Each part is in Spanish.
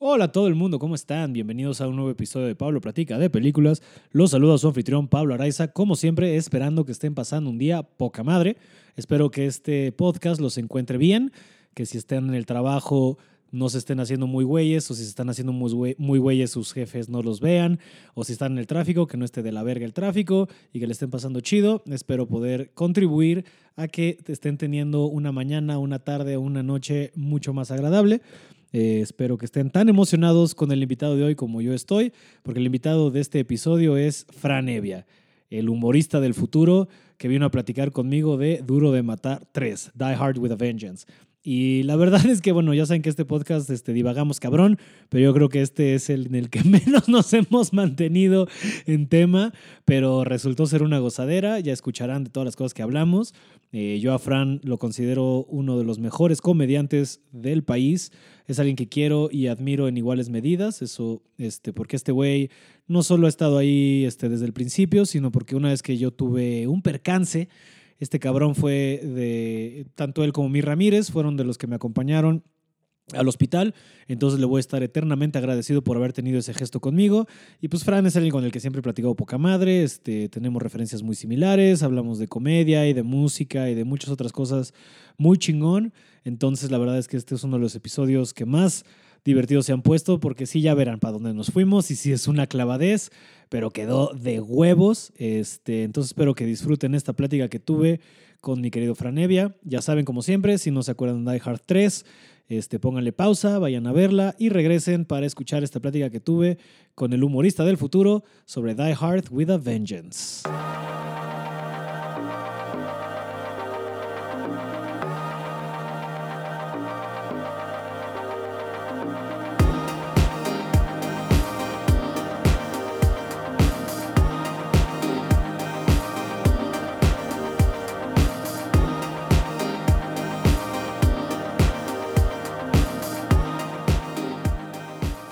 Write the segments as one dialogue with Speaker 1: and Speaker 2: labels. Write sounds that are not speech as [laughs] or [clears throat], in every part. Speaker 1: Hola a todo el mundo, ¿cómo están? Bienvenidos a un nuevo episodio de Pablo Platica de Películas. Los saluda su anfitrión Pablo Araiza, como siempre, esperando que estén pasando un día poca madre. Espero que este podcast los encuentre bien, que si estén en el trabajo no se estén haciendo muy güeyes, o si se están haciendo muy, güe- muy güeyes sus jefes no los vean, o si están en el tráfico, que no esté de la verga el tráfico y que le estén pasando chido. Espero poder contribuir a que estén teniendo una mañana, una tarde o una noche mucho más agradable. Eh, espero que estén tan emocionados con el invitado de hoy como yo estoy, porque el invitado de este episodio es Fran Evia, el humorista del futuro que vino a platicar conmigo de Duro de Matar 3, Die Hard with a Vengeance. Y la verdad [laughs] es que, bueno, ya saben que este podcast este, divagamos cabrón, pero yo creo que este es el en el que [laughs] menos nos hemos mantenido en tema, pero resultó ser una gozadera, ya escucharán de todas las cosas que hablamos. Eh, yo a Fran lo considero uno de los mejores comediantes del país, es alguien que quiero y admiro en iguales medidas, eso, este, porque este güey no solo ha estado ahí este, desde el principio, sino porque una vez que yo tuve un percance, este cabrón fue de, tanto él como mi Ramírez fueron de los que me acompañaron al hospital, entonces le voy a estar eternamente agradecido por haber tenido ese gesto conmigo. Y pues Fran es alguien con el que siempre he platicado poca madre, este, tenemos referencias muy similares, hablamos de comedia y de música y de muchas otras cosas muy chingón. Entonces, la verdad es que este es uno de los episodios que más divertidos se han puesto, porque sí, ya verán para dónde nos fuimos y sí es una clavadez, pero quedó de huevos. Este, entonces, espero que disfruten esta plática que tuve con mi querido Franevia. Ya saben, como siempre, si no se acuerdan de Die Hard 3, este, pónganle pausa, vayan a verla y regresen para escuchar esta plática que tuve con el humorista del futuro sobre Die Hard with a Vengeance.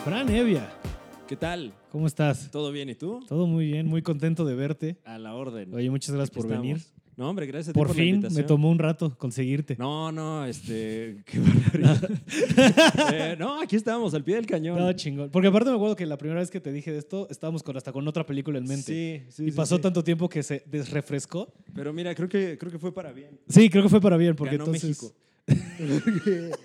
Speaker 1: Franevia,
Speaker 2: ¿Qué tal?
Speaker 1: ¿cómo estás?
Speaker 2: ¿Todo bien? ¿Y tú?
Speaker 1: Todo muy bien, muy contento de verte.
Speaker 2: A la orden.
Speaker 1: Oye, muchas gracias
Speaker 2: Aquí
Speaker 1: por
Speaker 2: estamos.
Speaker 1: venir.
Speaker 2: No, hombre, [laughs] gracias a ti
Speaker 1: Por
Speaker 2: la
Speaker 1: fin, me
Speaker 2: invitación.
Speaker 1: tomó un rato conseguirte.
Speaker 2: No, no, este. [laughs]
Speaker 1: [laughs]
Speaker 2: Qué barbaridad. Eh, no, aquí estamos, al pie del cañón.
Speaker 1: Estaba chingón. Porque aparte me acuerdo que la primera vez que te dije de esto, estábamos con, hasta con otra película en mente.
Speaker 2: Sí, sí.
Speaker 1: y
Speaker 2: sí,
Speaker 1: pasó
Speaker 2: sí.
Speaker 1: tanto tiempo que se desrefrescó.
Speaker 2: Pero mira, creo que, creo que fue para bien.
Speaker 1: Sí, creo que fue para bien, porque
Speaker 2: Ganó
Speaker 1: entonces...
Speaker 2: México.
Speaker 1: [laughs]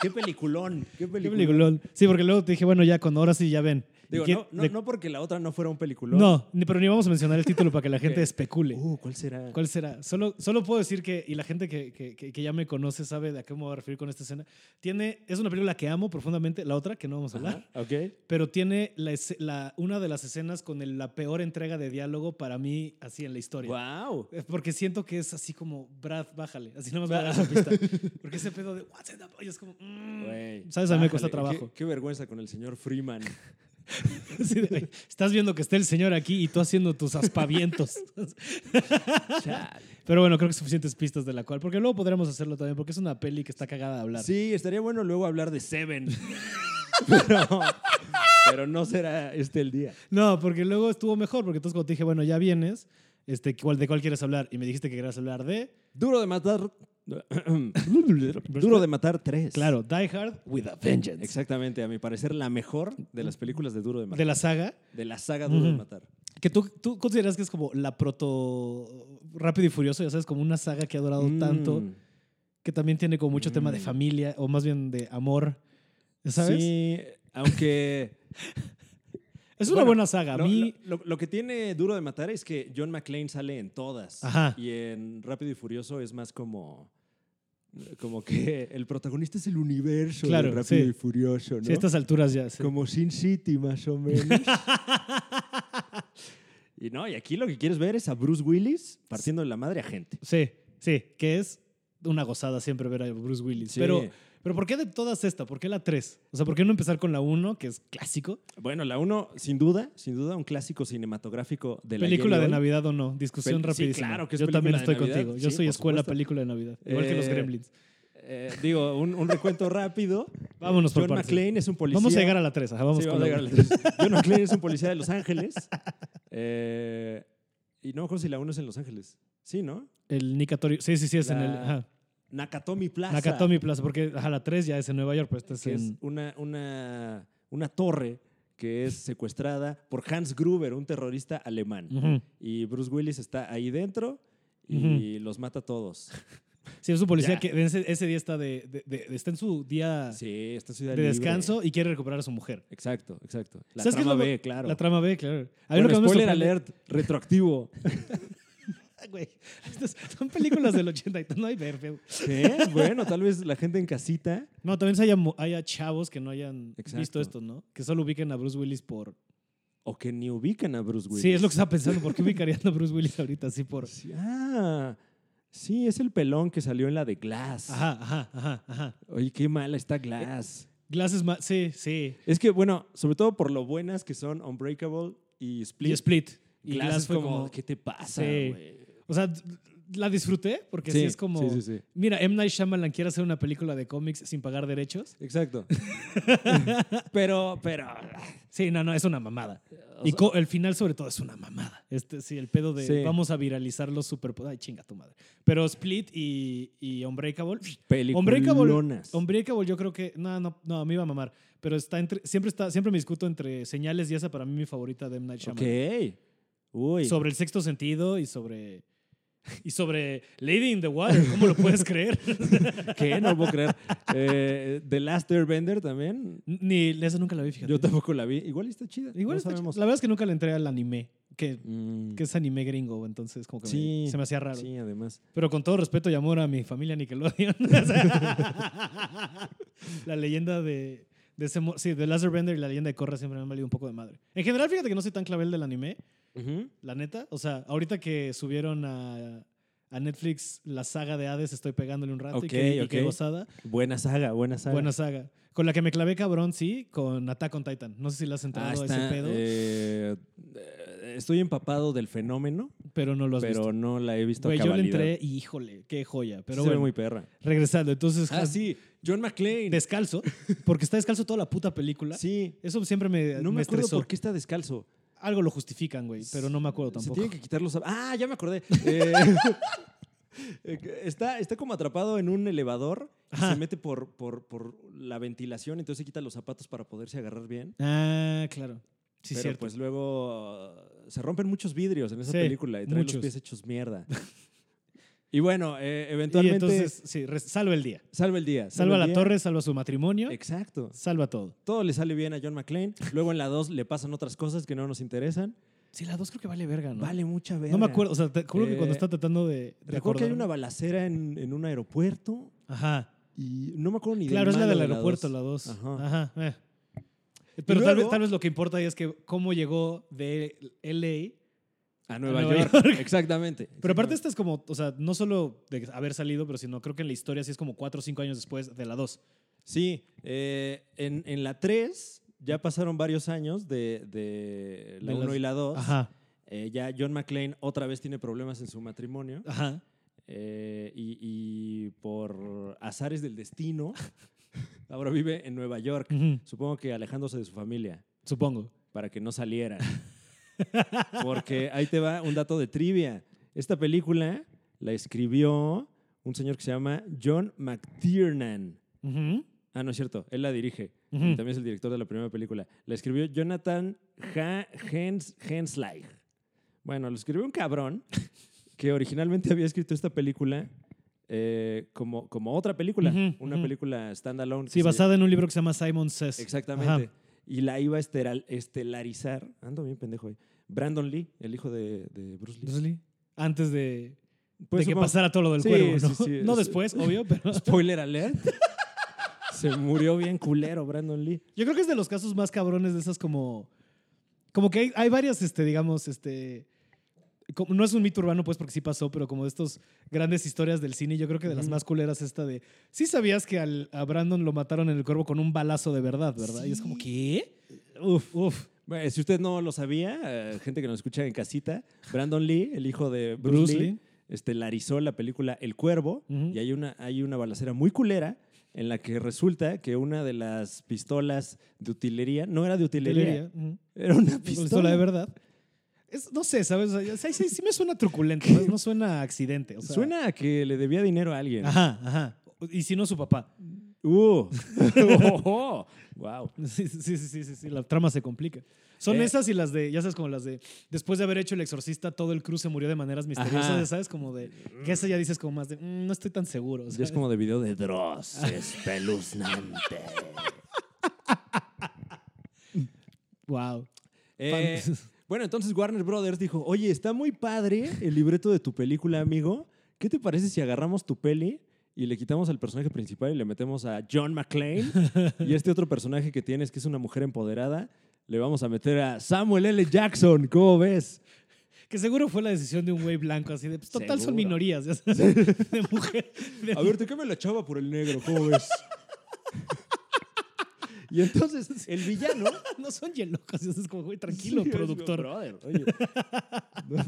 Speaker 2: qué peliculón. Qué
Speaker 1: Qué
Speaker 2: peliculón.
Speaker 1: peliculón. Sí, porque luego te dije, bueno, ya cuando ahora sí, ya ven.
Speaker 2: Digo,
Speaker 1: ¿Y qué-
Speaker 2: no, no,
Speaker 1: de-
Speaker 2: no porque la otra no fuera un peliculón.
Speaker 1: no, ni- pero ni vamos a mencionar el título para que la gente
Speaker 2: [laughs] Ok.
Speaker 1: especule.
Speaker 2: Uh, ¿cuál será?
Speaker 1: ¿Cuál será? Solo, solo puedo decir que, y la gente que, que- que- que ya me conoce sabe de a qué me voy a referir con esta escena. Tiene, es una película que amo profundamente, la otra que no vamos a hablar,
Speaker 2: Ajá, Ok.
Speaker 1: pero tiene la, esce- la- una de las escenas con el- la peor entrega de diálogo para mí así en la historia.
Speaker 2: Wow.
Speaker 1: Eh, Porque siento que es así como, Brad, bájale, así nada más para esa pista. [laughs] Porque ese pedo de, what's in the boy", es como, "Mm". Sabes, a mí me cuesta trabajo.
Speaker 2: Qué, qué vergüenza con el señor Freeman.
Speaker 1: [laughs] Así de, "Güey, estás viendo que está el señor aquí y tú haciendo tus aspavientos. [laughs]
Speaker 2: Chale.
Speaker 1: Pero bueno, creo que suficientes pistas de la cual, porque luego podremos hacerlo también, porque es una peli que está cagada de hablar.
Speaker 2: Sí, estaría bueno luego hablar de Seven. [laughs] pero, pero no será este el día.
Speaker 1: No, porque luego estuvo mejor, porque entonces cuando te dije, bueno, ya vienes, este, ¿cuál, ¿de cuál quieres hablar? Y me dijiste que querías hablar de,
Speaker 2: Duro de matar. Duro de matar tres.
Speaker 1: claro, Die Hard with a Vengeance.
Speaker 2: Exactamente, a mi parecer, la mejor de las películas de Duro de
Speaker 1: De
Speaker 2: Matar.
Speaker 1: la saga,
Speaker 2: De la saga Duro de
Speaker 1: Ujú.
Speaker 2: Matar.
Speaker 1: que tú, tú consideras que es como la proto Rápido y Furioso, ya sabes, como una saga que ha durado tanto,
Speaker 2: Mm,
Speaker 1: que también tiene como mucho tema de
Speaker 2: Mm.
Speaker 1: familia, o más bien de amor, ¿sabes?
Speaker 2: Sí, aunque.
Speaker 1: Es una
Speaker 2: Bueno,
Speaker 1: buena saga. [laughs] A
Speaker 2: lo,
Speaker 1: mí,
Speaker 2: lo- lo- lo que tiene Duro de Matar es que John McClane sale en todas.
Speaker 1: Ajá.
Speaker 2: Y en Rápido y Furioso es más como. Como que el protagonista es el universo
Speaker 1: Claro,
Speaker 2: de Rápido
Speaker 1: sí.
Speaker 2: y Furioso, ¿no?
Speaker 1: sí, a estas alturas ya. sí.
Speaker 2: Como Sin City, más o menos. [laughs] y no, y aquí lo que quieres ver es a Bruce Willis partiendo de la madre a gente.
Speaker 1: Sí, sí, que es una gozada siempre ver a Bruce Willis. Pero, pero ¿por qué de todas esta? ¿Por qué la 3? O sea, ¿por qué no empezar con la 1, que es clásico?
Speaker 2: Bueno, la uno, sin duda, sin duda, un clásico cinematográfico de la
Speaker 1: película
Speaker 2: ayer y
Speaker 1: de
Speaker 2: hoy.
Speaker 1: Navidad o no, discusión
Speaker 2: Pel- sí,
Speaker 1: rapidísima.
Speaker 2: claro que es
Speaker 1: Yo también
Speaker 2: película de
Speaker 1: estoy
Speaker 2: Navidad.
Speaker 1: contigo. Yo
Speaker 2: Sí,
Speaker 1: soy
Speaker 2: por
Speaker 1: escuela
Speaker 2: supuesto.
Speaker 1: película de Navidad, igual que los
Speaker 2: Eh,
Speaker 1: Gremlins.
Speaker 2: Eh, digo, un, un recuento rápido.
Speaker 1: [laughs] Vámonos por
Speaker 2: John
Speaker 1: partes.
Speaker 2: McClane es un policía.
Speaker 1: Vamos a llegar a la 3, ajá, vamos
Speaker 2: Sí,
Speaker 1: con
Speaker 2: vamos a
Speaker 1: la
Speaker 2: llegar a la-
Speaker 1: [laughs]
Speaker 2: John McClane es un policía de Los Ángeles. Eh, y no me acuerdo si la uno es en Los Ángeles. Sí, ¿no?
Speaker 1: uno. El Nicatorio. Sí, sí, sí, es en el.
Speaker 2: La-
Speaker 1: ajá.
Speaker 2: Nakatomi Plaza.
Speaker 1: Nakatomi Plaza, porque a la 3 ya es en Nueva York, pero esta es
Speaker 2: que es
Speaker 1: en...
Speaker 2: una, una, una torre que es secuestrada por Hans Gruber, un terrorista alemán.
Speaker 1: Ujú.
Speaker 2: Y Bruce Willis está ahí dentro y los mata a todos.
Speaker 1: Sí, es un policía
Speaker 2: Ya.
Speaker 1: que ese, ese día está, de, de- de- está en su día
Speaker 2: Sí, esta ciudad
Speaker 1: de
Speaker 2: libre.
Speaker 1: descanso y quiere recuperar a su mujer.
Speaker 2: Exacto, exacto. La
Speaker 1: ¿Sabes qué es lo-
Speaker 2: trama B, claro.
Speaker 1: La trama B, claro. A mí
Speaker 2: Bueno,
Speaker 1: lo que más me
Speaker 2: spoiler
Speaker 1: sorprende-
Speaker 2: alert, retroactivo.
Speaker 1: Güey, estas son películas del 80 y no hay verbe.
Speaker 2: ¿Qué? Bueno, tal vez la gente en casita.
Speaker 1: No, también haya, mo- haya chavos que no hayan
Speaker 2: Exacto.
Speaker 1: visto esto, ¿no? Que solo ubiquen a Bruce Willis por...
Speaker 2: O que ni ubican a Bruce Willis.
Speaker 1: Sí, es lo que estaba pensando. ¿Por qué ubicarían a Bruce Willis ahorita así por...?
Speaker 2: Sí, Ah, sí, es el pelón que salió en la de Glass.
Speaker 1: Ajá, ajá, ajá, ajá.
Speaker 2: Oye, qué mala está Glass.
Speaker 1: Glass es más... Sí, sí.
Speaker 2: Es que, bueno, sobre todo por lo buenas que son Unbreakable y Split.
Speaker 1: Y Split.
Speaker 2: Y Glass, fue como, ¿qué te pasa,
Speaker 1: Sí.
Speaker 2: güey?
Speaker 1: O sea, la disfruté porque sí, es como...
Speaker 2: Sí, sí, sí.
Speaker 1: Mira, M. Night Shyamalan quiere hacer una película de cómics sin pagar derechos. [laughs]
Speaker 2: Exacto. pero, pero.
Speaker 1: Sí, no, no, es una mamada.
Speaker 2: o
Speaker 1: Y
Speaker 2: sea,
Speaker 1: co- el final, sobre todo, es una mamada. Este, sí, el pedo de
Speaker 2: Sí.
Speaker 1: vamos a viralizar los superpoderes. Ay, chinga tu madre. Pero Split y, y Unbreakable. Unbreakable,
Speaker 2: peliculonas.
Speaker 1: Unbreakable, yo creo que. No, no, no, me iba a mamar. Pero está entre, siempre, está, siempre me discuto entre señales y esa para mí mi favorita de M. Night Shyamalan.
Speaker 2: Ok. Uy.
Speaker 1: Sobre el sexto sentido y sobre. Y sobre Lady in the Water, ¿cómo lo puedes creer? [laughs]
Speaker 2: ¿Qué? No puedo creer. [laughs] Eh, The Last Airbender también.
Speaker 1: Ni esa nunca la vi, fíjate.
Speaker 2: Yo tampoco la vi. Igual está chida.
Speaker 1: Igual
Speaker 2: no
Speaker 1: está ch-
Speaker 2: sabemos.
Speaker 1: La verdad es que nunca le entré al anime, que,
Speaker 2: Mm,
Speaker 1: que es anime gringo, entonces como que me-
Speaker 2: Sí.
Speaker 1: se me hacía raro.
Speaker 2: sí, además.
Speaker 1: Pero con todo respeto y amor a mi familia Nickelodeon. [laughs] O sea, la leyenda de, de ese... mo- Sí, de Lazar Bender y la leyenda de Korra siempre me han valido un poco de madre. En general, fíjate que no soy tan clavel del anime,
Speaker 2: Ujú.
Speaker 1: la neta. O sea, ahorita que subieron a, a Netflix la saga de Hades, estoy pegándole un rato y
Speaker 2: Ok,
Speaker 1: qué- y qué
Speaker 2: ok.
Speaker 1: gozada.
Speaker 2: Buena saga, buena saga.
Speaker 1: Buena saga. Con la que me clavé cabrón, sí, con Attack on Titan. No sé si la has entrado
Speaker 2: Ah,
Speaker 1: a
Speaker 2: está,
Speaker 1: ese pedo,
Speaker 2: eh, eh, estoy empapado del fenómeno,
Speaker 1: pero no lo has
Speaker 2: pero
Speaker 1: visto.
Speaker 2: no la he visto
Speaker 1: Güey,
Speaker 2: a
Speaker 1: yo le
Speaker 2: cabalidad.
Speaker 1: entré y híjole, qué joya.
Speaker 2: Sí
Speaker 1: Pero
Speaker 2: se ve
Speaker 1: bueno,
Speaker 2: muy perra.
Speaker 1: regresando, entonces
Speaker 2: Ah,
Speaker 1: Hans-
Speaker 2: sí, John McClane.
Speaker 1: descalzo,
Speaker 2: [laughs]
Speaker 1: porque está descalzo toda la puta película.
Speaker 2: Sí.
Speaker 1: Eso siempre me,
Speaker 2: No me,
Speaker 1: me
Speaker 2: acuerdo
Speaker 1: estresó.
Speaker 2: por qué está descalzo.
Speaker 1: Algo lo justifican, güey, pero no me acuerdo
Speaker 2: Se
Speaker 1: tampoco.
Speaker 2: tiene que quitar los... zap- Ah, ya
Speaker 1: [laughs]
Speaker 2: me acordé. Eh, [laughs] eh, está, está como atrapado en un elevador. y
Speaker 1: Ajá.
Speaker 2: se mete por, por, por la ventilación, entonces se quita los zapatos para poderse agarrar bien.
Speaker 1: Ah, claro. Sí,
Speaker 2: Pero
Speaker 1: cierto.
Speaker 2: pues luego uh, se rompen muchos vidrios en esa
Speaker 1: Sí,
Speaker 2: película y trae
Speaker 1: muchos.
Speaker 2: los pies hechos mierda. [laughs] y bueno, eh,
Speaker 1: y
Speaker 2: eventualmente
Speaker 1: entonces, sí, res- salva el día.
Speaker 2: salva el día.
Speaker 1: Salva
Speaker 2: el
Speaker 1: la
Speaker 2: día.
Speaker 1: torre, salva su matrimonio,
Speaker 2: Exacto.
Speaker 1: salva todo.
Speaker 2: Todo le sale bien a John McClane. Luego en la 2 le pasan otras cosas que no nos interesan.
Speaker 1: Sí, la dos creo que vale verga, ¿no?
Speaker 2: Vale mucha verga.
Speaker 1: No me acuerdo, o sea, te juro que cuando
Speaker 2: Eh,
Speaker 1: está tratando de, de
Speaker 2: Recuerdo que hay
Speaker 1: acordarme-
Speaker 2: una balacera en, en un aeropuerto
Speaker 1: Ajá.
Speaker 2: y no me acuerdo ni
Speaker 1: Claro, es la
Speaker 2: malo
Speaker 1: del
Speaker 2: de
Speaker 1: aeropuerto,
Speaker 2: dos.
Speaker 1: la dos.
Speaker 2: Ajá.
Speaker 1: Ajá. eh. Pero tal,
Speaker 2: luego-
Speaker 1: vez, tal vez lo que importa ahí es que cómo llegó de LA
Speaker 2: A Nueva,
Speaker 1: Nueva
Speaker 2: York. [laughs] Exactamente.
Speaker 1: Pero aparte
Speaker 2: exactamente.
Speaker 1: esta es como, o sea, no solo de haber salido, pero sino creo que en la historia sí es como cuatro o cinco años después de la 2.
Speaker 2: Sí, eh, en, en la 3 ya pasaron varios años de, de la
Speaker 1: De
Speaker 2: 1
Speaker 1: las-
Speaker 2: y la 2.
Speaker 1: Ajá,
Speaker 2: Eh, ya John McClane otra vez tiene problemas en su matrimonio
Speaker 1: ajá.
Speaker 2: eh, y, y por azares del
Speaker 1: [laughs]
Speaker 2: destino ahora vive en Nueva York,
Speaker 1: ujú,
Speaker 2: supongo que alejándose de su familia
Speaker 1: Supongo.
Speaker 2: para que no
Speaker 1: [laughs]
Speaker 2: salieran. Porque ahí te va un dato de trivia. Esta película la escribió un señor que se llama John McTiernan.
Speaker 1: Ujú,
Speaker 2: Ah, no es cierto, él la dirige.
Speaker 1: Ujú.
Speaker 2: Y También es el director de la primera película. La escribió Jonathan ha Hens Hensleig. Bueno, lo escribió un cabrón que originalmente había escrito esta película eh, como, como otra película,
Speaker 1: Ujú,
Speaker 2: una
Speaker 1: ujú.
Speaker 2: película standalone. que
Speaker 1: Sí,
Speaker 2: se-
Speaker 1: basada en un libro que se llama Simon Says.
Speaker 2: Exactamente. Y la iba a esteral- estelarizar. Ando bien pendejo hoy. Brandon Lee, el hijo de, de Bruce Lee.
Speaker 1: Bruce Lee. Antes de,
Speaker 2: Pues
Speaker 1: de que
Speaker 2: supongo-
Speaker 1: pasara todo lo del
Speaker 2: Sí,
Speaker 1: cuervo,
Speaker 2: sí,
Speaker 1: ¿no?
Speaker 2: sí,
Speaker 1: [laughs] no
Speaker 2: es-
Speaker 1: después, obvio, pero...
Speaker 2: [laughs] Spoiler alert. [laughs] Se murió bien culero Brandon Lee.
Speaker 1: Yo creo que es de los casos más cabrones de esas como... Como que hay, hay varias, este, digamos, este... como- no es un mito urbano, pues, porque sí pasó, pero como de estas grandes historias del cine, yo creo que de las
Speaker 2: Ujú.
Speaker 1: más culeras esta de... Sí sabías que al, a Brandon lo mataron en el cuervo con un balazo de verdad, ¿verdad? Y es como, ¿qué? Uf, uf.
Speaker 2: Bueno, si usted no lo sabía, eh, gente que nos escucha en casita, Brandon Lee, el hijo de Bruce,
Speaker 1: Bruce
Speaker 2: Lee,
Speaker 1: Lee.
Speaker 2: estelarizó la película El Cuervo
Speaker 1: Ujú.
Speaker 2: y hay una, hay una balacera muy culera en la que resulta que una de las pistolas de utilería, no era de utilería,
Speaker 1: Ujú.
Speaker 2: era una
Speaker 1: Pistola.
Speaker 2: pistola
Speaker 1: de verdad. Es- no sé, ¿sabes? O sea, sí, sí- sí me suena
Speaker 2: [laughs]
Speaker 1: truculento, ¿sabes? no suena a accidente. o sea-
Speaker 2: Suena a que le debía dinero a alguien.
Speaker 1: Ajá, ajá. Y si no, su papá.
Speaker 2: [laughs] Uh. Oh, wow.
Speaker 1: [laughs] Sí, sí, sí, sí, sí, sí, la trama se complica. Son
Speaker 2: Eh.
Speaker 1: esas y las de, ya sabes, como las de, después de haber hecho El Exorcista, todo el crew se murió de maneras misteriosas,
Speaker 2: Ajá.
Speaker 1: ya ¿sabes? Como de, que esa ya dices como más de, "Mm, no estoy tan seguro.
Speaker 2: Ya es
Speaker 1: ¿sabes?
Speaker 2: como de video de [laughs] Dross. Espeluznante.
Speaker 1: Wow.
Speaker 2: Eh, bueno, entonces Warner Brothers dijo, oye, está muy padre el libreto de tu película, amigo. ¿Qué te parece si agarramos tu peli y le quitamos al personaje principal y le metemos a John McClane? y este otro personaje que tienes, que es una mujer empoderada, le vamos a meter a Samuel L. Jackson. ¿Cómo ves?
Speaker 1: Que seguro fue la decisión de un güey blanco, así de, pues total son
Speaker 2: Seguro.
Speaker 1: minorías, ya sabes, [laughs] de mujer. de-
Speaker 2: A ver, te cambio la chava por el negro, ¿cómo ves? [laughs] y entonces, el villano...
Speaker 1: [laughs] no son yelocos, ya sabes, como, güey, tranquilo,
Speaker 2: Sí, es
Speaker 1: productor.
Speaker 2: como, brother, oye, no- no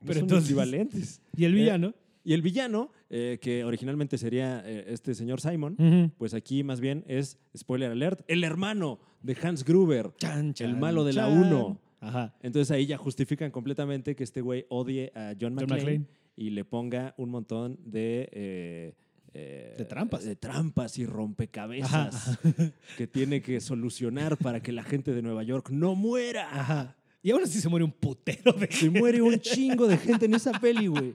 Speaker 1: Pero
Speaker 2: son
Speaker 1: entonces-
Speaker 2: equivalentes.
Speaker 1: Y el
Speaker 2: Eh,
Speaker 1: villano.
Speaker 2: Y el villano, eh, que originalmente sería eh, este señor Simon,
Speaker 1: Ujú.
Speaker 2: pues aquí más bien es, spoiler alert, el hermano de Hans Gruber.
Speaker 1: Chan, chan,
Speaker 2: el malo de la
Speaker 1: chan.
Speaker 2: uno.
Speaker 1: Ajá.
Speaker 2: Entonces ahí ya justifican completamente que este güey odie a
Speaker 1: John
Speaker 2: John McClane,
Speaker 1: McClane.
Speaker 2: y le ponga un montón de... eh, eh,
Speaker 1: De trampas.
Speaker 2: De trampas y rompecabezas [laughs] que tiene que solucionar para que la gente de Nueva York no muera.
Speaker 1: Ajá. Y ahora sí se muere un putero de
Speaker 2: Se muere un chingo de gente en esa peli, güey.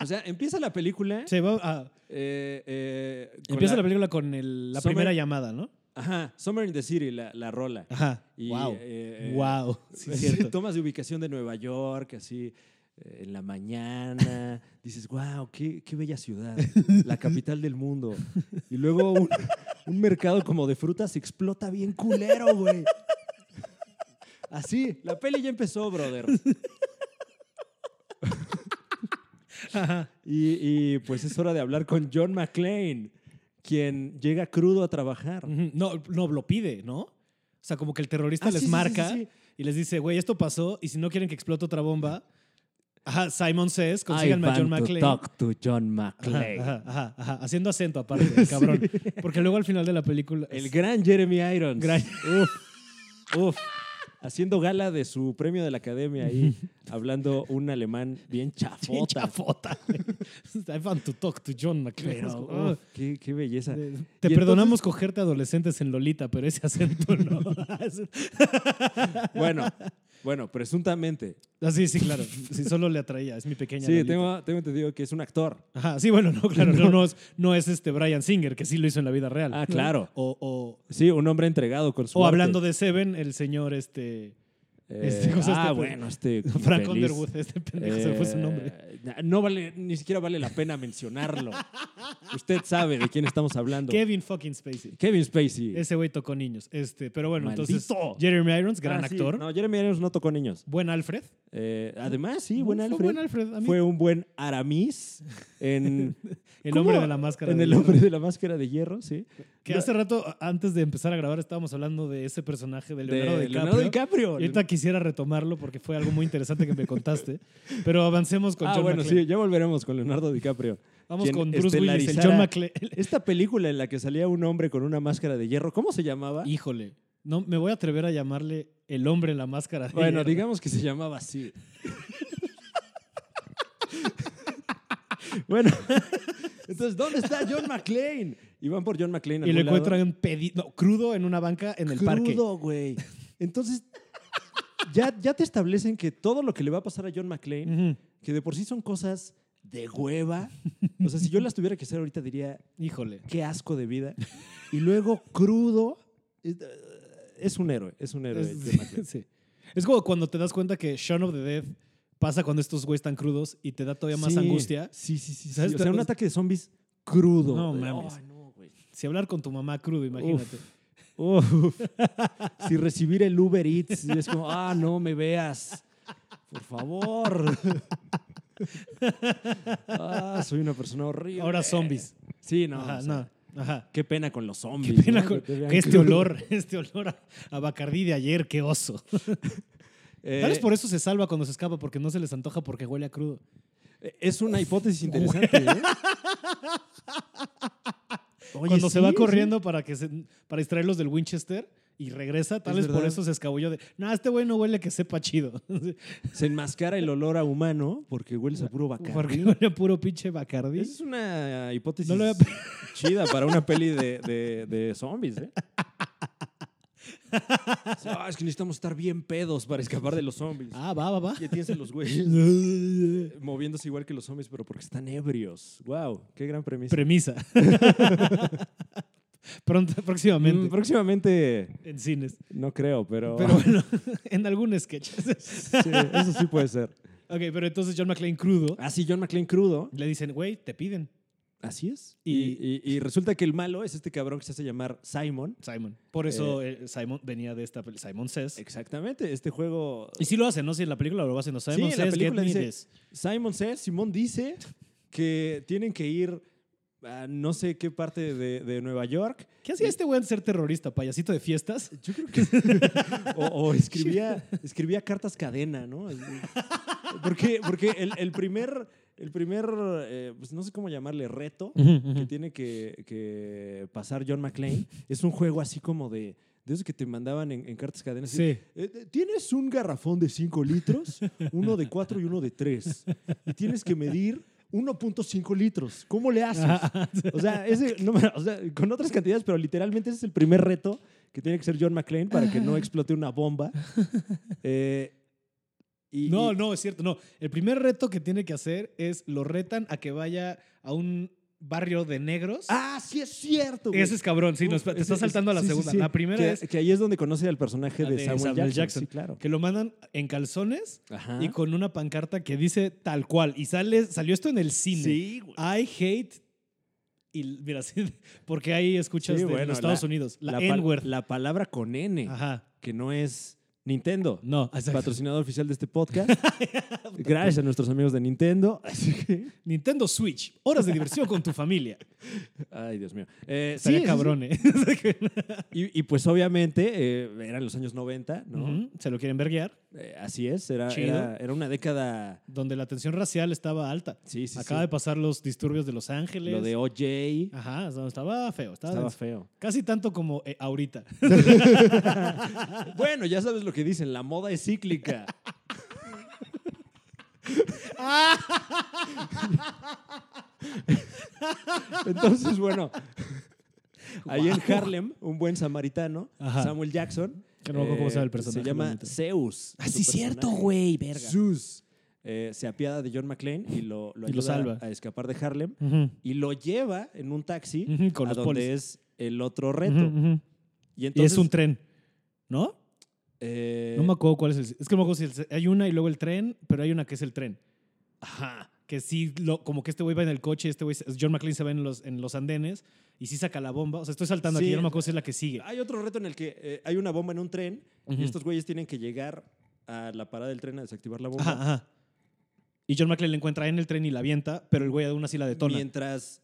Speaker 2: O sea, empieza la película.
Speaker 1: Se va a-
Speaker 2: eh, eh, con
Speaker 1: empieza la, película con el- la
Speaker 2: Summer-
Speaker 1: primera llamada, ¿no?
Speaker 2: Ajá, Summer in the City, la, la rola.
Speaker 1: Ajá.
Speaker 2: Y,
Speaker 1: wow.
Speaker 2: eh,
Speaker 1: wow. Sí, es cierto.
Speaker 2: Tomas de ubicación de Nueva York, así, eh, en la mañana. [laughs] Dices, wow, qué, qué bella ciudad, la capital del mundo. Y luego un, [laughs] un mercado como de frutas explota bien culero, güey. Así, la peli ya empezó, brother.
Speaker 1: Ajá.
Speaker 2: Y, y, pues es hora de hablar con John McClane, quien llega crudo a trabajar.
Speaker 1: Ujú. No, no, lo pide, ¿no? O sea, como que el terrorista
Speaker 2: Ah,
Speaker 1: les
Speaker 2: sí, sí, sí,
Speaker 1: marca
Speaker 2: sí, sí.
Speaker 1: y les dice, güey, esto pasó y si no quieren que explote otra bomba, ajá, Simon Says, consíganme a John McClane.
Speaker 2: to John
Speaker 1: Ajá, ajá, ajá, ajá. Haciendo acento aparte,
Speaker 2: [laughs]
Speaker 1: el cabrón. Porque luego al final de la película. [laughs]
Speaker 2: El gran Jeremy Irons.
Speaker 1: Gran-
Speaker 2: Uf, uf. [laughs] Haciendo gala de su premio de la
Speaker 1: [laughs]
Speaker 2: academia ahí, hablando un alemán bien
Speaker 1: Pincha
Speaker 2: chafota.
Speaker 1: fota. [laughs] I want to talk to John McClane. Es
Speaker 2: Pero,
Speaker 1: como, ah,
Speaker 2: uf, qué, qué belleza.
Speaker 1: Te
Speaker 2: Y
Speaker 1: perdonamos cogerte adolescentes en Lolita, pero ese acento no.
Speaker 2: [laughs]
Speaker 1: [laughs]
Speaker 2: Bueno, bueno, presuntamente.
Speaker 1: Ah, sí, sí, claro. Sí, solo le atraía. Es mi pequeña.
Speaker 2: Sí,
Speaker 1: Lolita.
Speaker 2: tengo, tengo entendido que es un actor.
Speaker 1: Ajá, sí, bueno, no,
Speaker 2: [laughs]
Speaker 1: claro, no, no es, no es este Brian Singer, que sí lo hizo en la vida real.
Speaker 2: Ah, claro.
Speaker 1: O, o,
Speaker 2: Sí, un hombre entregado con su
Speaker 1: o
Speaker 2: arte.
Speaker 1: hablando de Seven, el señor este
Speaker 2: Eh,
Speaker 1: Este, o sea,
Speaker 2: ah,
Speaker 1: este-
Speaker 2: bueno,
Speaker 1: [laughs]
Speaker 2: este.
Speaker 1: Frank
Speaker 2: infeliz.
Speaker 1: Underwood, este pendejo, se me fue su nombre.
Speaker 2: Eh, No vale, ni siquiera vale la
Speaker 1: [laughs]
Speaker 2: pena mencionarlo. Usted sabe de quién estamos hablando.
Speaker 1: Kevin fucking Spacey.
Speaker 2: Kevin Spacey.
Speaker 1: Ese güey tocó niños. Este, pero bueno, entonces
Speaker 2: Maldito.
Speaker 1: Jeremy Irons,
Speaker 2: Ah,
Speaker 1: gran
Speaker 2: sí.
Speaker 1: actor.
Speaker 2: No, Jeremy Irons no tocó niños.
Speaker 1: Buen Alfred.
Speaker 2: Eh, además, sí, buen Alfred.
Speaker 1: Fue buen Alfred. A mí,
Speaker 2: Fue un buen Aramis
Speaker 1: [laughs]
Speaker 2: en
Speaker 1: el
Speaker 2: ¿Cómo?
Speaker 1: hombre de la máscara.
Speaker 2: En
Speaker 1: de
Speaker 2: el
Speaker 1: hierro.
Speaker 2: hombre de la máscara de hierro, sí.
Speaker 1: Que
Speaker 2: No,
Speaker 1: hace rato, a- antes de empezar a grabar, estábamos hablando de ese personaje de Leonardo
Speaker 2: de
Speaker 1: DiCaprio.
Speaker 2: Leonardo DiCaprio.
Speaker 1: Y ahorita quisiera retomarlo porque fue algo muy interesante que me contaste.
Speaker 2: [laughs]
Speaker 1: Pero avancemos con
Speaker 2: ah,
Speaker 1: John
Speaker 2: bueno,
Speaker 1: McClane.
Speaker 2: sí, ya volveremos con Leonardo DiCaprio.
Speaker 1: Vamos
Speaker 2: quien
Speaker 1: con Bruce Willis, el John
Speaker 2: estelarizara-
Speaker 1: McClane.
Speaker 2: Esta película en la que salía un hombre con una máscara de hierro, ¿cómo se llamaba?
Speaker 1: [laughs] Híjole, no me voy a atrever a llamarle el hombre en la máscara. de
Speaker 2: Bueno,
Speaker 1: hierro.
Speaker 2: digamos que se
Speaker 1: [laughs]
Speaker 2: llamaba así. bueno, [laughs] entonces, ¿dónde está John McClane? Y van por John McClane. a
Speaker 1: Y lo
Speaker 2: algún lado.
Speaker 1: encuentran pedi- no, crudo en una banca en el parque.
Speaker 2: Crudo, güey. Entonces, ya, ya te establecen que todo lo que le va a pasar a John McClane,
Speaker 1: Ujú.
Speaker 2: que de por sí son cosas de hueva. O sea, si yo las tuviera que hacer ahorita diría,
Speaker 1: Híjole.
Speaker 2: qué asco de vida. Y luego, crudo, es- es un héroe, es un héroe.
Speaker 1: [laughs]
Speaker 2: John McClane.
Speaker 1: Es, sí. Es como cuando te das cuenta que Shaun of the Dead pasa cuando estos güeyes están crudos y te da todavía más
Speaker 2: Sí,
Speaker 1: angustia.
Speaker 2: Sí, sí, sí. sí.
Speaker 1: ¿Sabes?
Speaker 2: O sea, un ataque de zombies crudo.
Speaker 1: No
Speaker 2: Ay,
Speaker 1: mames.
Speaker 2: no, güey.
Speaker 1: Si hablar con tu mamá crudo, imagínate.
Speaker 2: Uf. [laughs] si recibir el Uber Eats y es como, ah, no me veas. Por
Speaker 1: [laughs]
Speaker 2: favor. ah, soy una persona horrible.
Speaker 1: Ahora zombies.
Speaker 2: Sí, eh, no.
Speaker 1: Ajá,
Speaker 2: o sea,
Speaker 1: no. Ajá.
Speaker 2: Qué pena con los zombies.
Speaker 1: Qué pena
Speaker 2: ¿no?
Speaker 1: con-
Speaker 2: Que te vean
Speaker 1: que este
Speaker 2: crudo.
Speaker 1: olor, [laughs] este olor a, a Bacardí de ayer, qué oso.
Speaker 2: Eh,
Speaker 1: Tal vez por eso se salva cuando se escapa, porque no se les antoja porque huele a crudo.
Speaker 2: Es una hipótesis interesante.
Speaker 1: [laughs]
Speaker 2: ¿eh? Oye,
Speaker 1: cuando se
Speaker 2: sí,
Speaker 1: va
Speaker 2: sí.
Speaker 1: corriendo para que se- para distraerlos del Winchester y regresa. Tal
Speaker 2: Es
Speaker 1: vez por
Speaker 2: verdad.
Speaker 1: eso se escabulló de, no, este güey no huele que sepa chido.
Speaker 2: Se enmascara el olor a humano porque hueles a puro
Speaker 1: [laughs]
Speaker 2: bacán.
Speaker 1: Porque huele a puro pinche Bacardí.
Speaker 2: Esa es una hipótesis
Speaker 1: No lo había
Speaker 2: [laughs] chida para una peli de, de- de zombies, ¿eh? Sí, "Ah, es que necesitamos estar bien pedos para escapar de los zombies.
Speaker 1: Ah, Eh. va, va, va.
Speaker 2: Y atiense
Speaker 1: [laughs]
Speaker 2: los güeyes moviéndose igual que los zombies, pero porque están ebrios. Wow, qué gran premisa.
Speaker 1: Premisa. [laughs] Pronto, próximamente.
Speaker 2: Mm, próximamente,
Speaker 1: en cines.
Speaker 2: no creo, pero,
Speaker 1: [laughs] Pero bueno, en algún sketch. [laughs]
Speaker 2: [laughs] sí, eso sí puede ser.
Speaker 1: ok, pero entonces John McClane crudo
Speaker 2: Así John McClane crudo.
Speaker 1: le dicen, güey, te piden,
Speaker 2: Así es.
Speaker 1: Y-
Speaker 2: Y, y- y resulta que el malo es este cabrón que se hace llamar Simon.
Speaker 1: Simon. Por eso eh, Simon venía de esta peli- Simon Says.
Speaker 2: Exactamente, este juego.
Speaker 1: Y sí lo hacen, ¿no? Si en la película lo hacen, no
Speaker 2: Sí,
Speaker 1: Simon
Speaker 2: en la
Speaker 1: Says, get
Speaker 2: película
Speaker 1: me
Speaker 2: dice-
Speaker 1: this.
Speaker 2: Simon says, Simón dice que tienen que ir a no sé qué parte de, de Nueva York.
Speaker 1: ¿Qué hacía este güey antes de ser terrorista? ¿Payasito de fiestas?
Speaker 2: Yo creo que. [laughs] o o escribía, escribía cartas cadena, ¿no? Porque, porque el, el primer, el primer eh, pues no sé cómo llamarle, reto
Speaker 1: [laughs]
Speaker 2: que tiene que, que pasar John McClane es un juego así como de. De esos que te mandaban en, en cartas cadena. así,
Speaker 1: Sí.
Speaker 2: Eh, eh, Tienes un garrafón de 5 litros, uno de 4 y uno de 3. Y tienes que medir 1.5 litros. ¿Cómo le haces? O sea, ese, no me- o sea, con otras cantidades, pero literalmente ese es el primer reto que tiene que ser John McClane para que no explote una bomba. Eh, y,
Speaker 1: No,
Speaker 2: y-
Speaker 1: no, es cierto, no. El primer reto que tiene que hacer es lo retan a que vaya a un barrio de negros.
Speaker 2: Ah, sí es cierto. güey.
Speaker 1: Ese es cabrón, sí, no,
Speaker 2: Uf,
Speaker 1: espera, te
Speaker 2: ese-
Speaker 1: estás saltando a la
Speaker 2: sí, sí,
Speaker 1: segunda.
Speaker 2: sí.
Speaker 1: La primera
Speaker 2: que,
Speaker 1: es
Speaker 2: que ahí es donde conoce al personaje de, Samuel, Jackson. Sí, claro.
Speaker 1: Que lo mandan en calzones
Speaker 2: Ajá.
Speaker 1: y con una pancarta que dice tal cual. Y sale, salió esto en el cine.
Speaker 2: Sí, güey.
Speaker 1: I hate. Y mira, [laughs] sí, porque ahí escuchas
Speaker 2: Sí,
Speaker 1: de
Speaker 2: bueno,
Speaker 1: los Estados
Speaker 2: la-
Speaker 1: Unidos. La,
Speaker 2: pal-
Speaker 1: N-word.
Speaker 2: la palabra con N,
Speaker 1: Ajá.
Speaker 2: que no es Nintendo.
Speaker 1: No, exacto.
Speaker 2: Patrocinador oficial de este [laughs] podcast. Gracias a nuestros amigos de Nintendo. [laughs] Así que-
Speaker 1: Nintendo Switch. Horas de diversión con tu
Speaker 2: [laughs]
Speaker 1: familia.
Speaker 2: Ay, Dios mío. Eh, sí,
Speaker 1: Estaría
Speaker 2: sí, sí.
Speaker 1: cabrón, ¿eh?
Speaker 2: Y, y pues obviamente eh, eran los años 90, ¿no?
Speaker 1: Ujú, Se lo quieren verguear.
Speaker 2: Eh, así es, era,
Speaker 1: Chido.
Speaker 2: era, era una década.
Speaker 1: Donde la tensión racial estaba alta.
Speaker 2: Sí, sí,
Speaker 1: Acaba
Speaker 2: sí.
Speaker 1: de pasar los disturbios de Los Ángeles.
Speaker 2: Lo de Ah, OJ
Speaker 1: Ajá, o sea, estaba feo. Estaba,
Speaker 2: estaba
Speaker 1: denso.
Speaker 2: feo.
Speaker 1: Casi tanto como eh,
Speaker 2: [laughs]
Speaker 1: ahorita.
Speaker 2: Bueno, ya sabes lo que dicen, la moda es cíclica. Entonces, bueno, ahí en Harlem, un buen samaritano,
Speaker 1: Ajá.
Speaker 2: Samuel Jackson. eh,
Speaker 1: Que no me acuerdo cómo se llama el personaje,
Speaker 2: Se llama
Speaker 1: bonito.
Speaker 2: Zeus.
Speaker 1: Ah,
Speaker 2: su
Speaker 1: sí, cierto,
Speaker 2: personaje.
Speaker 1: güey, verga.
Speaker 2: Zeus. eh, se apiada de John McClane y lo, lo
Speaker 1: Y lo
Speaker 2: ayuda
Speaker 1: salva.
Speaker 2: a escapar de Harlem
Speaker 1: Ujú.
Speaker 2: y lo lleva en un taxi
Speaker 1: Ujú, con
Speaker 2: a
Speaker 1: los
Speaker 2: donde
Speaker 1: polis.
Speaker 2: es el otro reto.
Speaker 1: Ujú, ujú.
Speaker 2: Y
Speaker 1: Y
Speaker 2: entonces
Speaker 1: es un tren, ¿no?
Speaker 2: eh,
Speaker 1: No me acuerdo cuál es el. Es que no me acuerdo si el- hay una y luego el tren, pero hay una que es el tren.
Speaker 2: Ajá.
Speaker 1: Que sí, lo- como que este güey va en el coche, este güey, se- John McClane se va en los, en los andenes y sí saca la bomba. O sea, estoy saltando
Speaker 2: Sí.
Speaker 1: aquí, yo no me acuerdo si es la que sigue.
Speaker 2: Hay otro reto en el que eh, hay una bomba en un tren
Speaker 1: Ujú.
Speaker 2: y estos güeyes tienen que llegar a la parada del tren a desactivar la bomba.
Speaker 1: Ajá, ajá. Y John McClane la encuentra en el tren y la avienta, pero el güey aún así la detona.
Speaker 2: Mientras.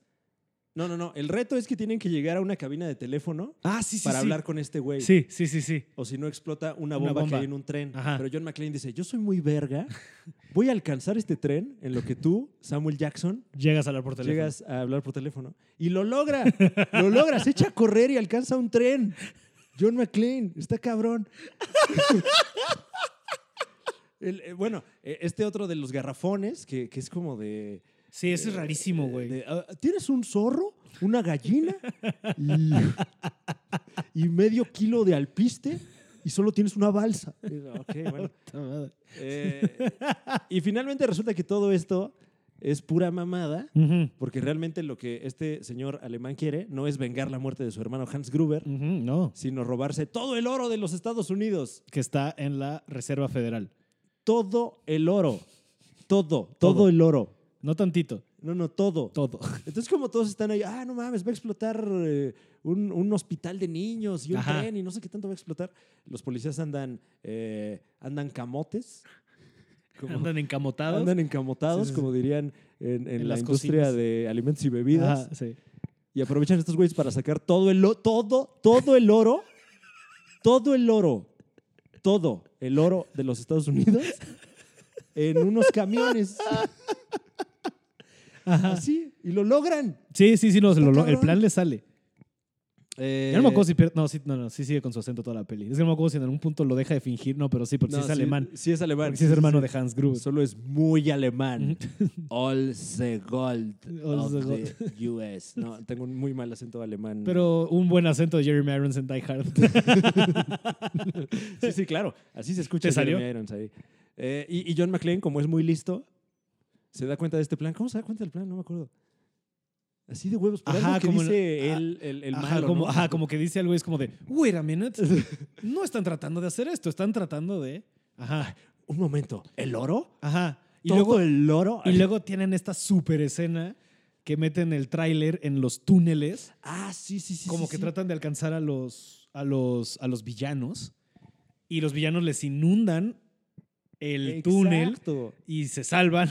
Speaker 2: No, no, no. El reto es que tienen que llegar a una cabina de teléfono
Speaker 1: Ah, sí, sí.
Speaker 2: para
Speaker 1: sí.
Speaker 2: hablar con este güey.
Speaker 1: Sí, sí, sí, sí.
Speaker 2: O si no explota
Speaker 1: Una
Speaker 2: una bomba,
Speaker 1: bomba.
Speaker 2: que hay en un tren.
Speaker 1: Ajá.
Speaker 2: Pero John McClane dice: Yo soy muy verga. Voy a alcanzar este tren en lo que tú, Samuel Jackson,
Speaker 1: Llegas a hablar por teléfono.
Speaker 2: llegas a hablar por teléfono. Y lo logra. lo logra. Se echa a correr y alcanza un tren. John McClane. Está cabrón. El, eh, bueno, eh, este otro de los garrafones, que, que es como de...
Speaker 1: Sí, eso es rarísimo,
Speaker 2: eh,
Speaker 1: güey.
Speaker 2: de, ah, Tienes un zorro, una gallina y, y medio kilo de alpiste y solo tienes una balsa. Ok, bueno. Eh, y finalmente resulta que todo esto es pura mamada.
Speaker 1: Ujú,
Speaker 2: Porque realmente lo que este señor alemán quiere no es vengar la muerte de su hermano Hans Gruber,
Speaker 1: ujú, No,
Speaker 2: sino robarse todo el oro de los Estados Unidos.
Speaker 1: que está en la Reserva Federal.
Speaker 2: Todo el oro. Todo, todo,
Speaker 1: Todo.
Speaker 2: el oro.
Speaker 1: No tantito,
Speaker 2: No, no, todo.
Speaker 1: todo.
Speaker 2: Entonces, como todos están ahí, ah, no mames, va a explotar eh, un, un hospital de niños y un
Speaker 1: Ajá.
Speaker 2: tren y no sé qué tanto va a explotar. Los policías andan, eh, andan camotes.
Speaker 1: [laughs]
Speaker 2: Como-
Speaker 1: Andan encamotados.
Speaker 2: andan
Speaker 1: Sí,
Speaker 2: encamotados,
Speaker 1: sí, sí.
Speaker 2: como dirían en, en
Speaker 1: En
Speaker 2: la
Speaker 1: las
Speaker 2: industria
Speaker 1: cocinas.
Speaker 2: de alimentos y bebidas.
Speaker 1: Ajá, sí.
Speaker 2: Y aprovechan estos güeyes para sacar todo el oro, todo, todo el oro, todo el oro, todo el oro de los Estados Unidos en unos camiones. Así, y lo logran.
Speaker 1: Sí, sí, sí, no, se lo- lo- el
Speaker 2: cabrón.
Speaker 1: plan le sale.
Speaker 2: Eh,
Speaker 1: Ya no me acuerdo si pier- No, sí, no, no, sí sigue con su acento toda la peli. Es que no me acuerdo si en algún punto lo deja de fingir. No, pero sí, porque
Speaker 2: Eh, no,
Speaker 1: sí es alemán.
Speaker 2: Sí es alemán.
Speaker 1: Porque sí es hermano de Hans Gruber.
Speaker 2: Solo es muy alemán. All the gold
Speaker 1: All
Speaker 2: of
Speaker 1: the
Speaker 2: the US. No, tengo un muy mal acento alemán.
Speaker 1: Pero un buen acento de Jeremy Irons en Die Hard.
Speaker 2: sí, sí, claro. Así se escucha
Speaker 1: ¿Te salió?
Speaker 2: Jeremy Irons ahí. Eh, y, y John McClane, como es muy listo, se da cuenta de este plan. ¿Cómo se da cuenta del plan? No me acuerdo. Así de huevos. Por
Speaker 1: Ajá,
Speaker 2: algo que
Speaker 1: como el-
Speaker 2: dice
Speaker 1: ah,
Speaker 2: él, el, el
Speaker 1: ajá,
Speaker 2: malo,
Speaker 1: como,
Speaker 2: ¿no?
Speaker 1: ajá, como que dice algo y es como de, wait a
Speaker 2: [laughs]
Speaker 1: minute, no están tratando de hacer esto, están tratando de... Ajá,
Speaker 2: Un momento. ¿El oro?
Speaker 1: ajá. Y
Speaker 2: Y luego
Speaker 1: luego,
Speaker 2: el oro.
Speaker 1: y luego tienen esta super escena que meten el tráiler en los túneles,
Speaker 2: ah, sí, sí, sí.
Speaker 1: como
Speaker 2: sí,
Speaker 1: que
Speaker 2: sí.
Speaker 1: tratan de alcanzar a los, a, los, a los villanos y los villanos les inundan el túnel
Speaker 2: Exacto.
Speaker 1: y se
Speaker 2: [laughs]
Speaker 1: salvan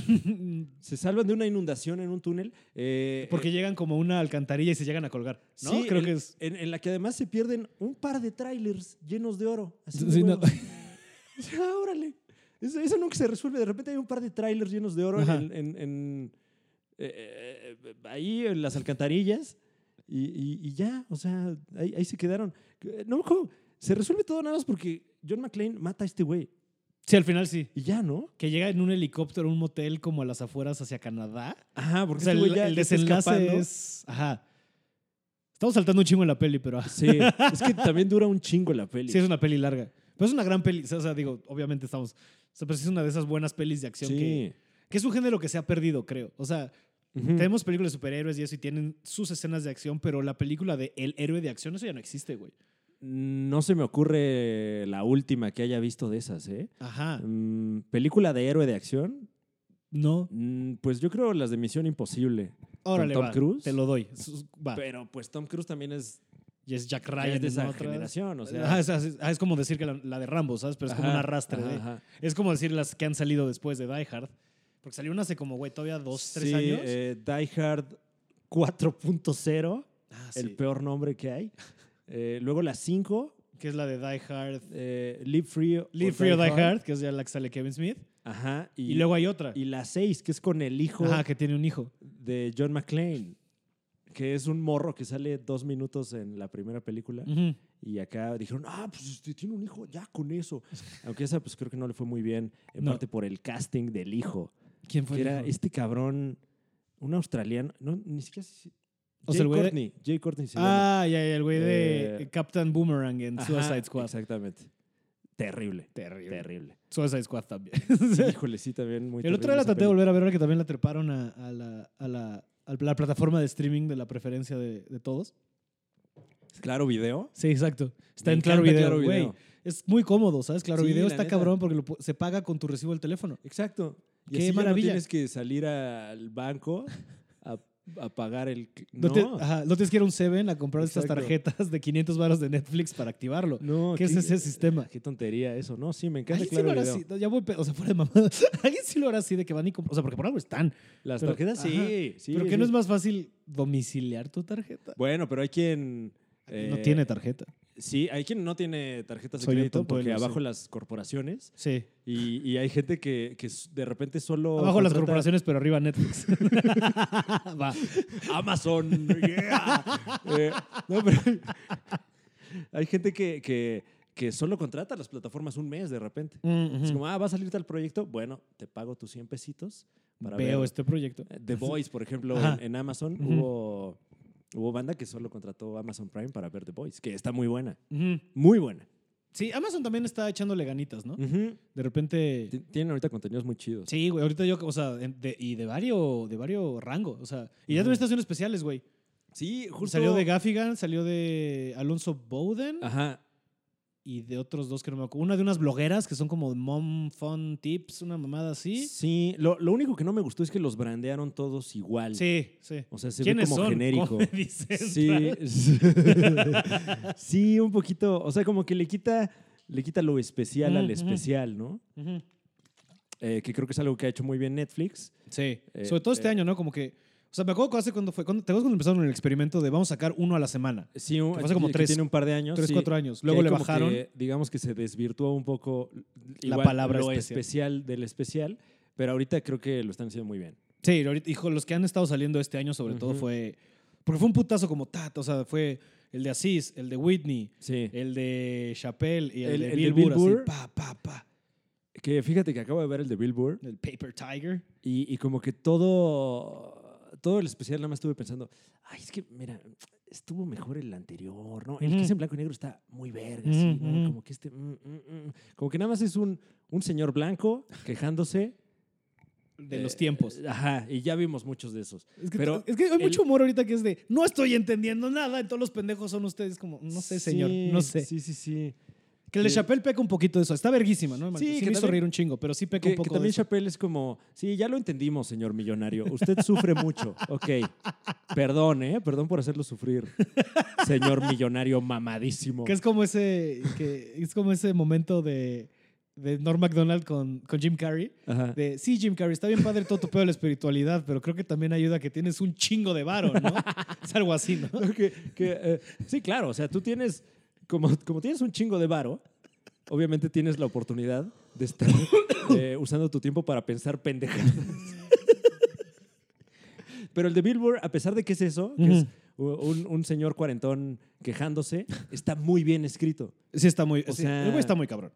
Speaker 2: Se salvan de una inundación en un túnel. eh,
Speaker 1: porque
Speaker 2: eh,
Speaker 1: llegan como a una alcantarilla y se llegan a colgar. ¿no?
Speaker 2: sí,
Speaker 1: creo
Speaker 2: en,
Speaker 1: que es...
Speaker 2: En, en la que además se pierden un par de trailers llenos de oro. Así de
Speaker 1: Sí, no. [laughs]
Speaker 2: huevos. Ah, órale. Eso, eso nunca se resuelve. De repente hay un par de trailers llenos de oro en,
Speaker 1: Ajá.
Speaker 2: en- en- eh, eh, ahí en las alcantarillas y, y- y ya, o sea, ahí, ahí se quedaron. Eh, No, ¿cómo? se resuelve todo nada más porque John McClane mata a este güey
Speaker 1: Sí, al final sí.
Speaker 2: y ya, ¿no?
Speaker 1: que llega en un helicóptero a un motel como a las afueras hacia Canadá.
Speaker 2: Ajá,
Speaker 1: O
Speaker 2: porque
Speaker 1: sea,
Speaker 2: este
Speaker 1: el,
Speaker 2: güey ya
Speaker 1: el
Speaker 2: ya está
Speaker 1: desenlace
Speaker 2: escapando.
Speaker 1: es. Ajá. Estamos saltando un chingo en la peli, pero ah,
Speaker 2: Sí, es que también dura un chingo la peli.
Speaker 1: sí es una peli larga. Pero es una gran peli. O sea, o sea, digo, obviamente estamos. O sea, pero sí es una de esas buenas pelis de acción que,
Speaker 2: Sí.
Speaker 1: que es un género que se ha perdido, creo. O sea,
Speaker 2: Ujú.
Speaker 1: tenemos películas de superhéroes y eso y tienen sus escenas de acción, pero la película de El héroe de acción, eso ya no existe, güey.
Speaker 2: No se me ocurre la última que haya visto de esas, ¿eh?
Speaker 1: Ajá.
Speaker 2: Mm, película de héroe de acción.
Speaker 1: No.
Speaker 2: Mm, pues yo creo las de Misión Imposible.
Speaker 1: Órale,
Speaker 2: Tom
Speaker 1: va,
Speaker 2: Cruise?
Speaker 1: Te lo doy. Sus- Va.
Speaker 2: Pero pues Tom Cruise también es,
Speaker 1: Y es Jack
Speaker 2: ya
Speaker 1: Ryan
Speaker 2: es de
Speaker 1: en
Speaker 2: esa
Speaker 1: otras.
Speaker 2: generación, o sea.
Speaker 1: Ajá, es, es- es como decir que la, la de Rambo, ¿sabes? Pero es como
Speaker 2: Ajá,
Speaker 1: un arrastre.
Speaker 2: ajá,
Speaker 1: de-
Speaker 2: ajá.
Speaker 1: Es como decir las que han salido después de Die Hard. Porque salieron hace como, güey, todavía dos, tres
Speaker 2: Sí,
Speaker 1: años.
Speaker 2: eh, Die Hard 4.0,
Speaker 1: ah,
Speaker 2: el
Speaker 1: sí.
Speaker 2: peor nombre que hay. Eh, luego la 5,
Speaker 1: Que es la de Die Hard.
Speaker 2: eh, Live Free o
Speaker 1: Live Free or Die Hard, que es ya la que sale Kevin Smith.
Speaker 2: Ajá.
Speaker 1: Y,
Speaker 2: Y,
Speaker 1: luego hay otra.
Speaker 2: y la 6, que es con el hijo
Speaker 1: Ajá, que tiene un hijo.
Speaker 2: de John McClane, que es un morro que sale dos minutos en la primera película.
Speaker 1: Ujú.
Speaker 2: Y acá dijeron, ah, pues este, tiene un hijo ya con eso. Aunque esa, pues creo que no le fue muy bien, en
Speaker 1: No.
Speaker 2: parte por el casting del hijo.
Speaker 1: ¿Quién fue?
Speaker 2: que
Speaker 1: el
Speaker 2: era
Speaker 1: hijo?
Speaker 2: este cabrón, un australiano, no, ni siquiera. sé si-
Speaker 1: O sea,
Speaker 2: Jay
Speaker 1: el güey de-
Speaker 2: Courtney, Jay Courtney se llama.
Speaker 1: ah, ya, ya, el güey de
Speaker 2: Eh,
Speaker 1: Captain Boomerang en
Speaker 2: Ajá,
Speaker 1: Ah, Suicide Squad.
Speaker 2: Exactamente. Terrible,
Speaker 1: Terrible. [laughs]
Speaker 2: terrible.
Speaker 1: Suicide Squad también. [laughs]
Speaker 2: Híjole, sí, también muy
Speaker 1: el otro día
Speaker 2: terrible
Speaker 1: la
Speaker 2: esa
Speaker 1: traté de
Speaker 2: peli.
Speaker 1: volver a ver, ahora que también la treparon a, a la, a la- a la plataforma de streaming de la preferencia de- de todos.
Speaker 2: Claro, video.
Speaker 1: Sí, exacto. Está
Speaker 2: Me
Speaker 1: en Claro
Speaker 2: encanta
Speaker 1: Video,
Speaker 2: Claro
Speaker 1: güey.
Speaker 2: Video.
Speaker 1: Es muy cómodo, ¿sabes? Claro
Speaker 2: Sí,
Speaker 1: Video
Speaker 2: la
Speaker 1: está
Speaker 2: neta.
Speaker 1: cabrón porque lo pu- se paga con tu recibo del teléfono.
Speaker 2: Exacto. Y
Speaker 1: Qué
Speaker 2: así ya
Speaker 1: maravilla.
Speaker 2: No tienes que salir al banco a, a pagar el.
Speaker 1: No,
Speaker 2: No,
Speaker 1: te- ajá, no tienes que ir a un Seven a comprar estas
Speaker 2: Exacto.
Speaker 1: tarjetas de 500 baros de Netflix para activarlo.
Speaker 2: no
Speaker 1: ¿Qué es ese sistema?
Speaker 2: Qué tontería eso, ¿no? Sí, me encanta
Speaker 1: Alguien sí lo
Speaker 2: Claro
Speaker 1: hará
Speaker 2: Video.
Speaker 1: así. No, Ya voy, pe- o sea, fuera de mamada. [laughs] Alguien sí lo hará así de que van y compran. O sea, porque por algo están.
Speaker 2: Las
Speaker 1: Pero-
Speaker 2: tarjetas sí,
Speaker 1: ajá.
Speaker 2: sí,
Speaker 1: Pero que
Speaker 2: sí.
Speaker 1: no es más fácil domiciliar tu tarjeta.
Speaker 2: Bueno, pero hay quien...
Speaker 1: no
Speaker 2: eh,
Speaker 1: tiene tarjeta.
Speaker 2: Sí, hay quien no tiene tarjetas de
Speaker 1: Soy un
Speaker 2: crédito
Speaker 1: tonto,
Speaker 2: porque
Speaker 1: lo sé.
Speaker 2: abajo las corporaciones
Speaker 1: Sí.
Speaker 2: y, y hay gente que, que s- de repente solo...
Speaker 1: Abajo las
Speaker 2: contrata
Speaker 1: corporaciones, pero arriba
Speaker 2: [laughs]
Speaker 1: Netflix. Va. [laughs]
Speaker 2: Amazon. yeah. Eh, no, pero [laughs] hay, hay gente que, que, que solo contrata las plataformas un mes de repente.
Speaker 1: Mm,
Speaker 2: Es
Speaker 1: ujú.
Speaker 2: como, ah, va a salir tal proyecto. Bueno, te pago tus 100 pesitos para
Speaker 1: Veo
Speaker 2: ver Eh,
Speaker 1: este proyecto.
Speaker 2: The Voice, por ejemplo,
Speaker 1: Ajá.
Speaker 2: en, en Amazon
Speaker 1: Ujú.
Speaker 2: hubo, hubo banda que solo contrató Amazon Prime para ver The Voice, que está muy buena,
Speaker 1: Ujú.
Speaker 2: muy buena.
Speaker 1: Sí, Amazon también está echándole ganitas, ¿no?
Speaker 2: Ujú.
Speaker 1: De repente.
Speaker 2: Ti- Tienen ahorita contenidos muy chidos.
Speaker 1: Sí, güey, ahorita yo, o sea, en- de- y de varios de varios rango, o sea, y ya
Speaker 2: Ujú.
Speaker 1: también estaciones especiales, güey.
Speaker 2: Sí, Mm. justo. Ah.
Speaker 1: Salió de Gaffigan, salió de Alonso Bowden
Speaker 2: Ajá.
Speaker 1: y de otros dos que no me acuerdo. Una de unas blogueras que son como mom fun tips, una mamada así.
Speaker 2: Sí, lo, lo único que no me gustó es que los brandearon todos igual.
Speaker 1: Sí, sí.
Speaker 2: O sea, se ve
Speaker 1: ¿Quiénes
Speaker 2: como
Speaker 1: son? [laughs]
Speaker 2: genérico.
Speaker 1: Comedy Central.
Speaker 2: Sí, [laughs] sí, un poquito. O sea, como que le quita, le quita lo especial al
Speaker 1: Ujú.
Speaker 2: especial, ¿no?
Speaker 1: Ujú.
Speaker 2: Eh, que creo que es algo que ha hecho muy bien Netflix.
Speaker 1: Sí.
Speaker 2: Eh,
Speaker 1: Sobre todo este
Speaker 2: eh.
Speaker 1: año, ¿no? Como que, o sea, me acuerdo que hace cuando fue, cuando, te acuerdas cuando empezaron el experimento de vamos a sacar uno a la semana,
Speaker 2: Sí, un-
Speaker 1: Que fue hace como
Speaker 2: que
Speaker 1: tres-
Speaker 2: tiene un par de años.
Speaker 1: tres,
Speaker 2: sí.
Speaker 1: cuatro años.
Speaker 2: Que
Speaker 1: Luego
Speaker 2: ahí
Speaker 1: le
Speaker 2: como
Speaker 1: bajaron.
Speaker 2: que, digamos que se desvirtuó un poco
Speaker 1: La
Speaker 2: igual
Speaker 1: palabra
Speaker 2: lo
Speaker 1: especial.
Speaker 2: especial. del especial, pero ahorita creo que lo están haciendo muy bien.
Speaker 1: Sí, ahorita, hijo, los que han estado saliendo este año sobre todo
Speaker 2: Ujú.
Speaker 1: fue... Porque fue un putazo como tat, o sea, fue el de Asís, el de Whitney,
Speaker 2: Sí.
Speaker 1: el de Chappelle y el,
Speaker 2: El-
Speaker 1: de
Speaker 2: el
Speaker 1: Bill
Speaker 2: de
Speaker 1: Burr.
Speaker 2: Bill
Speaker 1: así,
Speaker 2: Burr.
Speaker 1: pa, pa, pa.
Speaker 2: Que fíjate que acabo de ver el de Billboard
Speaker 1: El Paper Tiger.
Speaker 2: y, y como que todo, todo el especial nada más estuve pensando, ay, es que, mira, estuvo mejor el anterior, ¿no? El que
Speaker 1: Ujú.
Speaker 2: es en blanco y negro está muy verga, sí,
Speaker 1: Ujú,
Speaker 2: ¿no?
Speaker 1: ujú.
Speaker 2: Como que este, mm, mm, mm. como que nada más es un, un señor blanco quejándose.
Speaker 1: De
Speaker 2: eh,
Speaker 1: los tiempos.
Speaker 2: Ajá, y ya vimos muchos de esos.
Speaker 1: Es que,
Speaker 2: pero
Speaker 1: es que hay
Speaker 2: el-
Speaker 1: mucho humor ahorita que es de no estoy entendiendo nada, entonces los pendejos son ustedes como, no sé, señor,
Speaker 2: Sí,
Speaker 1: no sé.
Speaker 2: Sí, sí, sí.
Speaker 1: Que el de
Speaker 2: que-
Speaker 1: Chappelle peca un poquito de eso. Está verguísima, ¿no?
Speaker 2: Sí,
Speaker 1: Sí, sí
Speaker 2: que
Speaker 1: me hizo
Speaker 2: también-
Speaker 1: reír un chingo, pero sí peca
Speaker 2: Que,
Speaker 1: un
Speaker 2: que
Speaker 1: poco de
Speaker 2: también
Speaker 1: eso.
Speaker 2: Chappelle es como, sí, ya lo entendimos, señor millonario. Usted sufre
Speaker 1: [laughs]
Speaker 2: mucho, ok. Perdón, ¿eh? Perdón por hacerlo sufrir, señor millonario mamadísimo.
Speaker 1: Que es como ese, que es como ese momento de, de Norm MacDonald con, con Jim Carrey.
Speaker 2: Ajá.
Speaker 1: De, sí, Jim Carrey, está bien padre todo tu pedo de la espiritualidad, pero creo que también ayuda que tienes un chingo de varo, ¿no? Es algo así, ¿no?
Speaker 2: [laughs] Que- que, eh, sí, claro, o sea, tú tienes, como, como tienes un chingo de varo, obviamente tienes la oportunidad de estar eh, usando tu tiempo para pensar pendejadas. Pero el de Billboard, a pesar de que es eso, que es un, un señor cuarentón quejándose, está muy bien escrito.
Speaker 1: Sí, está muy.
Speaker 2: O
Speaker 1: sí,
Speaker 2: sea-
Speaker 1: el güey está muy cabrón.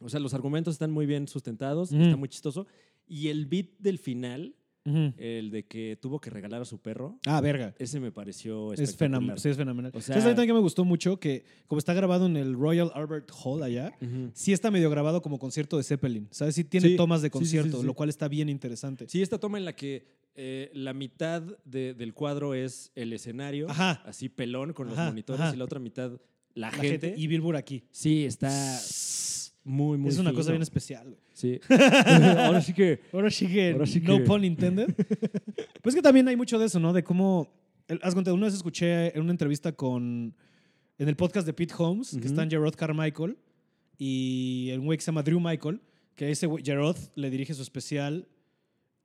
Speaker 2: O sea, los argumentos están muy bien sustentados,
Speaker 1: Ujú.
Speaker 2: está muy chistoso. Y el beat del final, el de que tuvo que regalar a su perro,
Speaker 1: Ah, verga.
Speaker 2: ese me pareció
Speaker 1: Es
Speaker 2: espectacular.
Speaker 1: fenomenal. Sí, es fenomenal.
Speaker 2: O
Speaker 1: O
Speaker 2: sea-
Speaker 1: ¿Sabes también que me gustó mucho? Que como está grabado en el Royal Albert Hall allá,
Speaker 2: Ujú.
Speaker 1: sí está medio grabado como concierto de Zeppelin. ¿Sabes? Sí tiene
Speaker 2: Sí,
Speaker 1: tomas
Speaker 2: sí, sí,
Speaker 1: de concierto,
Speaker 2: sí, sí.
Speaker 1: lo cual está bien interesante.
Speaker 2: Sí, esta toma en la que eh, la mitad de- del cuadro es el escenario,
Speaker 1: Ajá.
Speaker 2: así pelón con los
Speaker 1: Ajá,
Speaker 2: monitores,
Speaker 1: ajá.
Speaker 2: y la otra mitad
Speaker 1: La
Speaker 2: la, gente.
Speaker 1: Y Bill Burr aquí.
Speaker 2: Sí, está muy, muy
Speaker 1: es una cosa
Speaker 2: fino.
Speaker 1: bien especial. güey. [laughs]
Speaker 2: Sí. Ahora sí que...
Speaker 1: Ahora sí que
Speaker 2: Ahora sí
Speaker 1: no
Speaker 2: que-
Speaker 1: pun
Speaker 2: [laughs]
Speaker 1: intended. pues que también hay mucho de eso, ¿no? De cómo. el- Haz cuenta, una vez escuché en una entrevista con. En el podcast de Pete Holmes,
Speaker 2: Ujú.
Speaker 1: que están Gerard Carmichael y el güey que se llama Drew Michael, que ese güey, Gerard le dirige su especial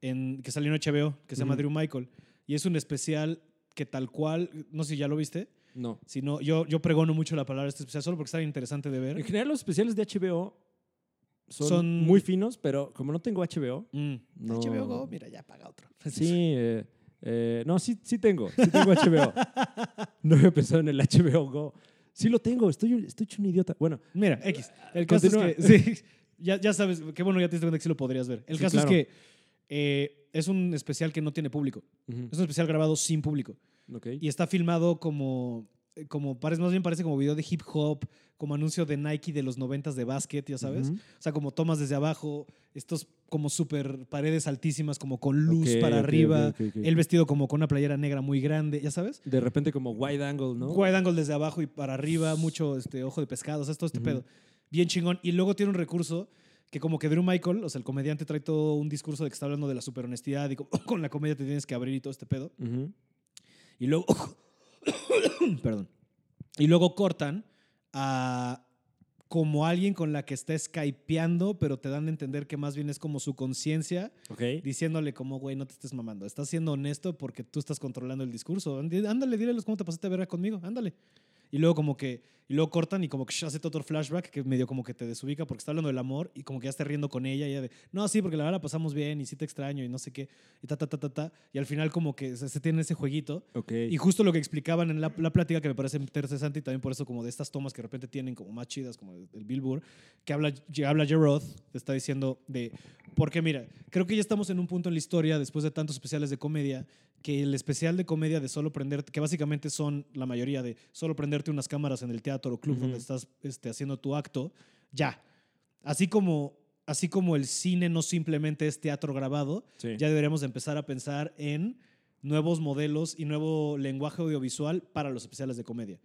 Speaker 1: en, que salió en HBO, que se llama
Speaker 2: Ujú.
Speaker 1: Drew Michael. Y es un especial que tal cual, no sé si ya lo viste,
Speaker 2: No.
Speaker 1: sino yo, yo pregono mucho la palabra este especial solo porque está bien interesante de
Speaker 2: En [laughs]
Speaker 1: ver.
Speaker 2: general los especiales de HBO son,
Speaker 1: Son-
Speaker 2: muy finos, pero como no tengo
Speaker 1: [laughs]
Speaker 2: HBO...
Speaker 1: Mm.
Speaker 2: No.
Speaker 1: HBO Go, mira, ya paga otro.
Speaker 2: Sí, eh, eh, no, sí, sí tengo, sí
Speaker 1: [laughs]
Speaker 2: tengo HBO. no había pensado en el HBO Go. Sí lo tengo, estoy, estoy hecho un idiota. Bueno,
Speaker 1: Mira, X. El caso es
Speaker 2: Continúa.
Speaker 1: que. sí, [laughs] ya, ya sabes, qué bueno, ya te diste cuenta que sí lo podrías ver. El
Speaker 2: Sí,
Speaker 1: caso
Speaker 2: claro.
Speaker 1: es que eh, es un especial que no tiene público.
Speaker 2: ujú,
Speaker 1: Es un especial grabado sin público.
Speaker 2: ok.
Speaker 1: Y está filmado como. eh, como parece, más bien parece como video de hip hop, como anuncio de Nike de los noventas de básquet, ya sabes.
Speaker 2: Ujú.
Speaker 1: O sea, como tomas desde abajo, estos como super paredes altísimas, como con luz
Speaker 2: Ok,
Speaker 1: para
Speaker 2: ok,
Speaker 1: arriba.
Speaker 2: ok, ok, ok.
Speaker 1: El vestido como con una playera negra muy grande, ya sabes.
Speaker 2: De repente como wide angle, ¿no?
Speaker 1: Wide angle desde abajo y para arriba, mucho este, ojo de pescado, o sea, es todo este
Speaker 2: Ujú.
Speaker 1: pedo. Bien chingón. Y luego tiene un recurso que como que Drew Michael, o sea, el comediante trae todo un discurso de que está hablando de la superhonestidad y como, [coughs] con la comedia te tienes que abrir y todo este pedo.
Speaker 2: Ujú.
Speaker 1: Y luego, [coughs] perdón. Y luego cortan a como alguien con la que está skypeando, pero te dan a entender que más bien es como su conciencia
Speaker 2: Ok.
Speaker 1: diciéndole como, güey, no te estés mamando. Estás siendo honesto porque tú estás controlando el discurso. Andi- Ándale, díreles cómo te pasaste a verga conmigo. Ándale. Y luego como que, y luego cortan y como que sh, hace todo otro flashback que medio como que te desubica porque está hablando del amor y como que ya está riendo con ella y ya de, no, sí, porque la verdad la pasamos bien y sí te extraño y no sé qué. Y ta, ta, ta, ta, ta. Y al final como que se, se tiene ese jueguito.
Speaker 2: Ok.
Speaker 1: Y justo lo que explicaban en la, la plática que me parece interesante y también por eso como de estas tomas que de repente tienen como más chidas, como el, el Bill Burr, que habla, que habla Gerard, te está diciendo de, porque mira, creo que ya estamos en un punto en la historia, después de tantos especiales de comedia, que el especial de comedia de solo prender, que básicamente son la mayoría de solo prenderte unas cámaras en el teatro o club
Speaker 2: Ujú.
Speaker 1: donde estás este, haciendo tu acto, ya. Así como, así como el cine no simplemente es teatro grabado,
Speaker 2: Sí.
Speaker 1: ya deberíamos de empezar a pensar en nuevos modelos y nuevo lenguaje audiovisual para los especiales de comedia.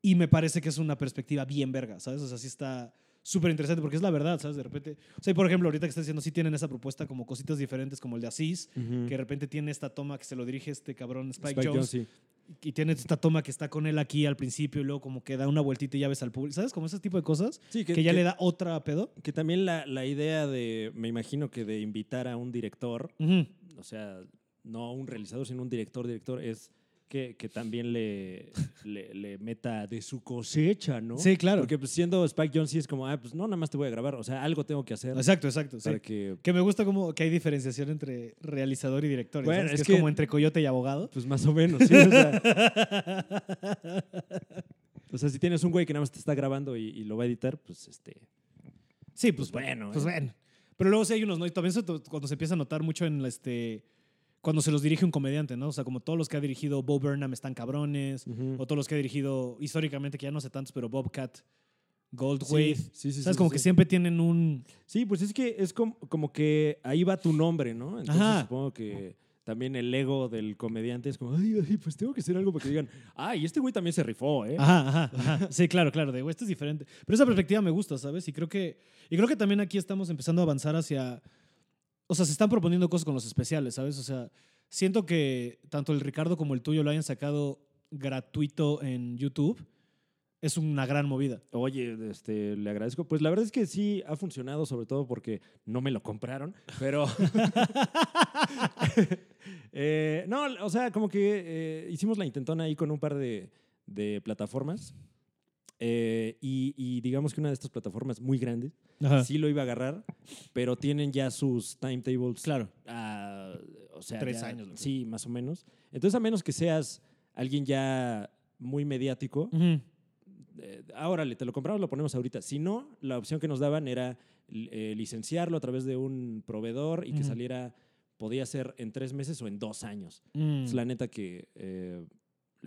Speaker 1: Y me parece que es una perspectiva bien verga, ¿sabes? O sea, sí está súper interesante porque es la verdad, ¿sabes? De repente, o sea, y por ejemplo, ahorita que estás diciendo, sí tienen esa propuesta como cositas diferentes como el de Asís,
Speaker 2: Ujú.
Speaker 1: que de repente tiene esta toma que se lo dirige este cabrón Spike,
Speaker 2: Spike
Speaker 1: Jones,
Speaker 2: Jonze.
Speaker 1: y tiene esta toma que está con él aquí al principio y luego como que da una vueltita y ya ves al público, ¿sabes? Como ese tipo de cosas
Speaker 2: Sí,
Speaker 1: que, ya le da otra pedo.
Speaker 2: Que también la, la idea de, me imagino que de invitar a un director,
Speaker 1: Ujú.
Speaker 2: o sea, no a un realizador, sino un director, director, es que, que también le, le, le meta de su cosecha, ¿no?
Speaker 1: Sí, claro.
Speaker 2: Porque pues, siendo Spike Jonze es como, ah, pues no, nada más te voy a grabar, o sea, algo tengo que hacer
Speaker 1: Exacto, exacto. sí.
Speaker 2: para que,
Speaker 1: Que me gusta como que hay diferenciación entre realizador y director.
Speaker 2: Bueno,
Speaker 1: ¿sabes?
Speaker 2: es
Speaker 1: que es
Speaker 2: que-
Speaker 1: como entre coyote y abogado.
Speaker 2: pues más o menos, ¿sí? O sea, [laughs] o sea, si tienes un güey que nada más te está grabando y, y lo va a editar, pues este...
Speaker 1: Sí, pues,
Speaker 2: Pues bueno,
Speaker 1: bueno. Pues
Speaker 2: ¿eh?
Speaker 1: bueno. Pero luego sí hay unos, ¿no? Y también se to- cuando se empieza a notar mucho en la, este. Cuando se los dirige un comediante, ¿no? O sea, como todos los que ha dirigido Bo Burnham están cabrones, o todos los que ha dirigido históricamente, que ya no sé tantos, pero Bobcat, Goldthwait.
Speaker 2: Sí, sí, sí,
Speaker 1: ¿Sabes?
Speaker 2: sí,
Speaker 1: como
Speaker 2: sí.
Speaker 1: que siempre tienen un.
Speaker 2: Sí, pues es que es como, como que ahí va tu nombre, ¿no? Entonces
Speaker 1: Ajá.
Speaker 2: supongo que también el ego del comediante es como, ay, ay, pues tengo que hacer algo para que digan, ay, este güey también se rifó, ¿eh?
Speaker 1: Ajá, ajá, ajá. Sí, claro, claro. De, "Güey, esto es diferente. Pero esa perspectiva me gusta, ¿sabes? Y creo que, y creo que también aquí estamos empezando a avanzar hacia. O sea, se están proponiendo cosas con los especiales, ¿sabes? O sea, siento que tanto el Ricardo como el tuyo lo hayan sacado gratuito en YouTube. Es una gran movida.
Speaker 2: Oye, este, le agradezco. Pues la verdad es que sí ha funcionado, sobre todo porque no me lo compraron, pero... [laughs] Eh, no, o sea, como que eh, hicimos la intentona ahí con un par de, de plataformas eh, y, y digamos que una de estas plataformas muy grandes
Speaker 1: Ajá.
Speaker 2: sí lo iba a agarrar, pero tienen ya sus timetables.
Speaker 1: Claro.
Speaker 2: ah, o sea,
Speaker 1: Tres
Speaker 2: ya-
Speaker 1: años, lo que
Speaker 2: Sí, más o menos. Entonces, a menos que seas alguien ya muy mediático,
Speaker 1: Ujú.
Speaker 2: eh, ah, órale, te lo compramos, lo ponemos ahorita. Si no, la opción que nos daban era li- eh, licenciarlo a través de un proveedor y que
Speaker 1: Ujú.
Speaker 2: saliera, podía ser en tres meses o en dos años.
Speaker 1: Mm.
Speaker 2: Es la neta que, eh,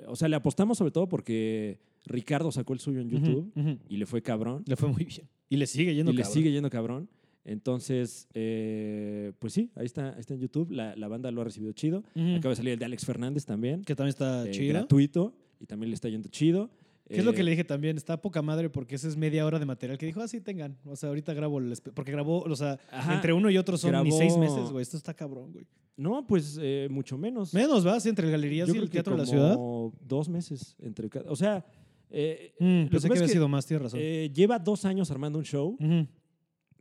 Speaker 2: o sea, le apostamos sobre todo porque Ricardo sacó el suyo en
Speaker 1: Ujú,
Speaker 2: YouTube
Speaker 1: ujú.
Speaker 2: y le fue cabrón
Speaker 1: Le fue muy bien. Y le sigue yendo
Speaker 2: y le
Speaker 1: cabrón.
Speaker 2: sigue yendo cabrón. Entonces, eh, pues sí, ahí está, ahí está en YouTube. La, la banda lo ha recibido chido.
Speaker 1: Ujú.
Speaker 2: Acaba de salir el de Alex Fernández también,
Speaker 1: Que también Mm. está
Speaker 2: eh,
Speaker 1: chido.
Speaker 2: gratuito, y también le está yendo chido.
Speaker 1: ¿Qué es lo que
Speaker 2: Eh,
Speaker 1: le dije también? Está poca madre porque esa es media hora de material que dijo, así tengan. O sea, ahorita grabo el... espe- Porque grabó, o sea,
Speaker 2: Ajá.
Speaker 1: entre uno y otro son ni
Speaker 2: Grabó-
Speaker 1: seis meses, güey. Esto está cabrón, güey.
Speaker 2: No, pues eh, mucho menos.
Speaker 1: Menos, ¿vas? entre el Galerías
Speaker 2: Yo
Speaker 1: y
Speaker 2: creo
Speaker 1: el
Speaker 2: que
Speaker 1: Teatro de la
Speaker 2: como
Speaker 1: Ciudad.
Speaker 2: dos meses entre cada. O sea, eh,
Speaker 1: Mm, pensé
Speaker 2: lo que
Speaker 1: que
Speaker 2: pasa
Speaker 1: había
Speaker 2: es que,
Speaker 1: sido más, Mm. tienes razón.
Speaker 2: eh, lleva dos años armando un show
Speaker 1: Ujú,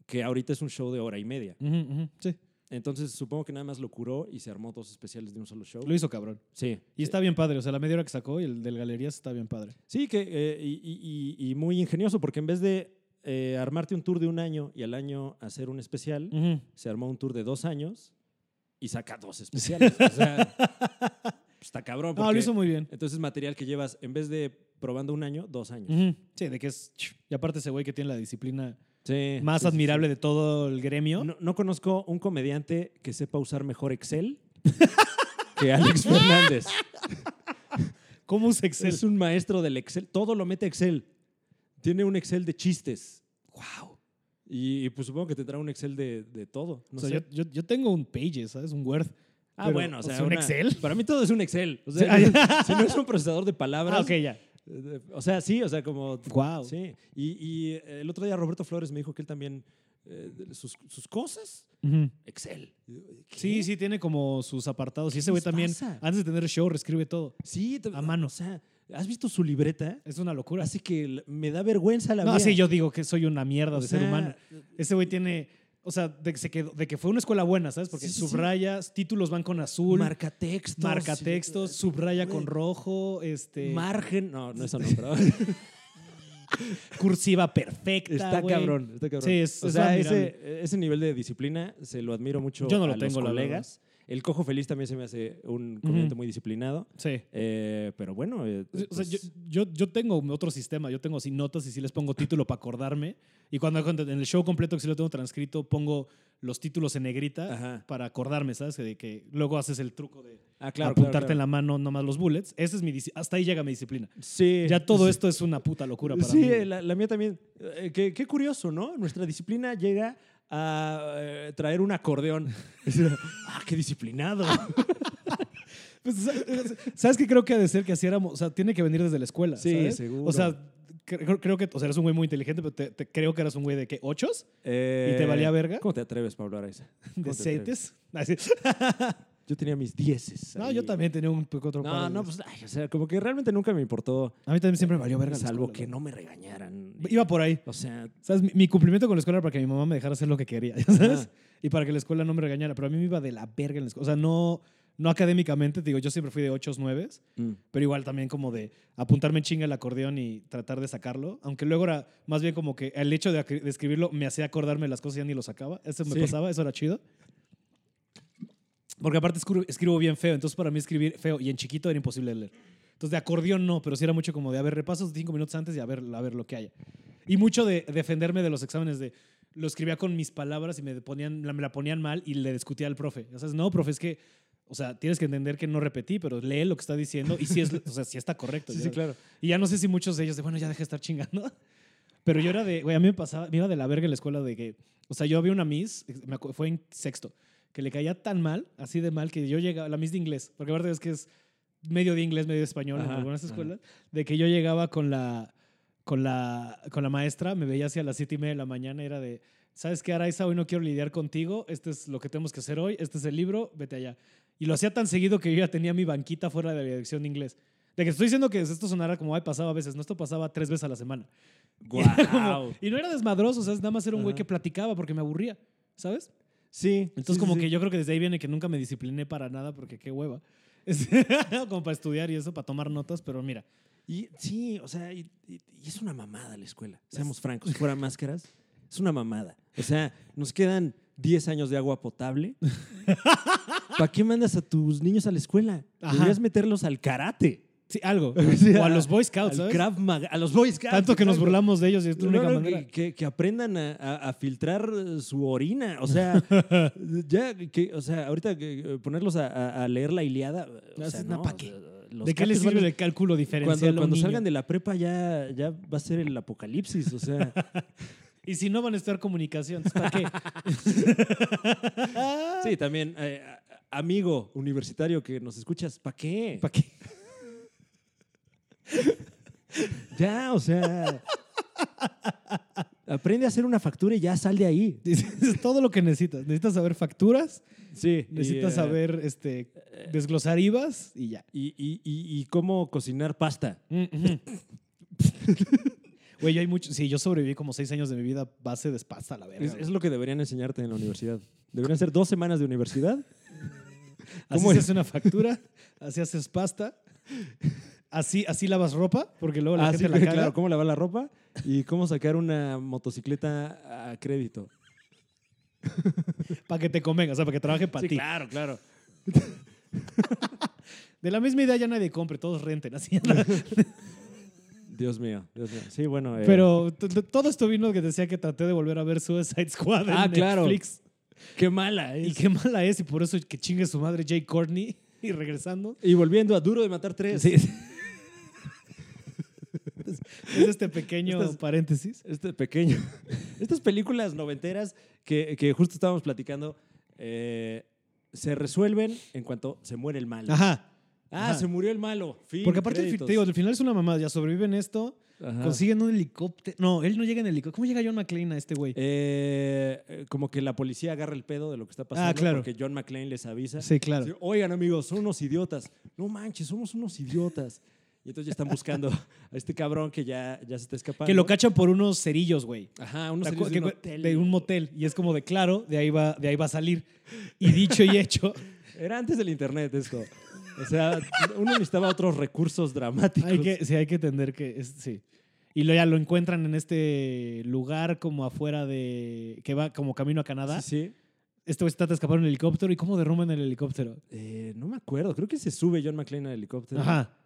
Speaker 2: que ahorita es un show de hora y media.
Speaker 1: ujú, ujú, Sí,
Speaker 2: Entonces supongo que nada más lo curó y se armó dos especiales de un solo show.
Speaker 1: lo hizo cabrón.
Speaker 2: Sí.
Speaker 1: Y está bien padre, o sea, la media hora que sacó y el del Galerías está bien padre.
Speaker 2: Sí, que, eh, y, y- y- y muy ingenioso, porque en vez de eh, armarte un tour de un año y al año hacer un especial,
Speaker 1: Ujú.
Speaker 2: se armó un tour de dos años y saca dos especiales. o
Speaker 1: [laughs]
Speaker 2: sea, está cabrón.
Speaker 1: No,
Speaker 2: porque eh,
Speaker 1: lo hizo muy bien.
Speaker 2: Entonces, material que llevas, en vez de probando un año, dos años.
Speaker 1: Ujú. Sí, de que es... Y aparte ese güey que tiene la disciplina
Speaker 2: Sí,
Speaker 1: más
Speaker 2: sí, sí,
Speaker 1: admirable
Speaker 2: sí.
Speaker 1: de todo el gremio.
Speaker 2: No, no conozco un comediante que sepa usar
Speaker 1: [laughs]
Speaker 2: mejor Excel que Alex Fernández.
Speaker 1: ¿Cómo usa Excel?
Speaker 2: Es un maestro del Excel. Todo lo mete a Excel. Tiene un Excel de chistes. ¡Wow! Y, y, pues supongo que tendrá un Excel de, de todo. No
Speaker 1: o sea,
Speaker 2: sé.
Speaker 1: yo, yo- yo tengo un Pages, ¿sabes? Un Word.
Speaker 2: ah,
Speaker 1: pero,
Speaker 2: bueno, o sea,
Speaker 1: un
Speaker 2: una-
Speaker 1: Excel.
Speaker 2: Para mí todo es un Excel. O
Speaker 1: Sí,
Speaker 2: sea,
Speaker 1: ah,
Speaker 2: [laughs] si no es un procesador de palabras.
Speaker 1: Ah, ok, ya.
Speaker 2: eh, O sea, sí, o sea, como.
Speaker 1: Wow.
Speaker 2: Sí. Y, y el otro día Roberto Flores me dijo que él también. eh, sus, sus cosas, Excel. ¿Qué?
Speaker 1: Sí, sí, tiene como sus apartados. Y ese güey
Speaker 2: les
Speaker 1: también,
Speaker 2: pasa?
Speaker 1: antes de tener show, reescribe todo.
Speaker 2: Sí, te-
Speaker 1: A mano.
Speaker 2: O sea, ¿has visto su libreta?
Speaker 1: Es una locura.
Speaker 2: Así que l- me da vergüenza la
Speaker 1: No,
Speaker 2: mía.
Speaker 1: sí, yo digo que soy una mierda
Speaker 2: O
Speaker 1: de ser
Speaker 2: sea,
Speaker 1: humano. Ese güey tiene, o sea, de que, se quedó- de que fue una escuela buena, ¿sabes? Porque
Speaker 2: Sí, sí, sí.
Speaker 1: subrayas, títulos van con azul, marca,
Speaker 2: Marca textos.
Speaker 1: textos, subraya
Speaker 2: Güey.
Speaker 1: con rojo, este,
Speaker 2: Margen. No, no, eso no, [laughs] pero
Speaker 1: cursiva perfecta.
Speaker 2: está
Speaker 1: güey.
Speaker 2: cabrón, está cabrón.
Speaker 1: Sí, es-
Speaker 2: o
Speaker 1: es
Speaker 2: sea,
Speaker 1: admirable.
Speaker 2: ese, ese nivel de disciplina se lo admiro mucho
Speaker 1: Yo no lo
Speaker 2: a los
Speaker 1: tengo, la
Speaker 2: colegas. El Cojo Feliz también se me hace un comediante
Speaker 1: Ujú.
Speaker 2: muy disciplinado.
Speaker 1: Sí.
Speaker 2: Eh, pero bueno. eh,
Speaker 1: O sea,
Speaker 2: pues,
Speaker 1: yo, yo, yo tengo otro sistema, yo tengo así notas y sí les pongo título para acordarme. Y cuando cuando en el show completo que sí lo tengo transcrito, pongo los títulos en negrita
Speaker 2: Ajá.
Speaker 1: para acordarme, ¿sabes? De que luego haces el truco de
Speaker 2: Ah, claro,
Speaker 1: apuntarte
Speaker 2: claro,
Speaker 1: en
Speaker 2: claro.
Speaker 1: la mano nomás los bullets. Ese es mi disci- hasta ahí llega mi disciplina.
Speaker 2: Sí.
Speaker 1: Ya todo esto es una puta locura para
Speaker 2: sí,
Speaker 1: mí.
Speaker 2: eh, la, la mía también. Eh, qué, qué curioso, ¿no? Nuestra disciplina llega a eh, traer un acordeón. [laughs] ah, qué [laughs] disciplinado.
Speaker 1: Pues, ¿sabes- ¿Sabes qué creo que ha de ser que así éramos? O sea, tiene que venir desde la escuela.
Speaker 2: Sí,
Speaker 1: ¿sabes?
Speaker 2: seguro.
Speaker 1: O sea, creo, creo que, o sea, eres un güey muy inteligente, pero te- te- creo que eras un güey de que ochos,
Speaker 2: Eh,
Speaker 1: te valía verga?
Speaker 2: ¿Cómo te atreves, Pablo Araiza? ¿Cómo te
Speaker 1: de setes.
Speaker 2: atreves?
Speaker 1: [laughs] Así.
Speaker 2: Yo tenía mis dieces.
Speaker 1: No,
Speaker 2: ahí.
Speaker 1: yo también tenía un otro par
Speaker 2: No,
Speaker 1: de
Speaker 2: no, pues, ay, o sea, como que realmente nunca me importó,
Speaker 1: A mí también siempre me valió verga. la
Speaker 2: salvo
Speaker 1: escuela,
Speaker 2: que
Speaker 1: güey.
Speaker 2: no me regañaran.
Speaker 1: Iba por ahí.
Speaker 2: O sea,
Speaker 1: ¿Sabes? Mi, mi cumplimiento con la escuela era para que mi mamá me dejara hacer lo que quería, [laughs] ¿ya ¿sabes?
Speaker 2: Ajá.
Speaker 1: Y para que la escuela no me regañara. Pero a mí me iba de la verga en la escuela. O sea, no, no académicamente, te digo, yo siempre fui de 8 9
Speaker 2: mm.
Speaker 1: pero igual también como de apuntarme en chinga el acordeón y tratar de sacarlo, aunque luego era más bien como que el hecho de, ac- de escribirlo me hacía acordarme las cosas y ya ni lo sacaba, eso me
Speaker 2: Sí.
Speaker 1: pasaba, eso era chido. Porque aparte escru- escribo bien feo, entonces para mí escribir feo y en chiquito era imposible de leer. Entonces de acordeón no, pero sí era mucho como de, a ver, repasos cinco minutos antes y a ver, a ver lo que haya. Y mucho de defenderme de los exámenes de, lo escribía con mis palabras y me, ponían, la- me la ponían mal y le discutía al profe. O sea, no, profe, es que, o sea, tienes que entender que no repetí, pero lee lo que está diciendo y si es, o sea, si está correcto.
Speaker 2: Sí,
Speaker 1: ya
Speaker 2: sí,
Speaker 1: ves.
Speaker 2: [laughs] claro.
Speaker 1: Y ya no sé si muchos de ellos de, bueno, ya deja de estar chingando. [laughs] Pero yo era de, güey, a mí me pasaba, me iba de la verga en la escuela de que, o sea, yo había una miss, me acu- fue en sexto, que le caía tan mal, así de mal, que yo llegaba, la miss de inglés, porque aparte es que es medio de inglés, medio de español en
Speaker 2: Ajá,
Speaker 1: algunas
Speaker 2: ajá.
Speaker 1: escuelas, de que yo llegaba con la, con la, con la maestra, me veía hacia las siete y media de la mañana, era de, ¿sabes qué, Araiza? Hoy no quiero lidiar contigo, este es lo que tenemos que hacer hoy, este es el libro, vete allá. Y lo hacía tan seguido que yo ya tenía mi banquita fuera de la dirección de inglés. De que estoy diciendo que esto sonara como, ay, pasaba a veces. No, esto pasaba tres veces a la semana. [laughs]
Speaker 2: Guau.
Speaker 1: Y no era desmadroso, o sea, nada más era un güey
Speaker 2: Ajá.
Speaker 1: que platicaba porque me aburría, ¿sabes?
Speaker 2: Sí.
Speaker 1: Entonces,
Speaker 2: sí,
Speaker 1: como
Speaker 2: sí,
Speaker 1: que
Speaker 2: sí.
Speaker 1: yo creo que desde ahí viene que nunca me discipliné para nada porque qué hueva. [laughs] Es- como para estudiar y eso, para tomar notas, pero mira.
Speaker 2: Y, sí, o sea, y, y- y es una mamada la escuela. Seamos francos, fuera máscaras,
Speaker 1: [laughs]
Speaker 2: es una mamada. O sea, nos quedan 10 años de
Speaker 1: [laughs]
Speaker 2: agua potable. ¿Para qué mandas a tus niños a la escuela?
Speaker 1: Ajá.
Speaker 2: Deberías meterlos al karate.
Speaker 1: Sí, algo.
Speaker 2: [laughs] Sí,
Speaker 1: o a
Speaker 2: a-
Speaker 1: los Boy Scouts,
Speaker 2: al
Speaker 1: ¿sabes?
Speaker 2: Krav Maga- a los Boy Scouts.
Speaker 1: Tanto que nos
Speaker 2: exacto.
Speaker 1: burlamos de ellos y es la
Speaker 2: No,
Speaker 1: única
Speaker 2: no,
Speaker 1: manera.
Speaker 2: que, que- que aprendan a, a- a filtrar eh, su orina. O
Speaker 1: [laughs]
Speaker 2: sea, ya que, o sea, ahorita que, eh, ponerlos a, a- a leer la Iliada. o
Speaker 1: No,
Speaker 2: sea,
Speaker 1: es una
Speaker 2: no,
Speaker 1: pa' qué.
Speaker 2: o sea, los
Speaker 1: ¿De qué les
Speaker 2: capes van
Speaker 1: sirve
Speaker 2: a-
Speaker 1: el cálculo diferencial
Speaker 2: Cuando,
Speaker 1: a un
Speaker 2: cuando
Speaker 1: niño?
Speaker 2: salgan de la prepa ya, ya va a ser el apocalipsis. O [laughs] sea,
Speaker 1: Y si no van a estudiar comunicación, entonces, ¿para qué?
Speaker 2: sí, también, eh, a- amigo universitario que nos escuchas, [laughs] ¿para qué?
Speaker 1: ¿Para qué?
Speaker 2: Ya, o sea. Aprende a hacer una factura y ya sal de ahí.
Speaker 1: [laughs] Es todo lo que necesitas. Necesitas saber facturas,
Speaker 2: Sí. y,
Speaker 1: necesitas
Speaker 2: eh,
Speaker 1: saber este, desglosar IVAs y ya.
Speaker 2: Y, y- y- y cómo cocinar pasta.
Speaker 1: Güey, yo hay mucho. Sí, yo sobreviví como seis años de mi vida a base de pasta, la verga.
Speaker 2: Es,
Speaker 1: güey.
Speaker 2: es lo que deberían enseñarte en la universidad. Deberían ser dos semanas de universidad.
Speaker 1: así
Speaker 2: ¿cómo
Speaker 1: se
Speaker 2: es?
Speaker 1: hace una factura, así haces pasta, así, así lavas ropa, porque luego la
Speaker 2: Ah,
Speaker 1: gente
Speaker 2: [laughs] sí,
Speaker 1: la caga.
Speaker 2: claro, cómo lavar la ropa y cómo sacar una motocicleta a crédito.
Speaker 1: Para que te convenga, o sea, para que trabaje para
Speaker 2: Sí,
Speaker 1: ti.
Speaker 2: claro, claro.
Speaker 1: De la misma idea ya nadie compre, todos renten.
Speaker 2: [laughs]
Speaker 1: Así.
Speaker 2: Dios mío, Dios mío. Sí, bueno. eh,
Speaker 1: Pero t- t- todo esto vino que decía que traté de volver a ver Suicide Squad en
Speaker 2: Ah, claro.
Speaker 1: Netflix.
Speaker 2: Qué mala
Speaker 1: Y
Speaker 2: es.
Speaker 1: qué mala es, y por eso que chingue su madre Jay Courtney. Y regresando,
Speaker 2: Y volviendo a Duro de Matar Tres.
Speaker 1: [laughs] es este pequeño
Speaker 2: Estas-
Speaker 1: paréntesis.
Speaker 2: Este pequeño. [laughs] Estas películas noventeras que, que justo estábamos platicando eh, se resuelven en cuanto se muere el malo.
Speaker 1: Ajá.
Speaker 2: Ah,
Speaker 1: Ajá.
Speaker 2: se murió el malo. Fin,
Speaker 1: Porque aparte, el fi-
Speaker 2: créditos.
Speaker 1: te digo, al final es una mamada. Ya sobreviven esto,
Speaker 2: Ajá.
Speaker 1: consiguen un helicóptero. No, él no llega en helicóptero. ¿Cómo llega John McClane a este güey?
Speaker 2: Eh, eh, como que la policía agarra el pedo de lo que está pasando.
Speaker 1: Ah, claro.
Speaker 2: Porque John McClane les avisa.
Speaker 1: sí, claro.
Speaker 2: Sí, Oigan, amigos, son unos idiotas. No manches, somos unos idiotas. Y entonces ya están buscando [laughs] a este cabrón que ya, ya se está escapando.
Speaker 1: que lo cachan por unos cerillos, güey.
Speaker 2: Ajá, unos
Speaker 1: ¿Te acuerdas
Speaker 2: cerillos de un
Speaker 1: que-
Speaker 2: hotel.
Speaker 1: de un motel. Y es como de claro, de ahí va, de ahí va a salir.
Speaker 2: [laughs]
Speaker 1: Y dicho y hecho.
Speaker 2: Era antes del internet esto. O sea, uno necesitaba otros recursos dramáticos.
Speaker 1: Hay que, sí, hay que entender que es- sí. Y lo, ya lo encuentran en este lugar como afuera de... que va como camino a Canadá.
Speaker 2: Sí, sí.
Speaker 1: Este güey se trata de escapar en un helicóptero. ¿Y cómo derrumban el helicóptero?
Speaker 2: Eh, no me acuerdo. Creo que se sube John McClane al helicóptero.
Speaker 1: Ajá.
Speaker 2: Este,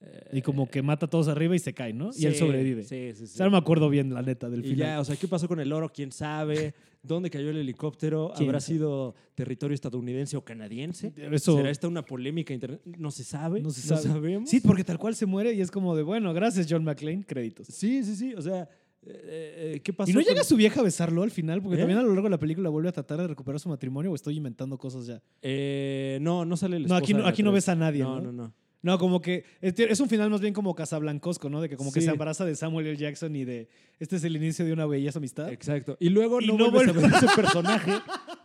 Speaker 2: Eh,
Speaker 1: Y como que mata a todos arriba y se cae, ¿no?
Speaker 2: sí,
Speaker 1: y él sobrevive.
Speaker 2: Sí, sí,
Speaker 1: O
Speaker 2: sí.
Speaker 1: sea, no me acuerdo bien, la neta, del
Speaker 2: y ya,
Speaker 1: final.
Speaker 2: o sea, ¿qué pasó con el oro? ¿Quién sabe? ¿Dónde cayó el helicóptero?
Speaker 1: ¿Quién
Speaker 2: ¿Habrá
Speaker 1: sabe?
Speaker 2: sido territorio estadounidense o canadiense?
Speaker 1: Eso-
Speaker 2: ¿Será este esta una polémica interna- No se sabe.
Speaker 1: No se sabe.
Speaker 2: sabemos.
Speaker 1: Sí, porque tal cual se muere y es como de, bueno, gracias John McClane, créditos.
Speaker 2: sí, sí. sí, O sea, eh, eh, ¿qué pasó?
Speaker 1: ¿Y no
Speaker 2: con-
Speaker 1: llega su vieja a besarlo al final? Porque
Speaker 2: ¿Eh?
Speaker 1: también a lo largo de la película vuelve a tratar de recuperar su matrimonio o estoy inventando cosas ya.
Speaker 2: Eh, no, no sale el
Speaker 1: No, aquí no- aquí no ves a nadie,
Speaker 2: No,
Speaker 1: ¿no?
Speaker 2: no, no.
Speaker 1: No, como que es es un final más bien como casablancosco, ¿no? De que como que
Speaker 2: Sí.
Speaker 1: se embaraza de Samuel L. Jackson y de, este es el inicio de una belleza amistad.
Speaker 2: Exacto. Y luego
Speaker 1: Y
Speaker 2: no,
Speaker 1: no
Speaker 2: vuelves a
Speaker 1: vuelve-
Speaker 2: ver a ese personaje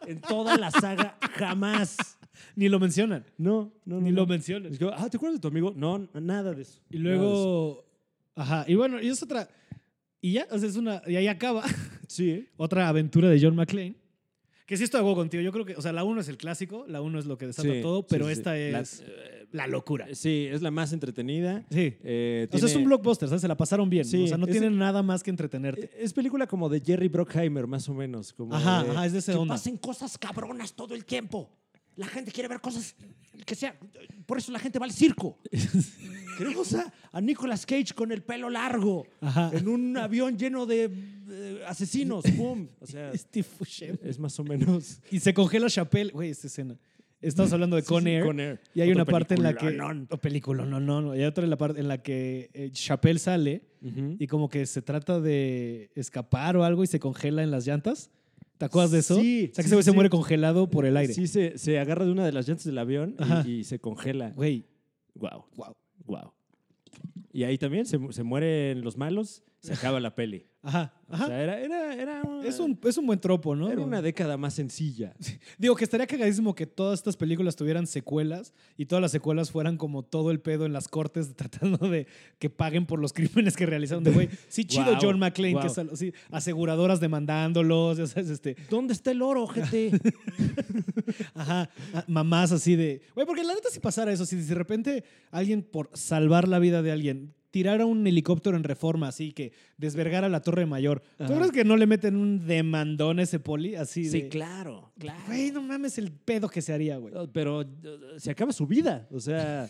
Speaker 2: en toda la saga jamás.
Speaker 1: Ni lo mencionan,
Speaker 2: No, no, no.
Speaker 1: ni
Speaker 2: no.
Speaker 1: lo mencionan.
Speaker 2: Es que, ah, ¿te acuerdas de tu amigo? No, n- nada de eso.
Speaker 1: Y
Speaker 2: Nada de eso.
Speaker 1: luego. Ajá. Y bueno, y es otra. Y ya, o sea, es una. Y ahí acaba [laughs]
Speaker 2: Sí. ¿eh?
Speaker 1: otra aventura de John McClane. Que sí estoy de acuerdo contigo. Yo creo que, o sea, la 1 es el clásico, la 1 es lo que desata
Speaker 2: Sí,
Speaker 1: todo,
Speaker 2: sí,
Speaker 1: pero
Speaker 2: sí, sí.
Speaker 1: esta
Speaker 2: La- eh,
Speaker 1: es la, locura.
Speaker 2: Sí, es la más entretenida.
Speaker 1: Sí.
Speaker 2: Eh,
Speaker 1: O sea, es
Speaker 2: tiene-
Speaker 1: un blockbuster, ¿sabes? Se la pasaron bien.
Speaker 2: Sí,
Speaker 1: o sea, no
Speaker 2: es-
Speaker 1: tienen nada más que entretenerte.
Speaker 2: Eh, Es película como de Jerry Brockheimer, más o menos. Como
Speaker 1: Ajá,
Speaker 2: de-
Speaker 1: ajá, es de ese
Speaker 3: que
Speaker 1: onda.
Speaker 3: pasen cosas cabronas todo el tiempo. La gente quiere ver cosas que sea. Por eso la gente va al
Speaker 1: [laughs]
Speaker 3: circo. Queremos a, a Nicolas Cage con el pelo largo
Speaker 1: Ajá.
Speaker 3: en un avión lleno de eh, asesinos. ¡Pum!
Speaker 2: O sea,
Speaker 1: Steve Buscemi.
Speaker 2: es más o menos.
Speaker 1: Y se congela Chappelle. Güey, esta escena. Estamos hablando de [laughs] Con,
Speaker 2: [laughs] sí,
Speaker 1: Air,
Speaker 2: Con Air.
Speaker 1: Y hay
Speaker 2: Otro
Speaker 1: una parte en la que.
Speaker 3: peliculonón.
Speaker 1: o película, no, no, no. Y hay otra en la parte en la que eh, Chappelle sale
Speaker 2: Ujú.
Speaker 1: y como que se trata de escapar o algo y se congela en las llantas. ¿Te acuerdas de eso?
Speaker 2: Sí,
Speaker 1: O sea, que
Speaker 2: sí,
Speaker 1: ese güey
Speaker 2: sí,
Speaker 1: se
Speaker 2: sí.
Speaker 1: muere congelado por el aire.
Speaker 2: Sí, se, se agarra de una de las llantas del avión y-
Speaker 1: Ajá.
Speaker 2: y, se congela.
Speaker 1: Güey,
Speaker 2: Wow. Wow. Wow. Y ahí también se, mu- se mueren los malos, se acaba la peli.
Speaker 1: ajá, ajá.
Speaker 2: O sea, era, era, era una-
Speaker 1: es, un, es un buen tropo, ¿no?
Speaker 2: era una década más sencilla.
Speaker 1: Digo que estaría cagadísimo que todas estas películas tuvieran secuelas y todas las secuelas fueran como todo el pedo en las cortes [laughs] tratando de que paguen por los crímenes que realizaron. De güey, sí, chido
Speaker 2: Guau,
Speaker 1: John McClane, que
Speaker 2: guau.
Speaker 1: sal- sí, aseguradoras demandándolos, ya sabes, este,
Speaker 3: ¿Dónde está el oro,
Speaker 1: [laughs]
Speaker 3: gente?
Speaker 1: ajá, ah, mamás así de. Güey, porque la neta, si pasara eso, si de repente alguien por salvar la vida de alguien tirara un helicóptero en reforma así que desvergara la Torre Mayor, ¿tú
Speaker 2: Ajá.
Speaker 1: crees que no le meten un demandón a ese poli? Así de.
Speaker 3: Sí, claro, claro.
Speaker 1: Güey, no mames el pedo que se haría, güey.
Speaker 2: Pero eh, se acaba su vida. O sea,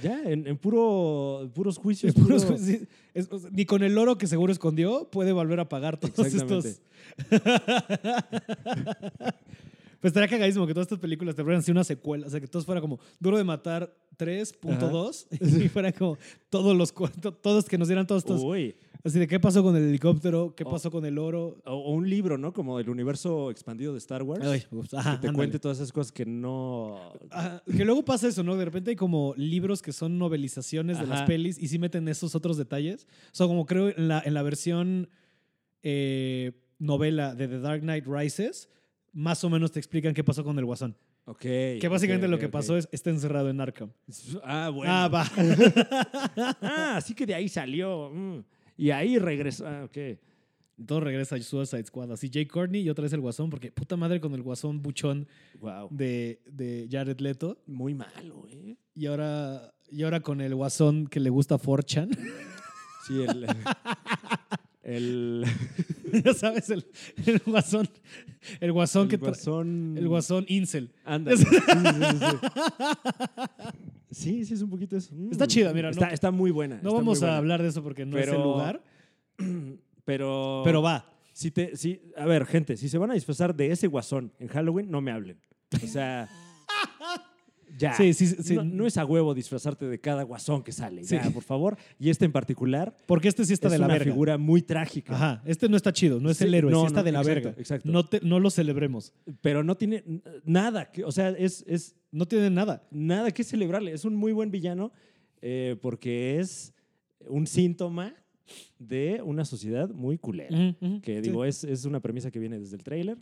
Speaker 2: ya, en, en puro, en puros juicios.
Speaker 1: Es puro-
Speaker 2: puro-
Speaker 1: sí, es- o sea, ni con el oro que seguro escondió puede volver a pagar todos
Speaker 2: Exactamente.
Speaker 1: estos. [laughs] Pues estaría cagadísimo que todas estas películas te fueran así una secuela. O sea, que todos fuera como Duro de Matar 3.2 [laughs] y fuera como todos los cuentos, todos que nos dieran todos estos.
Speaker 2: Uy.
Speaker 1: Así de qué pasó con el helicóptero, qué pasó con el oro.
Speaker 2: O, o un libro, ¿no? Como el universo expandido de Star Wars.
Speaker 1: Ay, ups, ajá,
Speaker 2: que te
Speaker 1: ándale.
Speaker 2: cuente todas esas cosas que no.
Speaker 1: Ajá, Ah, que luego pasa eso, ¿no? De repente hay como libros que son novelizaciones de las
Speaker 2: Ajá.
Speaker 1: pelis y sí meten esos otros detalles. O sea, como creo en la, en la versión eh, novela de The Dark Knight Rises, más o menos te explican qué pasó con el Guasón.
Speaker 2: Ok.
Speaker 1: Que básicamente
Speaker 2: ok,
Speaker 1: lo que
Speaker 2: ok,
Speaker 1: pasó es está encerrado en Arkham.
Speaker 2: ok. Ah, bueno.
Speaker 1: Ah,
Speaker 2: [laughs]
Speaker 1: va.
Speaker 2: Ah, así que de ahí salió. mm. Y ahí regresó. Ah, ok.
Speaker 1: Todo regresa a Suicide Squad. Así Jay Courtney y otra vez el Guasón, porque puta madre con el Guasón buchón
Speaker 2: Wow.
Speaker 1: de, de Jared Leto.
Speaker 2: Muy malo, ¿eh?
Speaker 1: Y ahora, y ahora con el Guasón que le gusta Forchan.
Speaker 2: Sí, el. el
Speaker 1: [laughs] ya sabes, el, el guasón. El guasón
Speaker 2: el
Speaker 1: que tra-
Speaker 2: guasón.
Speaker 1: El guasón Incel.
Speaker 2: Ándale. Sí, sí, sí, sí. Sí, sí, es un poquito eso. Mm.
Speaker 1: Está chida, mira, no-
Speaker 2: Está, está muy buena.
Speaker 1: No
Speaker 2: está
Speaker 1: vamos
Speaker 2: muy
Speaker 1: a
Speaker 2: buena.
Speaker 1: hablar de eso porque no es el
Speaker 2: Pero-
Speaker 1: lugar,
Speaker 2: Pero.
Speaker 1: pero va.
Speaker 2: Si te, si, a ver, gente, si se van a disfrazar de ese guasón en Halloween, no me hablen.
Speaker 1: [laughs]
Speaker 2: O sea. ya.
Speaker 1: Sí, sí, sí.
Speaker 2: No, no es a huevo disfrazarte de cada guasón que sale.
Speaker 1: Sí.
Speaker 2: Ya, por favor. Y este en particular
Speaker 1: Porque este sí está
Speaker 2: es
Speaker 1: de la
Speaker 2: una
Speaker 1: verga.
Speaker 2: figura muy trágica.
Speaker 1: Ajá, este no está chido, no es
Speaker 2: Sí,
Speaker 1: el héroe,
Speaker 2: no,
Speaker 1: sí está
Speaker 2: no,
Speaker 1: de la
Speaker 2: exacto,
Speaker 1: verga.
Speaker 2: exacto.
Speaker 1: No, te- no lo celebremos.
Speaker 2: Pero no tiene n- nada. que- o sea, es, es
Speaker 1: No tiene nada.
Speaker 2: nada que celebrarle. Es un muy buen villano eh, porque es un síntoma de una sociedad muy culera.
Speaker 1: Ujú, ujú,
Speaker 2: Que
Speaker 1: sí.
Speaker 2: digo, eh. es, es una premisa que viene desde el tráiler.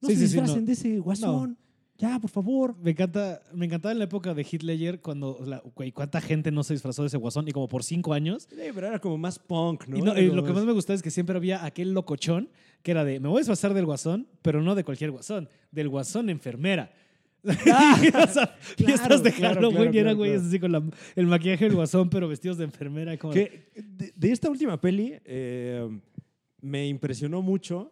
Speaker 2: No
Speaker 1: Sí,
Speaker 2: se
Speaker 1: sí, sí,
Speaker 2: disfracen
Speaker 1: no.
Speaker 2: de ese guasón. Ya, por favor.
Speaker 1: Me encanta, me encantaba en la época de Hitler cuando, la- güey, cuánta gente no se disfrazó de ese guasón y como por cinco años.
Speaker 2: Sí, pero era como más punk, ¿no?
Speaker 1: Y, no,
Speaker 2: Era
Speaker 1: y
Speaker 2: como
Speaker 1: lo que más me gustaba es que siempre había aquel locochón que era de, me voy a disfrazar del guasón, pero no de cualquier guasón, del guasón enfermera. [laughs] o sea, fiestas de
Speaker 2: Ah, claro,
Speaker 1: Halloween
Speaker 2: claro,
Speaker 1: y eran
Speaker 2: claro,
Speaker 1: güeyes
Speaker 2: claro.
Speaker 1: así con la- el maquillaje del guasón, pero vestidos de enfermera. Como,
Speaker 2: Que de, de esta última peli eh, me impresionó mucho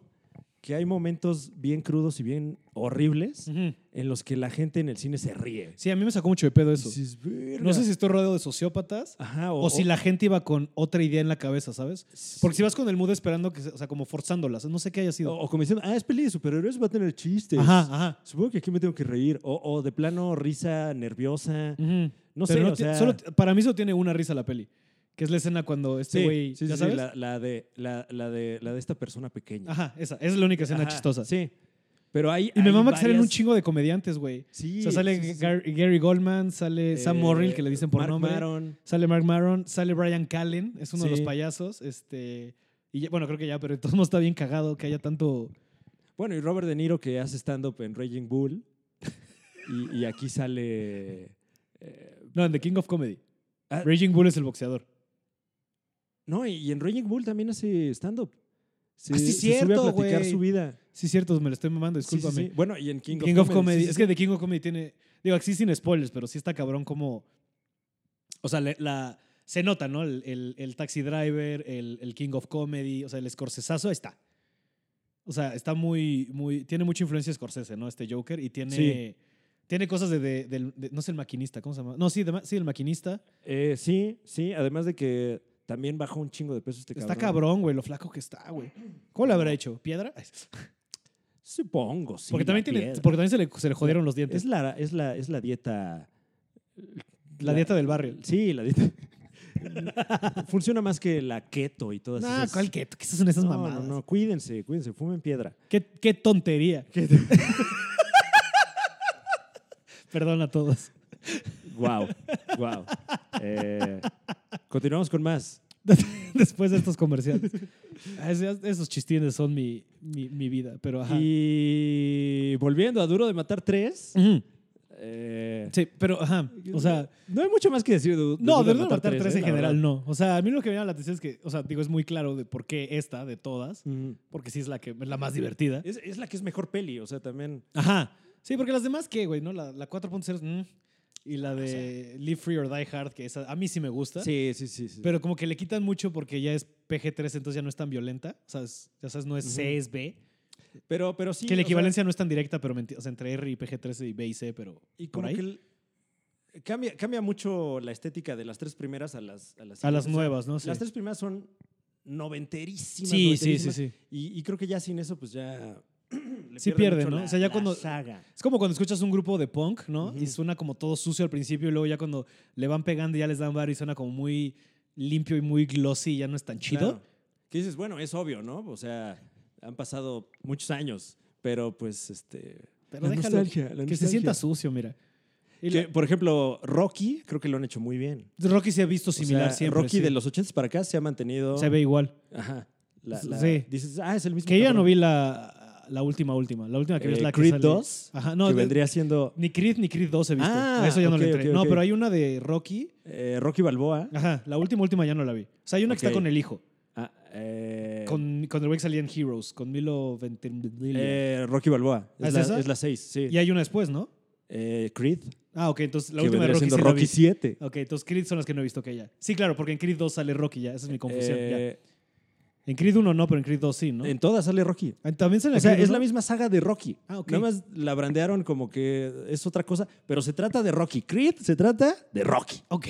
Speaker 2: que hay momentos bien crudos y bien horribles
Speaker 1: Ujú.
Speaker 2: en los que la gente en el cine se ríe.
Speaker 1: Sí, a mí me sacó mucho de pedo eso.
Speaker 2: Dices, "Verga". Ah,
Speaker 1: No sé si estoy rodeado de sociópatas
Speaker 2: Ajá,
Speaker 1: o, si la gente iba con otra idea en la cabeza, ¿sabes? Porque si
Speaker 2: o-
Speaker 1: vas con el mood esperando, que, se- o sea, como forzándolas, no sé qué haya sido.
Speaker 2: o como diciendo, ah, es peli de superhéroes, va a tener chistes.
Speaker 1: Ajá, ajá.
Speaker 2: Supongo que aquí me tengo que reír. O, o de plano, risa nerviosa.
Speaker 1: Ujú.
Speaker 2: No
Speaker 1: Mm. Pero
Speaker 2: sé,
Speaker 1: no
Speaker 2: o
Speaker 1: ti-
Speaker 2: sea-
Speaker 1: solo- para mí solo tiene una risa la peli, que es la escena cuando este güey,
Speaker 2: sí,
Speaker 1: ¿ya
Speaker 2: sí,
Speaker 1: sabes?
Speaker 2: la, la de, la, la de, la de esta persona pequeña.
Speaker 1: Ajá, esa. Es la única escena
Speaker 2: Ajá,
Speaker 1: chistosa.
Speaker 2: Sí. Pero hay.
Speaker 1: Y me
Speaker 2: hay
Speaker 1: mama que salen un
Speaker 2: varias-
Speaker 1: chingo de comediantes, güey.
Speaker 2: Sí.
Speaker 1: o sea, sale
Speaker 2: sí, sí, sí.
Speaker 1: Gar- Gary Goldman, sale Sam
Speaker 2: Eh,
Speaker 1: Morrill, que le dicen por
Speaker 2: Mark
Speaker 1: nombre.
Speaker 2: Maron.
Speaker 1: Sale Mark Maron, sale Brian Callen, es uno de los
Speaker 2: Sí.
Speaker 1: payasos. Este. Y ya- bueno, creo que ya, pero de todos modos está bien cagado que haya tanto.
Speaker 2: Bueno, y Robert De Niro que hace stand-up en Raging Bull. y, y aquí sale. eh,
Speaker 1: No, en The King of Comedy.
Speaker 2: Ah.
Speaker 1: Raging Bull es el boxeador.
Speaker 2: no, y, y en Raging Bull también hace stand-up. Se,
Speaker 1: Ah, sí,
Speaker 2: se sube a
Speaker 1: cierto,
Speaker 2: platicar
Speaker 1: güey.
Speaker 2: su vida.
Speaker 1: Sí, cierto, me lo estoy mamando,
Speaker 2: Sí, sí,
Speaker 1: discúlpame.
Speaker 2: sí. Bueno, y en King,
Speaker 1: King, of Comedy.
Speaker 2: sí, sí,
Speaker 1: Es que de King of Comedy tiene. Digo, aquí sin spoilers, pero sí está cabrón como. O sea, le- la, se nota, ¿no? El, el- el Taxi Driver, el, el King of Comedy, o sea, el Scorsesazo, ahí está. O sea, está muy, muy. Tiene mucha influencia Scorsese, ¿no? Este Joker. Y tiene.
Speaker 2: Sí.
Speaker 1: Tiene cosas de, de- del- de- No sé, el maquinista, ¿cómo se llama? No, sí, de ma- sí el maquinista.
Speaker 2: Eh, sí, sí, además de que también bajó un chingo de peso este cabrón.
Speaker 1: Está cabrón, güey, lo flaco que está, güey. ¿Cómo lo habrá hecho? ¿Piedra?
Speaker 2: Supongo, sí.
Speaker 1: porque,
Speaker 2: la
Speaker 1: también tiene,
Speaker 2: piedra.
Speaker 1: porque también se le, se le jodieron los dientes.
Speaker 2: es la, es la, es la dieta.
Speaker 1: la, dieta del barrio.
Speaker 2: Sí, la dieta. [laughs] Funciona más que la keto y todas
Speaker 1: No,
Speaker 2: esas.
Speaker 1: ¿cuál que? ¿Qué son esas
Speaker 2: pues, No,
Speaker 1: mamadas?
Speaker 2: No, no, cuídense, cuídense, fumen piedra.
Speaker 1: Qué, qué tontería. [laughs] Perdón a todos. [laughs]
Speaker 2: Wow, wow. Eh, continuamos con más.
Speaker 1: Después de estos comerciales. Ah, es- Esos chistines son mi, mi, mi vida, pero ajá.
Speaker 2: Y volviendo a Duro de Matar 3.
Speaker 1: Ujú. Sí, pero ajá. O sea,
Speaker 2: no hay mucho más que decir de, de
Speaker 1: no, de Duro
Speaker 2: Duro
Speaker 1: de Matar 3
Speaker 2: ¿eh?
Speaker 1: en
Speaker 2: La
Speaker 1: general
Speaker 2: verdad.
Speaker 1: no. O sea, a mí lo que me llama la atención es que, o sea, digo, es muy claro de por qué esta de todas,
Speaker 2: Ujú.
Speaker 1: porque sí es la que es la más divertida.
Speaker 2: Es, es la que es mejor peli, o sea, también.
Speaker 1: Ajá. Sí, porque las demás, ¿qué, güey? ¿No? La, la 4.0 es, mm, y la de Live Free or Die Hard, que esa a mí sí me gusta.
Speaker 2: Sí, sí, sí. sí.
Speaker 1: Pero como que le quitan mucho porque ya es PG-13, entonces ya no es tan violenta. O sea, es- ya sabes, no es C,
Speaker 2: Ujú.
Speaker 1: es B.
Speaker 2: pero, pero sí.
Speaker 1: que la
Speaker 2: o sea,
Speaker 1: equivalencia no es tan directa, pero menti- o sea, entre R y PG-13 y B y C, pero
Speaker 2: y
Speaker 1: por
Speaker 2: como
Speaker 1: ahí.
Speaker 2: que el- cambia, cambia mucho la estética de las tres primeras a las A las,
Speaker 1: a las
Speaker 2: siguientes. O sea,
Speaker 1: nuevas, ¿no? Sí.
Speaker 2: Las tres primeras son noventerísimas.
Speaker 1: sí, sí, sí,
Speaker 2: noventerísimas.
Speaker 1: sí.
Speaker 2: Y, y creo que ya sin eso, pues ya. [clears throat] le
Speaker 1: Sí pierde,
Speaker 2: mucho
Speaker 1: ¿no?
Speaker 2: la-
Speaker 1: O sea, ya
Speaker 2: la
Speaker 1: cuando-
Speaker 2: Saga.
Speaker 1: Es como cuando escuchas un grupo de punk, ¿no? Y
Speaker 2: Ujú.
Speaker 1: suena como todo sucio al principio y luego ya cuando le van pegando ya les dan bar y suena como muy limpio y muy glossy y ya no es tan chido.
Speaker 2: Claro. Que dices, bueno, es obvio, ¿no? O sea, han pasado muchos años, pero pues este.
Speaker 1: Pero déjalo que se sienta sucio, mira. Y
Speaker 2: Que,
Speaker 1: la-
Speaker 2: por ejemplo, Rocky, creo que lo han hecho muy bien.
Speaker 1: Rocky se ha visto similar
Speaker 2: O sea,
Speaker 1: siempre.
Speaker 2: Rocky
Speaker 1: sí.
Speaker 2: de los 80 para acá se ha mantenido.
Speaker 1: Se ve igual.
Speaker 2: Ajá. La-
Speaker 1: S-
Speaker 2: la-
Speaker 1: sí.
Speaker 2: Dices, ah, es el mismo.
Speaker 1: Que yo ya no
Speaker 2: cabrón".
Speaker 1: vi la, la última, última. La última Ah, que vi es
Speaker 2: Eh,
Speaker 1: la que
Speaker 2: Creed
Speaker 1: sale-
Speaker 2: 2,
Speaker 1: Ajá, no,
Speaker 2: que
Speaker 1: de-
Speaker 2: vendría siendo
Speaker 1: ni Creed ni Creed 2 he visto.
Speaker 2: Ah,
Speaker 1: A eso ya no le
Speaker 2: ok,
Speaker 1: entré.
Speaker 2: ok,
Speaker 1: No,
Speaker 2: ok.
Speaker 1: pero hay una de Rocky.
Speaker 2: eh, Rocky Balboa.
Speaker 1: Ajá, la última, última ya no la vi. O sea, hay una que
Speaker 2: Ok.
Speaker 1: está con el hijo.
Speaker 2: Ah, eh,
Speaker 1: Con, con el güey que salía en Heroes, con Milo Ventimiglia.
Speaker 2: eh, Rocky Balboa.
Speaker 1: ¿Ah, ¿Es
Speaker 2: Es, la,
Speaker 1: esa?
Speaker 2: es la 6, sí.
Speaker 1: y hay una después, ¿no?
Speaker 2: Eh, Creed.
Speaker 1: Ah, ok, entonces la
Speaker 2: que
Speaker 1: última de
Speaker 2: vendría
Speaker 1: Rocky
Speaker 2: siendo
Speaker 1: sí la
Speaker 2: Rocky
Speaker 1: vi. Ah,
Speaker 2: 7.
Speaker 1: Ok, entonces Creed son las que no he visto que ya. Sí, claro, porque en Creed 2 sale Rocky ya. Esa es mi confusión. ya.
Speaker 2: Eh,
Speaker 1: En Creed 1 no, pero en Creed 2 sí, ¿no?
Speaker 2: En todas sale Rocky.
Speaker 1: Ah, También sale
Speaker 2: O sea,
Speaker 1: Creed
Speaker 2: es
Speaker 1: 1?
Speaker 2: la misma saga de Rocky.
Speaker 1: Ah, ok.
Speaker 2: Nada más la brandearon como que es otra cosa, pero se trata de Rocky. Creed se trata de Rocky.
Speaker 1: Ok,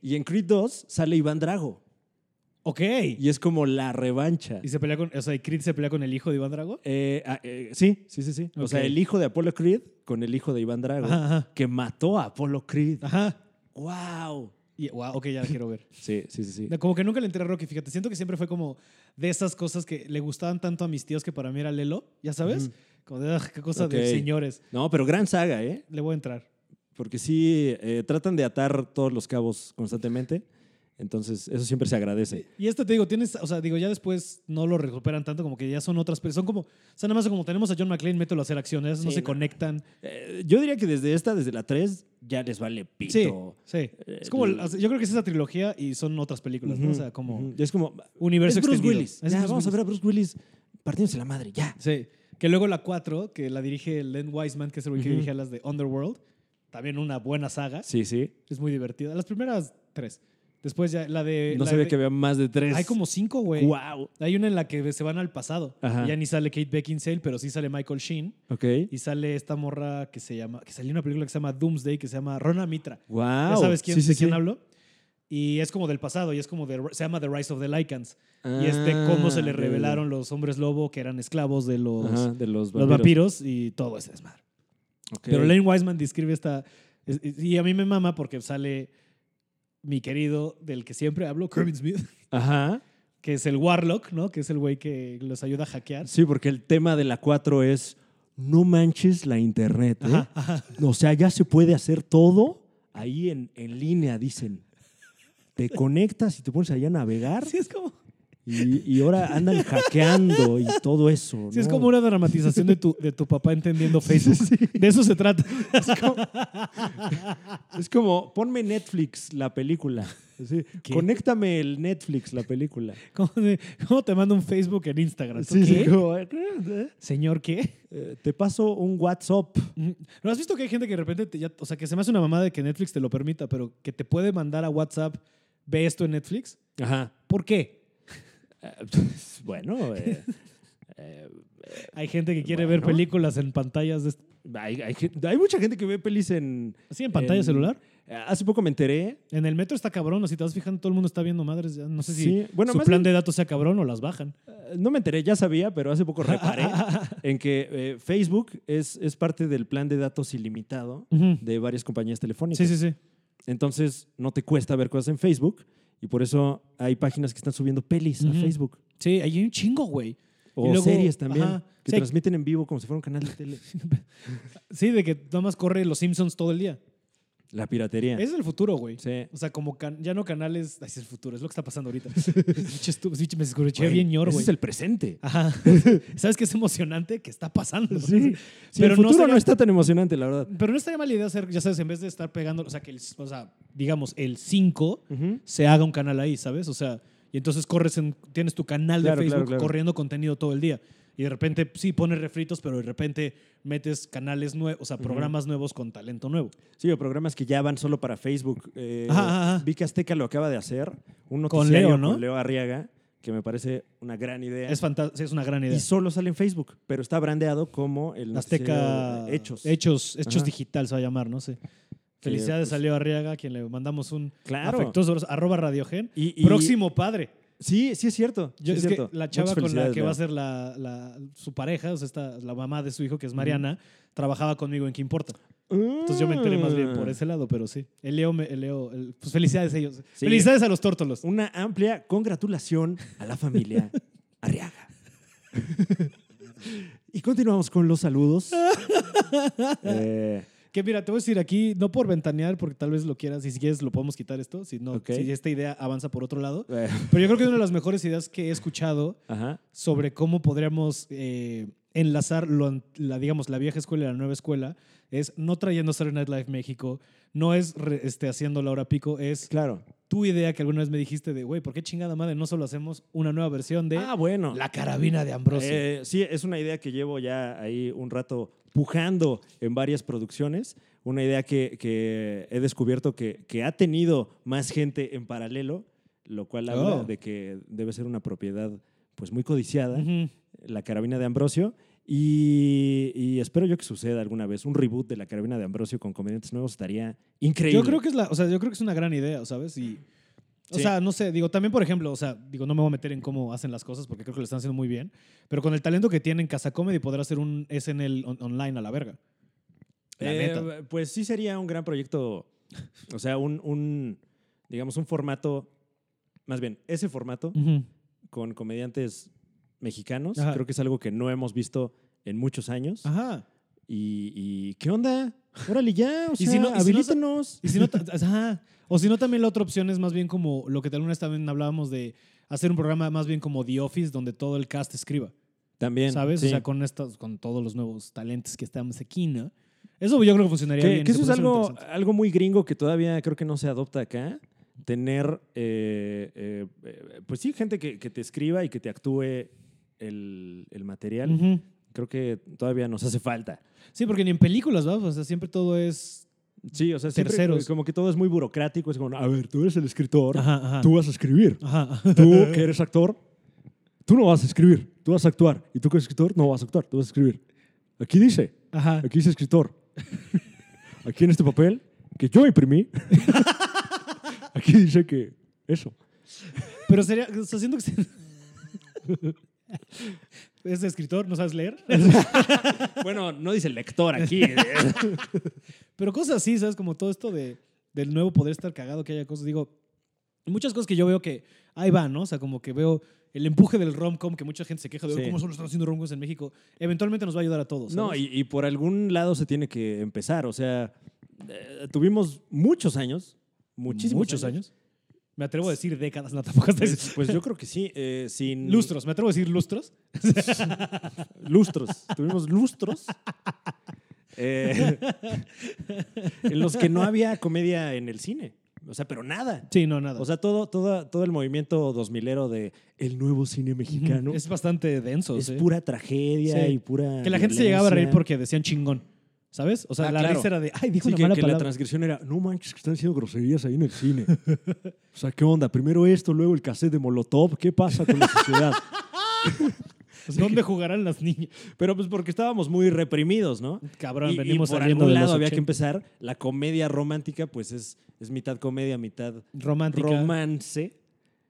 Speaker 2: Y en Creed 2 sale Iván Drago.
Speaker 1: ok.
Speaker 2: Y es como la revancha.
Speaker 1: Y se pelea con, o sea, ¿y Creed se pelea con el hijo de Iván Drago.
Speaker 2: Eh, ah, eh, sí, sí, sí, sí. O
Speaker 1: Ok.
Speaker 2: sea, el hijo de Apolo Creed con el hijo de Iván Drago,
Speaker 1: Ajá, ajá.
Speaker 2: que mató a Apolo Creed.
Speaker 1: Ajá.
Speaker 2: ¡Wow!
Speaker 1: Y, wow, ok, ya la quiero ver.
Speaker 2: Sí, sí, sí, sí.
Speaker 1: Como que nunca le entré a Rocky, fíjate. Siento que siempre fue como de esas cosas que le gustaban tanto a mis tíos que para mí era Lelo, ya sabes.
Speaker 2: Ujú.
Speaker 1: Como de, "Ugh, qué cosa
Speaker 2: Ok.
Speaker 1: de señores.
Speaker 2: No, pero gran saga, ¿eh?
Speaker 1: Le voy a entrar.
Speaker 2: Porque sí, eh, tratan de atar todos los cabos constantemente. Entonces, eso siempre se agradece.
Speaker 1: Y esta te digo, tienes, o sea, digo, ya después no lo recuperan tanto, como que ya son otras, pero son como, o sea, nada más como tenemos a John McClane, mételo a hacer acciones, no
Speaker 2: Sí,
Speaker 1: se
Speaker 2: no.
Speaker 1: conectan.
Speaker 2: Eh, yo diría que desde esta, desde la 3, ya les vale pito.
Speaker 1: Sí, sí.
Speaker 2: Eh,
Speaker 1: Es como, el-
Speaker 2: el-
Speaker 1: yo creo que es esa trilogía y son otras películas, ¿no? O sea, como
Speaker 2: Ujú. Es como.
Speaker 1: universo
Speaker 2: es Bruce
Speaker 1: extendido.
Speaker 2: Willis.
Speaker 1: Es
Speaker 2: Ya,
Speaker 1: Bruce
Speaker 2: vamos a
Speaker 1: Willis.
Speaker 2: ver a Bruce Willis partiéndose la madre, ya.
Speaker 1: Sí. Que luego la 4, que la dirige Len Wiseman, que es el güey que
Speaker 2: Ujú.
Speaker 1: dirige las de Underworld. También una buena saga.
Speaker 2: Sí, sí.
Speaker 1: Es muy divertida. Las primeras tres. Después ya la de.
Speaker 2: No
Speaker 1: la
Speaker 2: se ve
Speaker 1: de-
Speaker 2: que había más Eh, de tres.
Speaker 1: Hay como cinco, güey.
Speaker 2: ¡Wow!
Speaker 1: Hay una en la que se van al pasado.
Speaker 2: Ajá.
Speaker 1: Y Ya ni sale Kate Beckinsale, pero sí sale Michael Sheen.
Speaker 2: Ok.
Speaker 1: Y sale esta morra que se llama. Que salió en una película que se llama Doomsday, que se llama Rona Mitra.
Speaker 2: ¡Wow!
Speaker 1: ¿Ya sabes quién,
Speaker 2: Ah, oh, Sí, sí,
Speaker 1: de quién
Speaker 2: sí.
Speaker 1: hablo? Y es como del pasado, y es como de. Se llama The Rise of the Lycans. Y es de cómo se le
Speaker 2: Ah,
Speaker 1: revelaron los hombres lobo que eran esclavos de los,
Speaker 2: Ajá, de los
Speaker 1: los
Speaker 2: vampiros.
Speaker 1: vampiros y todo ese desmadre.
Speaker 2: Ok.
Speaker 1: Pero Lane Wiseman describe esta. es- es- Y a mí me mama porque sale mi querido, del que siempre hablo, Kevin Smith, [laughs]
Speaker 2: Ajá.
Speaker 1: que es el Warlock, ¿no? Que es el güey que los ayuda a hackear.
Speaker 2: Sí, porque el tema de la 4 es no manches la internet. ¿eh?
Speaker 1: Ajá, ajá.
Speaker 2: O sea, ya se puede hacer todo ahí en, en línea, dicen. Te conectas y te pones allá a navegar
Speaker 1: Sí, es como.
Speaker 2: y Y, y ahora andan hackeando y todo eso.
Speaker 1: Sí, es
Speaker 2: ¿no?
Speaker 1: como una dramatización de tu, de tu papá entendiendo Facebook. De eso se trata. [laughs]
Speaker 2: Es como, ponme Netflix la película. Así,
Speaker 1: ¿Qué?
Speaker 2: conéctame el Netflix la película.
Speaker 1: ¿Cómo, de- cómo te mando un Facebook en Instagram? ¿Tú
Speaker 2: Sí, sí,
Speaker 1: qué?
Speaker 2: como, eh,
Speaker 1: Señor, ¿qué?
Speaker 2: eh, te paso un WhatsApp.
Speaker 1: Mm. ¿No has visto que hay gente que de repente, te ya- o sea, que se me hace una mamada de que Netflix te lo permita, pero que te puede mandar a WhatsApp, ve esto en Netflix?
Speaker 2: Ajá. Eh,
Speaker 1: ¿Por qué?
Speaker 2: [laughs] Bueno, eh, eh,
Speaker 1: Hay gente que quiere ver
Speaker 2: Bueno.
Speaker 1: películas en pantallas. De...
Speaker 2: hay, hay gen- hay mucha gente que ve pelis en...
Speaker 1: ¿Sí, en pantalla
Speaker 2: en-
Speaker 1: celular?
Speaker 2: Eh, Hace poco me enteré.
Speaker 1: En el metro está cabrón, así te vas fijando, todo el mundo está viendo madres. ya No sé si
Speaker 2: Sí, bueno,
Speaker 1: su
Speaker 2: más
Speaker 1: plan de
Speaker 2: bien-
Speaker 1: datos sea cabrón o las bajan.
Speaker 2: eh, No me enteré, ya sabía, pero hace
Speaker 1: [laughs]
Speaker 2: poco reparé en que eh, Facebook es, es parte del plan de datos ilimitado
Speaker 1: Ujú.
Speaker 2: de varias compañías telefónicas.
Speaker 1: Sí, sí, sí.
Speaker 2: Entonces no te cuesta ver cosas en Facebook y por eso hay páginas que están subiendo pelis
Speaker 1: Ujú.
Speaker 2: a Facebook
Speaker 1: Sí, hay un chingo, güey.
Speaker 2: o
Speaker 1: luego-
Speaker 2: series también
Speaker 1: ajá.
Speaker 2: que
Speaker 1: Sí, hay-
Speaker 2: transmiten en vivo como si fuera un canal de
Speaker 1: [laughs]
Speaker 2: tele.
Speaker 1: Sí, de que nada más corre Los Simpsons todo el día.
Speaker 2: La piratería.
Speaker 1: Es el futuro, güey.
Speaker 2: Sí.
Speaker 1: O sea, como can- ya no canales, ay, es el futuro, es lo que está pasando
Speaker 2: [laughs]
Speaker 1: ahorita. Pinche estu- sí, me escuché bien ñor,
Speaker 2: Ese
Speaker 1: güey. Ah,
Speaker 2: es el presente. [laughs]
Speaker 1: Ajá. ¿Sabes qué es emocionante? Que está pasando. [laughs]
Speaker 2: Sí. Sí,
Speaker 1: Pero
Speaker 2: el futuro
Speaker 1: no
Speaker 2: no,
Speaker 1: sería-
Speaker 2: está tan emocionante, la verdad.
Speaker 1: Pero no estaría mala idea hacer, ya sabes, en vez de estar pegando, o sea, que el, o sea, digamos, el 5
Speaker 2: Ujú.
Speaker 1: se haga un canal ahí, ¿sabes? O sea, y entonces corres en, tienes tu canal de
Speaker 2: Claro,
Speaker 1: Facebook
Speaker 2: claro, claro.
Speaker 1: corriendo contenido todo el día. Y de repente sí pones refritos, pero de repente metes canales nuevos, o sea, programas nuevos con talento nuevo.
Speaker 2: Sí, o programas que ya van solo para Facebook. Eh,
Speaker 1: Ajá, ajá, ajá.
Speaker 2: Vi que Azteca lo acaba de hacer.
Speaker 1: Con
Speaker 2: Un noticiario
Speaker 1: Leo, ¿no?
Speaker 2: Con Leo Arriaga, que me parece una gran idea.
Speaker 1: Es fantástico, es una gran idea.
Speaker 2: y solo sale en Facebook, pero está brandeado como el
Speaker 1: Azteca
Speaker 2: noticiero eh, Hechos.
Speaker 1: Hechos, Hechos
Speaker 2: Ajá.
Speaker 1: Digital se va a llamar, no sé. Felicidades a
Speaker 2: pues-
Speaker 1: Leo Arriaga, a quien le mandamos un
Speaker 2: Claro.
Speaker 1: afectuoso abrazo. Arroba Radiogen.
Speaker 2: Y- y-
Speaker 1: Próximo padre.
Speaker 2: Sí, sí es cierto.
Speaker 1: Yo- es
Speaker 2: sí es cierto.
Speaker 1: que la chava
Speaker 2: Muchas
Speaker 1: con la
Speaker 2: felicidades,
Speaker 1: que va a
Speaker 2: Leo.
Speaker 1: ser la, la- su pareja, o sea, esta, la mamá de su hijo, que es Mariana, trabajaba conmigo en ¿Qué importa? Entonces yo me enteré más bien por
Speaker 2: Ah.
Speaker 1: ese lado, pero sí. El Leo, me- el Leo el- pues felicidades a ellos.
Speaker 2: Sí.
Speaker 1: Felicidades a los tórtolos.
Speaker 2: Una amplia congratulación a
Speaker 1: [laughs]
Speaker 2: la familia Arriaga. y continuamos con
Speaker 1: [laughs]
Speaker 2: los saludos. Eh,
Speaker 1: Que mira, te voy a decir aquí, no por ventanear, porque tal vez lo quieras, y si quieres lo podemos quitar esto, si no,
Speaker 2: Ok.
Speaker 1: si esta idea avanza por otro lado.
Speaker 2: eh,
Speaker 1: Pero yo creo que es una de las mejores ideas que he escuchado
Speaker 2: ajá.
Speaker 1: sobre cómo podríamos eh, enlazar lo an- la, digamos, la vieja escuela y la nueva escuela es no trayendo Saturday Night Live México, no es re- este, haciendo la hora pico, es
Speaker 2: Claro.
Speaker 1: tu idea que alguna vez me dijiste de, güey, ¿por qué chingada madre no solo hacemos una nueva versión de
Speaker 2: Ah, bueno.
Speaker 1: La Carabina de Ambrosio?
Speaker 2: Eh, sí, es una idea que llevo ya ahí un rato pujando en varias producciones. Una idea que, que he descubierto que, que ha tenido más gente en paralelo, lo cual habla
Speaker 1: Oh.
Speaker 2: de que debe ser una propiedad pues muy codiciada,
Speaker 1: Ujú.
Speaker 2: la carabina de Ambrosio. Y, y espero yo que suceda alguna vez. Un reboot de la carabina de Ambrosio con comediantes nuevos estaría increíble.
Speaker 1: Yo creo que es la, o sea, yo creo que es una gran idea, ¿sabes? Y o
Speaker 2: Sí.
Speaker 1: sea, no sé, digo, también por ejemplo, o sea, digo, no me voy a meter en cómo hacen las cosas porque creo que lo están haciendo muy bien, pero con el talento que tienen Casa Comedy podrá hacer un SNL on- online a la verga. La
Speaker 2: Eh,
Speaker 1: neta.
Speaker 2: Pues sí sería un gran proyecto, o sea, un, un, digamos, un formato, más bien, ese formato
Speaker 1: Ujú.
Speaker 2: con comediantes mexicanos,
Speaker 1: Ajá.
Speaker 2: creo que es algo que no hemos visto en muchos años.
Speaker 1: Ajá.
Speaker 2: Y, y, ¿qué onda? Órale ya,
Speaker 1: [laughs]
Speaker 2: o
Speaker 1: Y si
Speaker 2: sea,
Speaker 1: no- y si no-
Speaker 2: habilítenos.
Speaker 1: Y si no, ta- ajá. O si no, también la otra opción es más bien como lo que alguna vez también hablábamos de hacer un programa más bien como The Office, donde todo el cast escriba,
Speaker 2: También,
Speaker 1: ¿sabes?
Speaker 2: sí.
Speaker 1: O sea, con, estos, con todos los nuevos talentos que estamos aquí, ¿no? Eso yo creo que funcionaría
Speaker 2: que,
Speaker 1: bien.
Speaker 2: que
Speaker 1: se
Speaker 2: eso
Speaker 1: puede
Speaker 2: es
Speaker 1: hacer
Speaker 2: algo,
Speaker 1: interesante.
Speaker 2: algo muy gringo que todavía creo que no se adopta acá. Tener, eh, eh, eh, pues sí, gente que, que te escriba y que te actúe el, el material.
Speaker 1: Ujú.
Speaker 2: Creo que todavía nos hace falta.
Speaker 1: Sí, porque ni en películas, ¿va? O sea, siempre todo es.
Speaker 2: Sí, o sea, siempre
Speaker 1: Terceros.
Speaker 2: como que todo es muy burocrático. Es como, a ver, tú eres el escritor,
Speaker 1: Ajá, ajá.
Speaker 2: tú vas
Speaker 1: [laughs]
Speaker 2: a escribir.
Speaker 1: Ajá.
Speaker 2: Tú que eres actor, tú no vas a escribir, tú vas a actuar. Y tú que eres escritor, no vas a actuar, tú vas a escribir. Aquí dice,
Speaker 1: Ajá.
Speaker 2: aquí dice escritor. [laughs] Aquí en este papel que yo imprimí, [laughs] aquí dice que eso.
Speaker 1: Pero sería. O sea, siento que. se- [laughs] ¿Es escritor? ¿No sabes
Speaker 2: [laughs]
Speaker 1: leer?
Speaker 2: Bueno, no dice lector [laughs] aquí.
Speaker 1: Pero cosas así, ¿sabes? Como todo esto de, del nuevo poder estar cagado, que haya cosas. Digo, muchas cosas que yo veo que ahí va, ¿no? O sea, como que veo el empuje del rom-com, que mucha gente se queja de
Speaker 2: Sí.
Speaker 1: "Oye, cómo solo están haciendo rom-coms en México. Eventualmente nos va a ayudar a todos.
Speaker 2: No,
Speaker 1: ¿sabes?
Speaker 2: y, y por algún lado se tiene que empezar. O sea, eh, tuvimos muchos años, muchísimos
Speaker 1: muchos años. Me atrevo a decir décadas, no, tampoco hasta
Speaker 2: Pues, pues yo creo que sí, eh, sin...
Speaker 1: Lustros, me atrevo a decir lustros.
Speaker 2: Lustros. Tuvimos lustros. [laughs] eh, en los que no había comedia en el cine. O sea, pero nada.
Speaker 1: Sí, no, nada.
Speaker 2: O sea, todo, todo, todo el movimiento dos milero de el nuevo cine mexicano
Speaker 1: es
Speaker 2: es,
Speaker 1: bastante denso. sí.
Speaker 2: pura tragedia
Speaker 1: Sí.
Speaker 2: y pura.
Speaker 1: Que la gente se llegaba a reír
Speaker 2: violencia.
Speaker 1: porque decían chingón. ¿Sabes? O sea,
Speaker 2: Ah,
Speaker 1: la
Speaker 2: claro.
Speaker 1: risa era de, ay, dijo
Speaker 2: Sí,
Speaker 1: una
Speaker 2: que,
Speaker 1: mala
Speaker 2: que la
Speaker 1: palabra.
Speaker 2: transgresión era, no manches que están haciendo groserías ahí en el cine. o sea, ¿qué onda? Primero esto, luego el cassette de Molotov. ¿Qué pasa con la sociedad?
Speaker 1: ¿Dónde jugarán las niñas?
Speaker 2: [laughs] Pero pues porque estábamos muy reprimidos, ¿no?
Speaker 1: Cabrón,
Speaker 2: y,
Speaker 1: venimos
Speaker 2: y por
Speaker 1: saliendo
Speaker 2: algún
Speaker 1: de los
Speaker 2: lado había
Speaker 1: 80.
Speaker 2: que empezar. La comedia romántica, pues es, es mitad comedia, mitad
Speaker 1: Romántica.
Speaker 2: romance.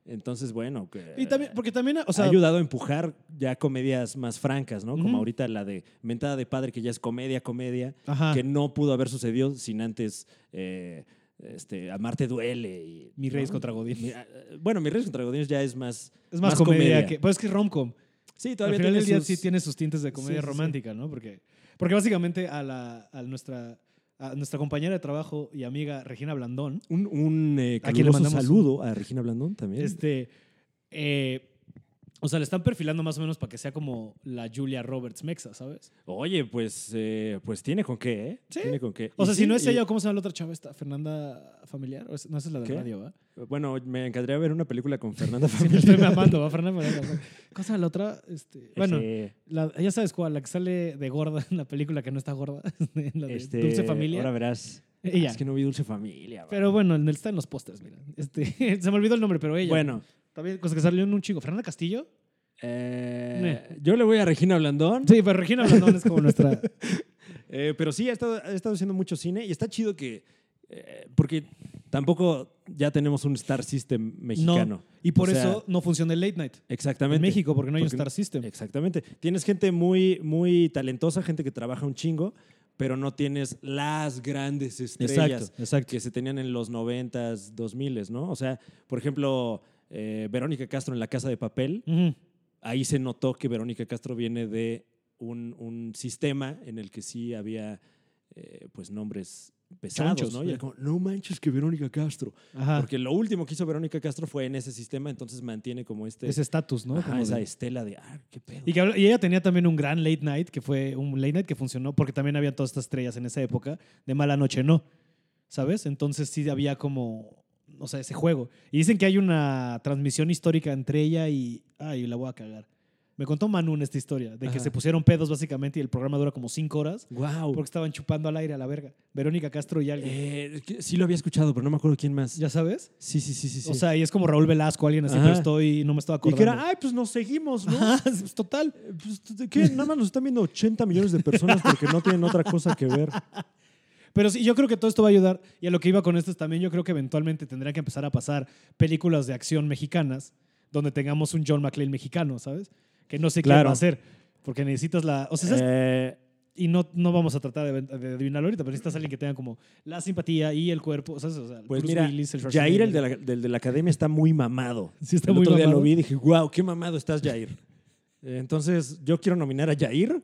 Speaker 2: Entonces, bueno, que
Speaker 1: y también, porque también, o sea,
Speaker 2: ha ayudado a empujar ya comedias más francas, ¿no?
Speaker 1: Ujú.
Speaker 2: Como ahorita la de Mentada de Padre, que ya es comedia, comedia,
Speaker 1: Ajá.
Speaker 2: que no pudo haber sucedido sin antes eh, este, Amarte Duele. Y,
Speaker 1: Mi Reyes
Speaker 2: ¿no?
Speaker 1: contra Godín.
Speaker 2: Mi- ah, bueno, Mi Reyes contra Godines ya es más.
Speaker 1: es más, comedia, que. Pues es que es romcom.
Speaker 2: Sí,
Speaker 1: Al
Speaker 2: todavía
Speaker 1: final del
Speaker 2: tiene
Speaker 1: día
Speaker 2: sus-
Speaker 1: sí tiene sus tintes de comedia
Speaker 2: sí, sí.
Speaker 1: romántica, ¿no? Porque, porque básicamente a, la, a, nuestra, a nuestra compañera de trabajo y amiga Regina Blandón,
Speaker 2: Un, un eh,
Speaker 1: A quien le
Speaker 2: caluroso
Speaker 1: mandamos
Speaker 2: saludo a Regina Blandón también.
Speaker 1: este. eh, o sea, le están perfilando más o menos para que sea como la Julia Roberts Mexa, ¿sabes?
Speaker 2: Oye, pues, eh, pues tiene con qué, ¿eh?
Speaker 1: Sí.
Speaker 2: Tiene con qué.
Speaker 1: O
Speaker 2: Y
Speaker 1: sea,
Speaker 2: sí,
Speaker 1: si no es
Speaker 2: y-
Speaker 1: ella, ¿cómo se llama la otra chava esta? ¿Fernanda Familiar? ¿O es- no, esa es la de
Speaker 2: ¿Qué?
Speaker 1: radio,
Speaker 2: [laughs]
Speaker 1: ¿va?
Speaker 2: Bueno, me encantaría ver una
Speaker 1: [laughs]
Speaker 2: película con Fernanda
Speaker 1: Sí, me
Speaker 2: Familiar.
Speaker 1: estoy mamando, ¿va? Fernanda Familiar. ¿Cómo se llama la otra? Este, bueno,
Speaker 2: Ese-
Speaker 1: la- ya sabes cuál, la que sale de gorda en la película que no está gorda, [laughs] en la de
Speaker 2: este,
Speaker 1: Dulce Familia.
Speaker 2: Ahora verás.
Speaker 1: Ella.
Speaker 2: Es que no vi Dulce Familia. va.
Speaker 1: Pero bueno, en el- está en los pósters, mira. Este, [laughs] se me olvidó el nombre, pero ella.
Speaker 2: bueno,
Speaker 1: También, cosa que salió en un chico. ¿Fernanda Castillo?
Speaker 2: eh, yo le voy a Regina Blandón.
Speaker 1: Sí, pero Regina Blandón es como nuestra.
Speaker 2: Eh, pero sí, ha estado, ha estado haciendo mucho cine y está chido que. eh, porque tampoco ya tenemos un Star System [laughs] mexicano.
Speaker 1: No. Y por
Speaker 2: O sea,
Speaker 1: eso no funciona el late night.
Speaker 2: Exactamente.
Speaker 1: En México, porque no hay un
Speaker 2: Porque-
Speaker 1: Star System.
Speaker 2: Exactamente. Tienes gente muy, muy talentosa, gente que trabaja un chingo, pero no tienes las grandes estrellas
Speaker 1: exacto.
Speaker 2: que se tenían en los 90s, 2000 ¿no? O sea, por ejemplo, eh, Verónica Castro en La Casa de Papel,
Speaker 1: Ujú.
Speaker 2: ahí se notó que Verónica Castro viene de un, un sistema en el que sí había, eh, pues, nombres pesados,
Speaker 1: Chonchos,
Speaker 2: ¿no? Y
Speaker 1: eh.
Speaker 2: era
Speaker 1: Ah.
Speaker 2: como, no manches que Verónica Castro.
Speaker 1: Ajá.
Speaker 2: Porque lo último que hizo Verónica Castro fue en ese sistema, entonces mantiene como este...
Speaker 1: Ese estatus, ¿no?
Speaker 2: Ajá,
Speaker 1: Como
Speaker 2: esa
Speaker 1: de-
Speaker 2: estela de, ah, qué pedo.
Speaker 1: Y, que habla- y ella tenía también un gran late night, que fue un late night que funcionó, porque también había todas estas estrellas en esa época, de mala noche no, ¿sabes? Entonces sí había como, o sea, ese juego. Y dicen que hay una transmisión histórica entre ella y, ay, la voy a cagar. Me contó Manun esta historia, de que
Speaker 2: Ajá.
Speaker 1: se pusieron pedos básicamente y el programa dura como cinco horas,
Speaker 2: Wow.
Speaker 1: porque estaban chupando al aire a la verga. Verónica Castro y
Speaker 2: Eh.
Speaker 1: alguien,
Speaker 2: sí lo había escuchado, pero no me acuerdo quién más.
Speaker 1: ¿ya sabes?
Speaker 2: Sí, sí, sí, sí. sí.
Speaker 1: O sea, y es como Raúl Velasco, alguien así,
Speaker 2: Ajá.
Speaker 1: pero estoy, no me estaba
Speaker 2: y
Speaker 1: acordando.
Speaker 2: que era, ay, pues nos seguimos, ¿no?
Speaker 1: Ajá, pues, total.
Speaker 2: Eh, Pues, t- ¿qué? Nada más nos están viendo 80 millones de personas porque no tienen otra cosa
Speaker 1: [laughs]
Speaker 2: que ver.
Speaker 1: Pero sí, yo creo que todo esto va a ayudar. Y a lo que iba con esto es también, yo creo que eventualmente tendría que empezar a pasar películas de acción mexicanas donde tengamos un John McClane mexicano, ¿sabes? Que no sé qué
Speaker 2: Claro.
Speaker 1: va a hacer. Porque necesitas la. O sea, ¿sabes?
Speaker 2: Eh,
Speaker 1: y no, no vamos a tratar de, de adivinarlo ahorita, pero necesitas alguien que tenga como la simpatía y el cuerpo. ¿sabes? O sea,
Speaker 2: pues
Speaker 1: Bruce
Speaker 2: mira,
Speaker 1: Willis, el
Speaker 2: Jair,
Speaker 1: Schwarzenegger.
Speaker 2: el de, la, del de la academia, está muy mamado.
Speaker 1: Sí, está
Speaker 2: el
Speaker 1: muy
Speaker 2: otro día
Speaker 1: mamado.
Speaker 2: lo vi y dije, wow, qué mamado estás, Jair. Eh, Entonces, yo quiero nominar a Jair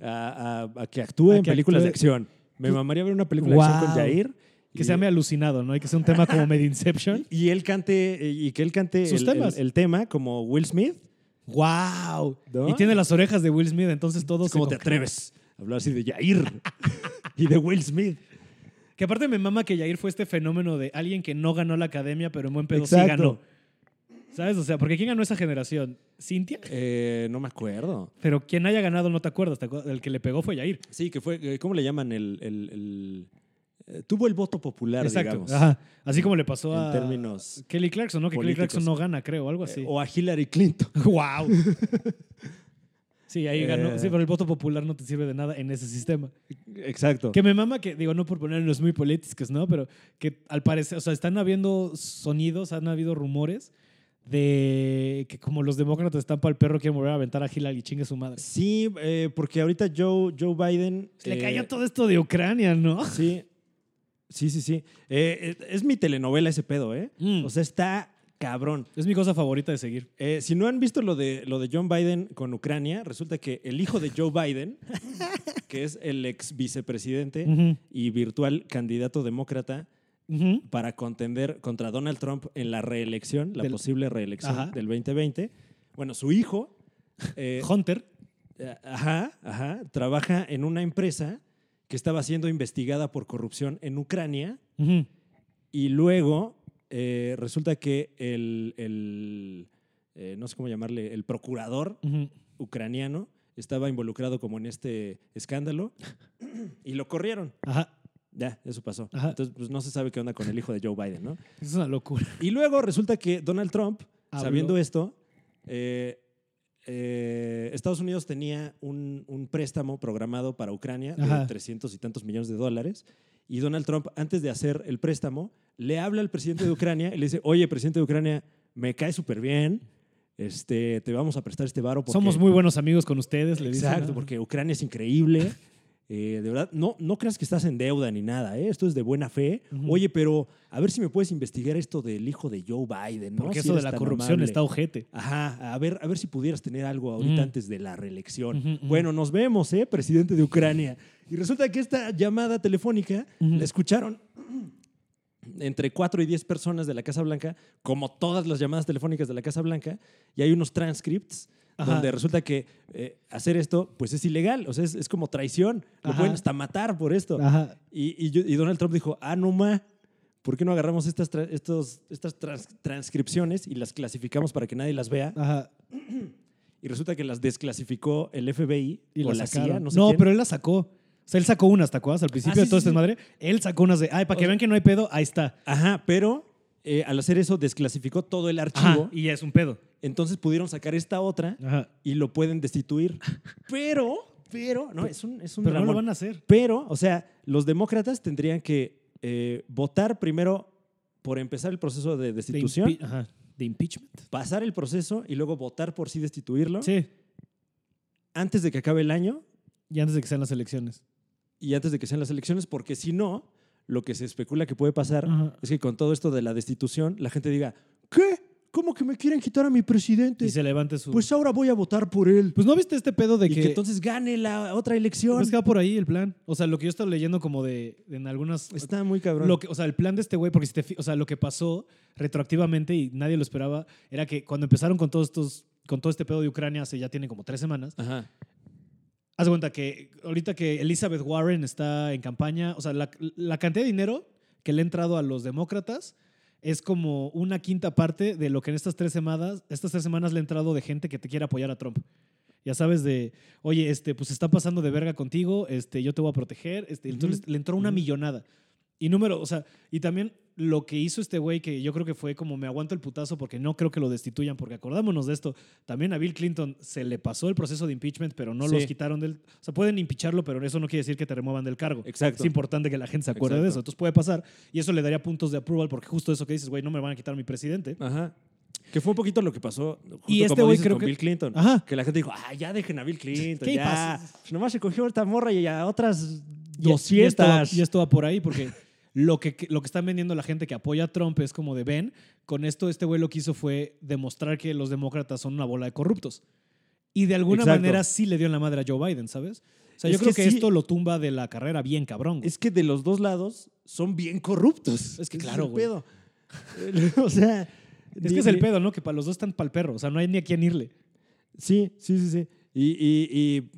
Speaker 2: a, a- a que actúe
Speaker 1: A
Speaker 2: en
Speaker 1: que
Speaker 2: películas de
Speaker 1: actúe.
Speaker 2: acción. Me mamaría ver una película de acción
Speaker 1: Guau.
Speaker 2: con Jair.
Speaker 1: Que
Speaker 2: y-
Speaker 1: se llame alucinado, ¿no? Y que sea un tema como medio Inception.
Speaker 2: Y él cante, y que él cante
Speaker 1: Sus
Speaker 2: el, el-
Speaker 1: temas.
Speaker 2: el tema como Will Smith.
Speaker 1: ¡Wow!
Speaker 2: [laughs] ¿No?
Speaker 1: Y tiene las orejas de Will Smith, entonces todo
Speaker 2: Es
Speaker 1: se
Speaker 2: como te
Speaker 1: conge-
Speaker 2: atreves a hablar así de
Speaker 1: [laughs]
Speaker 2: Jair y de Will Smith.
Speaker 1: Que aparte me mama que Jair fue este fenómeno de alguien que no ganó la academia, pero en buen pedo sí
Speaker 2: Exacto.
Speaker 1: ganó. ¿Sabes? O sea, porque ¿quién ganó esa generación? ¿Cintia?
Speaker 2: Eh, no me acuerdo.
Speaker 1: Pero quien haya ganado no te acuerdas, te acuerdas, el que le pegó fue Jair.
Speaker 2: Sí, que fue, eh, ¿cómo le llaman? El, el- el, eh, tuvo el voto popular,
Speaker 1: Exacto.
Speaker 2: digamos.
Speaker 1: Ajá. Así como le pasó
Speaker 2: En
Speaker 1: a
Speaker 2: términos
Speaker 1: Kelly Clarkson, ¿no? Que Kelly
Speaker 2: políticos.
Speaker 1: Clarkson no gana, creo, algo así.
Speaker 2: Eh, o a
Speaker 1: [laughs]
Speaker 2: Hillary Clinton.
Speaker 1: ¡Wow! sí, ahí ganó.
Speaker 2: Eh.
Speaker 1: Sí, pero el voto popular no te sirve de nada en ese sistema.
Speaker 2: Exacto.
Speaker 1: Que me mama que, digo, no por ponernos muy políticos, ¿no? Pero que al parecer, o sea, están habiendo sonidos, han habido rumores de que como los demócratas están para el perro, quieren volver a aventar a Hillary y chingue su madre.
Speaker 2: Sí, eh, porque ahorita Joe, Joe Biden.
Speaker 1: Le
Speaker 2: eh,
Speaker 1: cayó todo esto de Ucrania, ¿no?
Speaker 2: Sí, sí, sí. sí. Eh, eh, es mi telenovela ese pedo, ¿eh?
Speaker 1: Mm.
Speaker 2: O sea, está cabrón.
Speaker 1: Es mi cosa favorita de seguir.
Speaker 2: Eh, si no han visto lo de, lo de John Biden con Ucrania, resulta que el hijo de
Speaker 1: [laughs]
Speaker 2: Joe Biden, que es el ex vicepresidente
Speaker 1: Ujú.
Speaker 2: y virtual candidato demócrata,
Speaker 1: Ujú.
Speaker 2: para contender contra Donald Trump en la reelección, la
Speaker 1: Del-
Speaker 2: posible reelección
Speaker 1: Ajá.
Speaker 2: del 2020. Bueno, su hijo,
Speaker 1: [laughs]
Speaker 2: eh,
Speaker 1: Hunter.
Speaker 2: eh, ajá, ajá, trabaja en una empresa que estaba siendo investigada por corrupción en Ucrania
Speaker 1: Ujú.
Speaker 2: y luego eh, resulta que el, el, eh, no sé cómo llamarle, el procurador
Speaker 1: Ujú.
Speaker 2: ucraniano estaba involucrado como en este
Speaker 1: [laughs]
Speaker 2: escándalo y lo corrieron.
Speaker 1: Ajá.
Speaker 2: Ya, eso pasó.
Speaker 1: Ajá.
Speaker 2: Entonces, pues no se sabe qué onda con el hijo de Joe Biden, ¿no?
Speaker 1: Es una locura.
Speaker 2: Y luego resulta que Donald Trump,
Speaker 1: Habló.
Speaker 2: sabiendo esto, eh, eh, Estados Unidos tenía un, un préstamo programado para Ucrania
Speaker 1: Ajá.
Speaker 2: de 300 y tantos millones de dólares. Y Donald Trump, antes de hacer el préstamo, le habla al presidente de Ucrania y le dice, oye, presidente de Ucrania, me cae súper bien, este, te vamos a prestar este varo. porque-
Speaker 1: Somos muy buenos amigos con ustedes, le dicen.
Speaker 2: Exacto,
Speaker 1: ¿no?
Speaker 2: porque Ucrania es increíble. Eh, de verdad, no, no creas que estás en deuda ni nada, ¿eh? esto es de buena fe.
Speaker 1: Ujú.
Speaker 2: Oye, pero a ver si me puedes investigar esto del hijo de Joe Biden. ¿no?
Speaker 1: Porque
Speaker 2: Si
Speaker 1: eso de
Speaker 2: eres
Speaker 1: la
Speaker 2: tan
Speaker 1: corrupción
Speaker 2: amable.
Speaker 1: está ojete.
Speaker 2: Ajá, a ver, a ver si pudieras tener algo ahorita
Speaker 1: Mm.
Speaker 2: antes de la reelección.
Speaker 1: Ujú, ujú.
Speaker 2: Bueno, nos vemos, ¿eh? presidente de Ucrania. Y resulta que esta llamada telefónica
Speaker 1: Ujú.
Speaker 2: la escucharon entre 4 y 10 personas de la Casa Blanca, como todas las llamadas telefónicas de la Casa Blanca, y hay unos transcripts
Speaker 1: Ajá.
Speaker 2: donde resulta que eh, hacer esto pues es ilegal, o sea, es, es como traición, lo
Speaker 1: Ajá.
Speaker 2: pueden hasta matar por esto.
Speaker 1: Ajá.
Speaker 2: Y, y yo- y Donald Trump dijo, ah, no ma, ¿por qué no agarramos estas, tra- estos- estas trans- transcripciones y las clasificamos para que nadie las vea?
Speaker 1: Ajá.
Speaker 2: Y resulta que las desclasificó el FBI
Speaker 1: Y
Speaker 2: o
Speaker 1: la
Speaker 2: la CIA,
Speaker 1: sacaron.
Speaker 2: no
Speaker 1: no,
Speaker 2: sé quién.
Speaker 1: pero él la sacó. O sea, él sacó unas, ¿te acuerdas? Al principio
Speaker 2: Ah, sí,
Speaker 1: de todo
Speaker 2: sí,
Speaker 1: este
Speaker 2: sí.
Speaker 1: madre, él sacó unas de, ay, para que
Speaker 2: O-
Speaker 1: vean que no hay pedo, ahí está.
Speaker 2: Ajá, pero eh, al hacer eso desclasificó todo el archivo.
Speaker 1: Ajá, y ya es un pedo.
Speaker 2: Entonces pudieron sacar esta otra
Speaker 1: Ajá.
Speaker 2: y lo pueden destituir. Pero, pero, no, es un, es un
Speaker 1: Pero no lo
Speaker 2: dramón.
Speaker 1: van a hacer.
Speaker 2: Pero, o sea, los demócratas tendrían que eh, votar primero por empezar el proceso de
Speaker 1: De
Speaker 2: destitución,
Speaker 1: impi- Ajá. De impeachment.
Speaker 2: pasar el proceso y luego votar por sí destituirlo
Speaker 1: Sí.
Speaker 2: antes de que acabe el año
Speaker 1: Y antes de que sean las elecciones.
Speaker 2: y antes de que sean las elecciones, porque si no, lo que se especula que puede pasar
Speaker 1: Ajá.
Speaker 2: es que con todo esto de la destitución, la gente diga, ¿qué? ¿Cómo que me quieren quitar a mi presidente?
Speaker 1: Y se levante su.
Speaker 2: Pues ahora voy a votar por él.
Speaker 1: Pues, no viste este pedo de
Speaker 2: y
Speaker 1: que. Pues,
Speaker 2: que entonces gane la otra
Speaker 1: Pero
Speaker 2: elección.
Speaker 1: es que va por ahí el plan. O sea, lo que yo estaba leyendo como de. En algunas.
Speaker 2: Está muy cabrón.
Speaker 1: Lo que, o sea, el plan de este güey, porque si te fi- o sea, lo que pasó retroactivamente y nadie lo esperaba, era que cuando empezaron con todos estos, con todo este pedo de Ucrania hace ya tiene como tres semanas,
Speaker 2: Ajá.
Speaker 1: haz de cuenta que ahorita que Elizabeth Warren está en campaña, o sea, la, la cantidad de dinero que le ha entrado a los demócratas es como una quinta parte de lo que en estas tres semanas, estas tres semanas le ha entrado de gente que te quiere apoyar a Trump. Ya sabes de, oye, este, pues está pasando de verga contigo, este, yo te voy a proteger. Este, Entonces
Speaker 2: Ujú,
Speaker 1: le entró una
Speaker 2: ujú.
Speaker 1: millonada. Y número, o sea, y también lo que hizo este güey, que yo creo que fue como me aguanto el putazo porque no creo que lo destituyan, porque acordámonos de esto, también a Bill Clinton se le pasó el proceso de impeachment, pero no
Speaker 2: Sí.
Speaker 1: los quitaron del... O sea, pueden impicharlo, pero eso no quiere decir que te remuevan del cargo.
Speaker 2: Exacto.
Speaker 1: Es importante que la gente se acuerde de
Speaker 2: Exacto.
Speaker 1: eso. Entonces puede pasar y eso le daría puntos de approval porque justo eso que dices, güey, no me van a quitar a mi presidente.
Speaker 2: Ajá. Que fue un poquito lo que pasó justo
Speaker 1: Y este
Speaker 2: como
Speaker 1: güey
Speaker 2: dices,
Speaker 1: creo
Speaker 2: con
Speaker 1: que-
Speaker 2: Bill Clinton.
Speaker 1: Ajá.
Speaker 2: Que la gente dijo, ah, ya dejen a Bill Clinton.
Speaker 1: ¿Qué
Speaker 2: ya.
Speaker 1: pasa?
Speaker 2: Pues Nomás se cogió esta morra y a otras
Speaker 1: Y- Y esto, va,
Speaker 2: 200.
Speaker 1: y esto va por ahí porque lo que, que- lo que están vendiendo la gente que apoya a Trump es como de ven, con esto este güey lo que hizo fue demostrar que los demócratas son una bola de corruptos. Y de alguna
Speaker 2: Exacto.
Speaker 1: manera sí le dio en la madre a Joe Biden, ¿sabes? O sea,
Speaker 2: Es
Speaker 1: yo creo
Speaker 2: que
Speaker 1: que,
Speaker 2: sí.
Speaker 1: esto lo tumba de la carrera bien cabrón. güey.
Speaker 2: Es que de los dos lados son bien corruptos.
Speaker 1: Es que
Speaker 2: Ese
Speaker 1: claro,
Speaker 2: el
Speaker 1: güey. [laughs]
Speaker 2: pedo. o sea.
Speaker 1: Es, que es el pedo, ¿no? Que para los dos están para el perro. O sea, no hay ni a quién irle.
Speaker 2: Sí, sí, sí, sí. Y, y,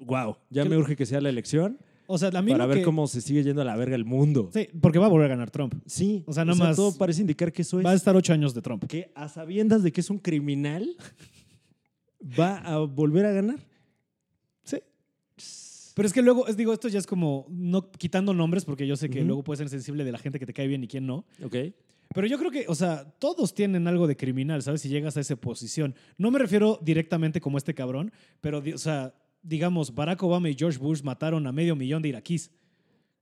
Speaker 2: wow, ya
Speaker 1: ¿Qué-
Speaker 2: me urge que sea la elección
Speaker 1: O sea, a mí
Speaker 2: para
Speaker 1: lo
Speaker 2: ver
Speaker 1: que-
Speaker 2: cómo se sigue yendo a la verga el mundo.
Speaker 1: Sí, porque va a volver a ganar Trump.
Speaker 2: Sí.
Speaker 1: O sea, nada más-
Speaker 2: Todo parece indicar que eso es.
Speaker 1: Va a estar ocho años de Trump.
Speaker 2: que a sabiendas de que es
Speaker 1: [laughs]
Speaker 2: un criminal, va a volver a ganar.
Speaker 1: Sí. Pero es que luego, es, digo, esto ya es como, no quitando nombres, porque yo sé que
Speaker 2: Ujú.
Speaker 1: luego puede ser sensible de la gente que te cae bien y quién no.
Speaker 2: Ok.
Speaker 1: Pero yo creo que, o sea, todos tienen algo de criminal, ¿sabes? Si llegas a esa posición. No me refiero directamente como este cabrón, pero, di- o sea, digamos, Barack Obama y George Bush mataron a medio millón de iraquíes.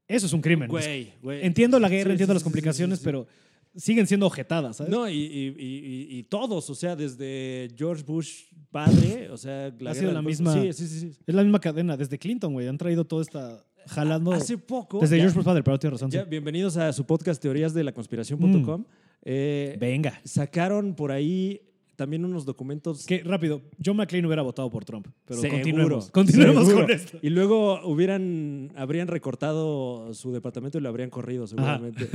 Speaker 1: Eso es un crimen.
Speaker 2: Güey, güey.
Speaker 1: Entiendo la guerra,
Speaker 2: Sí,
Speaker 1: entiendo
Speaker 2: sí,
Speaker 1: las
Speaker 2: sí, sí,
Speaker 1: complicaciones,
Speaker 2: sí, sí.
Speaker 1: pero siguen siendo ojetadas, ¿sabes?
Speaker 2: No, y, y- y- y- y todos, o sea, desde George Bush padre, o sea, la
Speaker 1: Ha sido la
Speaker 2: guerra del-
Speaker 1: misma-
Speaker 2: Sí, sí, sí. sí.
Speaker 1: Es la misma cadena, desde Clinton, güey. Han traído toda esta jalando.
Speaker 2: Hace poco.
Speaker 1: desde
Speaker 2: ya-
Speaker 1: George Bush Mm. padre, pero tienes razón. sí.
Speaker 2: ya, bienvenidos a su podcast Teorías de la Conspiración.com. Eh,
Speaker 1: Venga.
Speaker 2: sacaron por ahí también unos documentos.
Speaker 1: Que rápido, John McClane hubiera votado por Trump, pero
Speaker 2: Seguro,
Speaker 1: continuemos, continuemos
Speaker 2: seguro.
Speaker 1: con esto.
Speaker 2: Y luego hubieran, habrían recortado su departamento y lo habrían corrido
Speaker 1: [laughs]
Speaker 2: seguramente.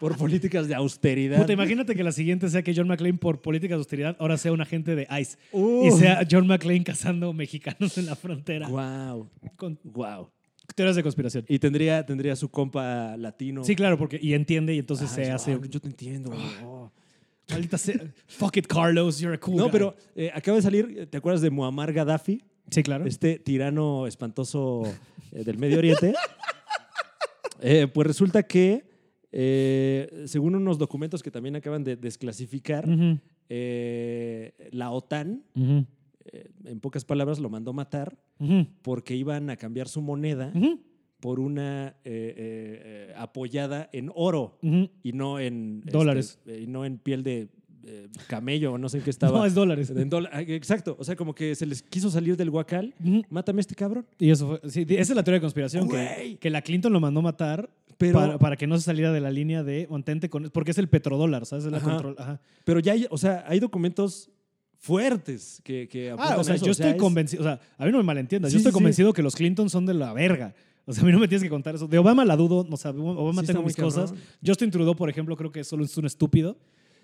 Speaker 2: Por políticas de austeridad.
Speaker 1: Puta, imagínate que la siguiente sea que John McClane por políticas de austeridad ahora sea un agente de ICE
Speaker 2: Uh.
Speaker 1: y sea John McClane cazando mexicanos en la frontera
Speaker 2: Wow,
Speaker 1: con
Speaker 2: wow.
Speaker 1: teorías de conspiración.
Speaker 2: Y tendría, tendría su compa latino.
Speaker 1: Sí, claro, porque y entiende y
Speaker 2: Ah,
Speaker 1: entonces se
Speaker 2: es-
Speaker 1: hace
Speaker 2: ah, Yo te entiendo.
Speaker 1: Ah.
Speaker 2: oh.
Speaker 1: maldita sea, fuck it Carlos, you're a cool
Speaker 2: No,
Speaker 1: guy.
Speaker 2: pero eh, acaba de salir, eh, ¿te acuerdas de Muammar Gaddafi?
Speaker 1: sí, claro.
Speaker 2: Este tirano espantoso eh, del Medio Oriente. [laughs] Eh, pues resulta que, eh, según unos documentos que también acaban de desclasificar,
Speaker 1: Ujú,
Speaker 2: eh, la OTAN,
Speaker 1: ujú,
Speaker 2: eh, en pocas palabras, lo mandó matar
Speaker 1: ujú,
Speaker 2: porque iban a cambiar su moneda
Speaker 1: ujú,
Speaker 2: por una eh, eh, eh, apoyada en oro
Speaker 1: ujú.
Speaker 2: y no en este,
Speaker 1: Dólares.
Speaker 2: eh, y no en piel de eh, camello o no sé en qué
Speaker 1: [laughs]
Speaker 2: estaba.
Speaker 1: No, es dólares.
Speaker 2: [laughs] En dola- ah, Exacto, o sea, como que se les quiso salir
Speaker 1: [laughs]
Speaker 2: del huacal.
Speaker 1: Ujú.
Speaker 2: Mátame a este cabrón.
Speaker 1: Y eso fue. sí, esa es la teoría de conspiración.
Speaker 2: Güey.
Speaker 1: Que, que la Clinton lo mandó matar
Speaker 2: Pero-
Speaker 1: para, para que no se saliera de la línea de mantente con. Porque es el petrodólar, ¿sabes? Es la
Speaker 2: Ajá.
Speaker 1: control. Ajá.
Speaker 2: Pero ya hay, o sea, hay documentos fuertes que, que apuntan
Speaker 1: Ah, o
Speaker 2: a
Speaker 1: sea,
Speaker 2: eso,
Speaker 1: yo estoy
Speaker 2: es-
Speaker 1: convencido. [laughs] O sea, a mí no me malentiendas.
Speaker 2: Sí,
Speaker 1: yo estoy
Speaker 2: sí, sí.
Speaker 1: convencido que los Clinton son de la verga. O sea, a mí no me tienes que contar eso. De Obama la dudo. O sea, Obama
Speaker 2: Sí, está
Speaker 1: tengo
Speaker 2: muy
Speaker 1: mis cosas.
Speaker 2: cabrón.
Speaker 1: Justin Trudeau, por ejemplo, creo que solo es un estúpido.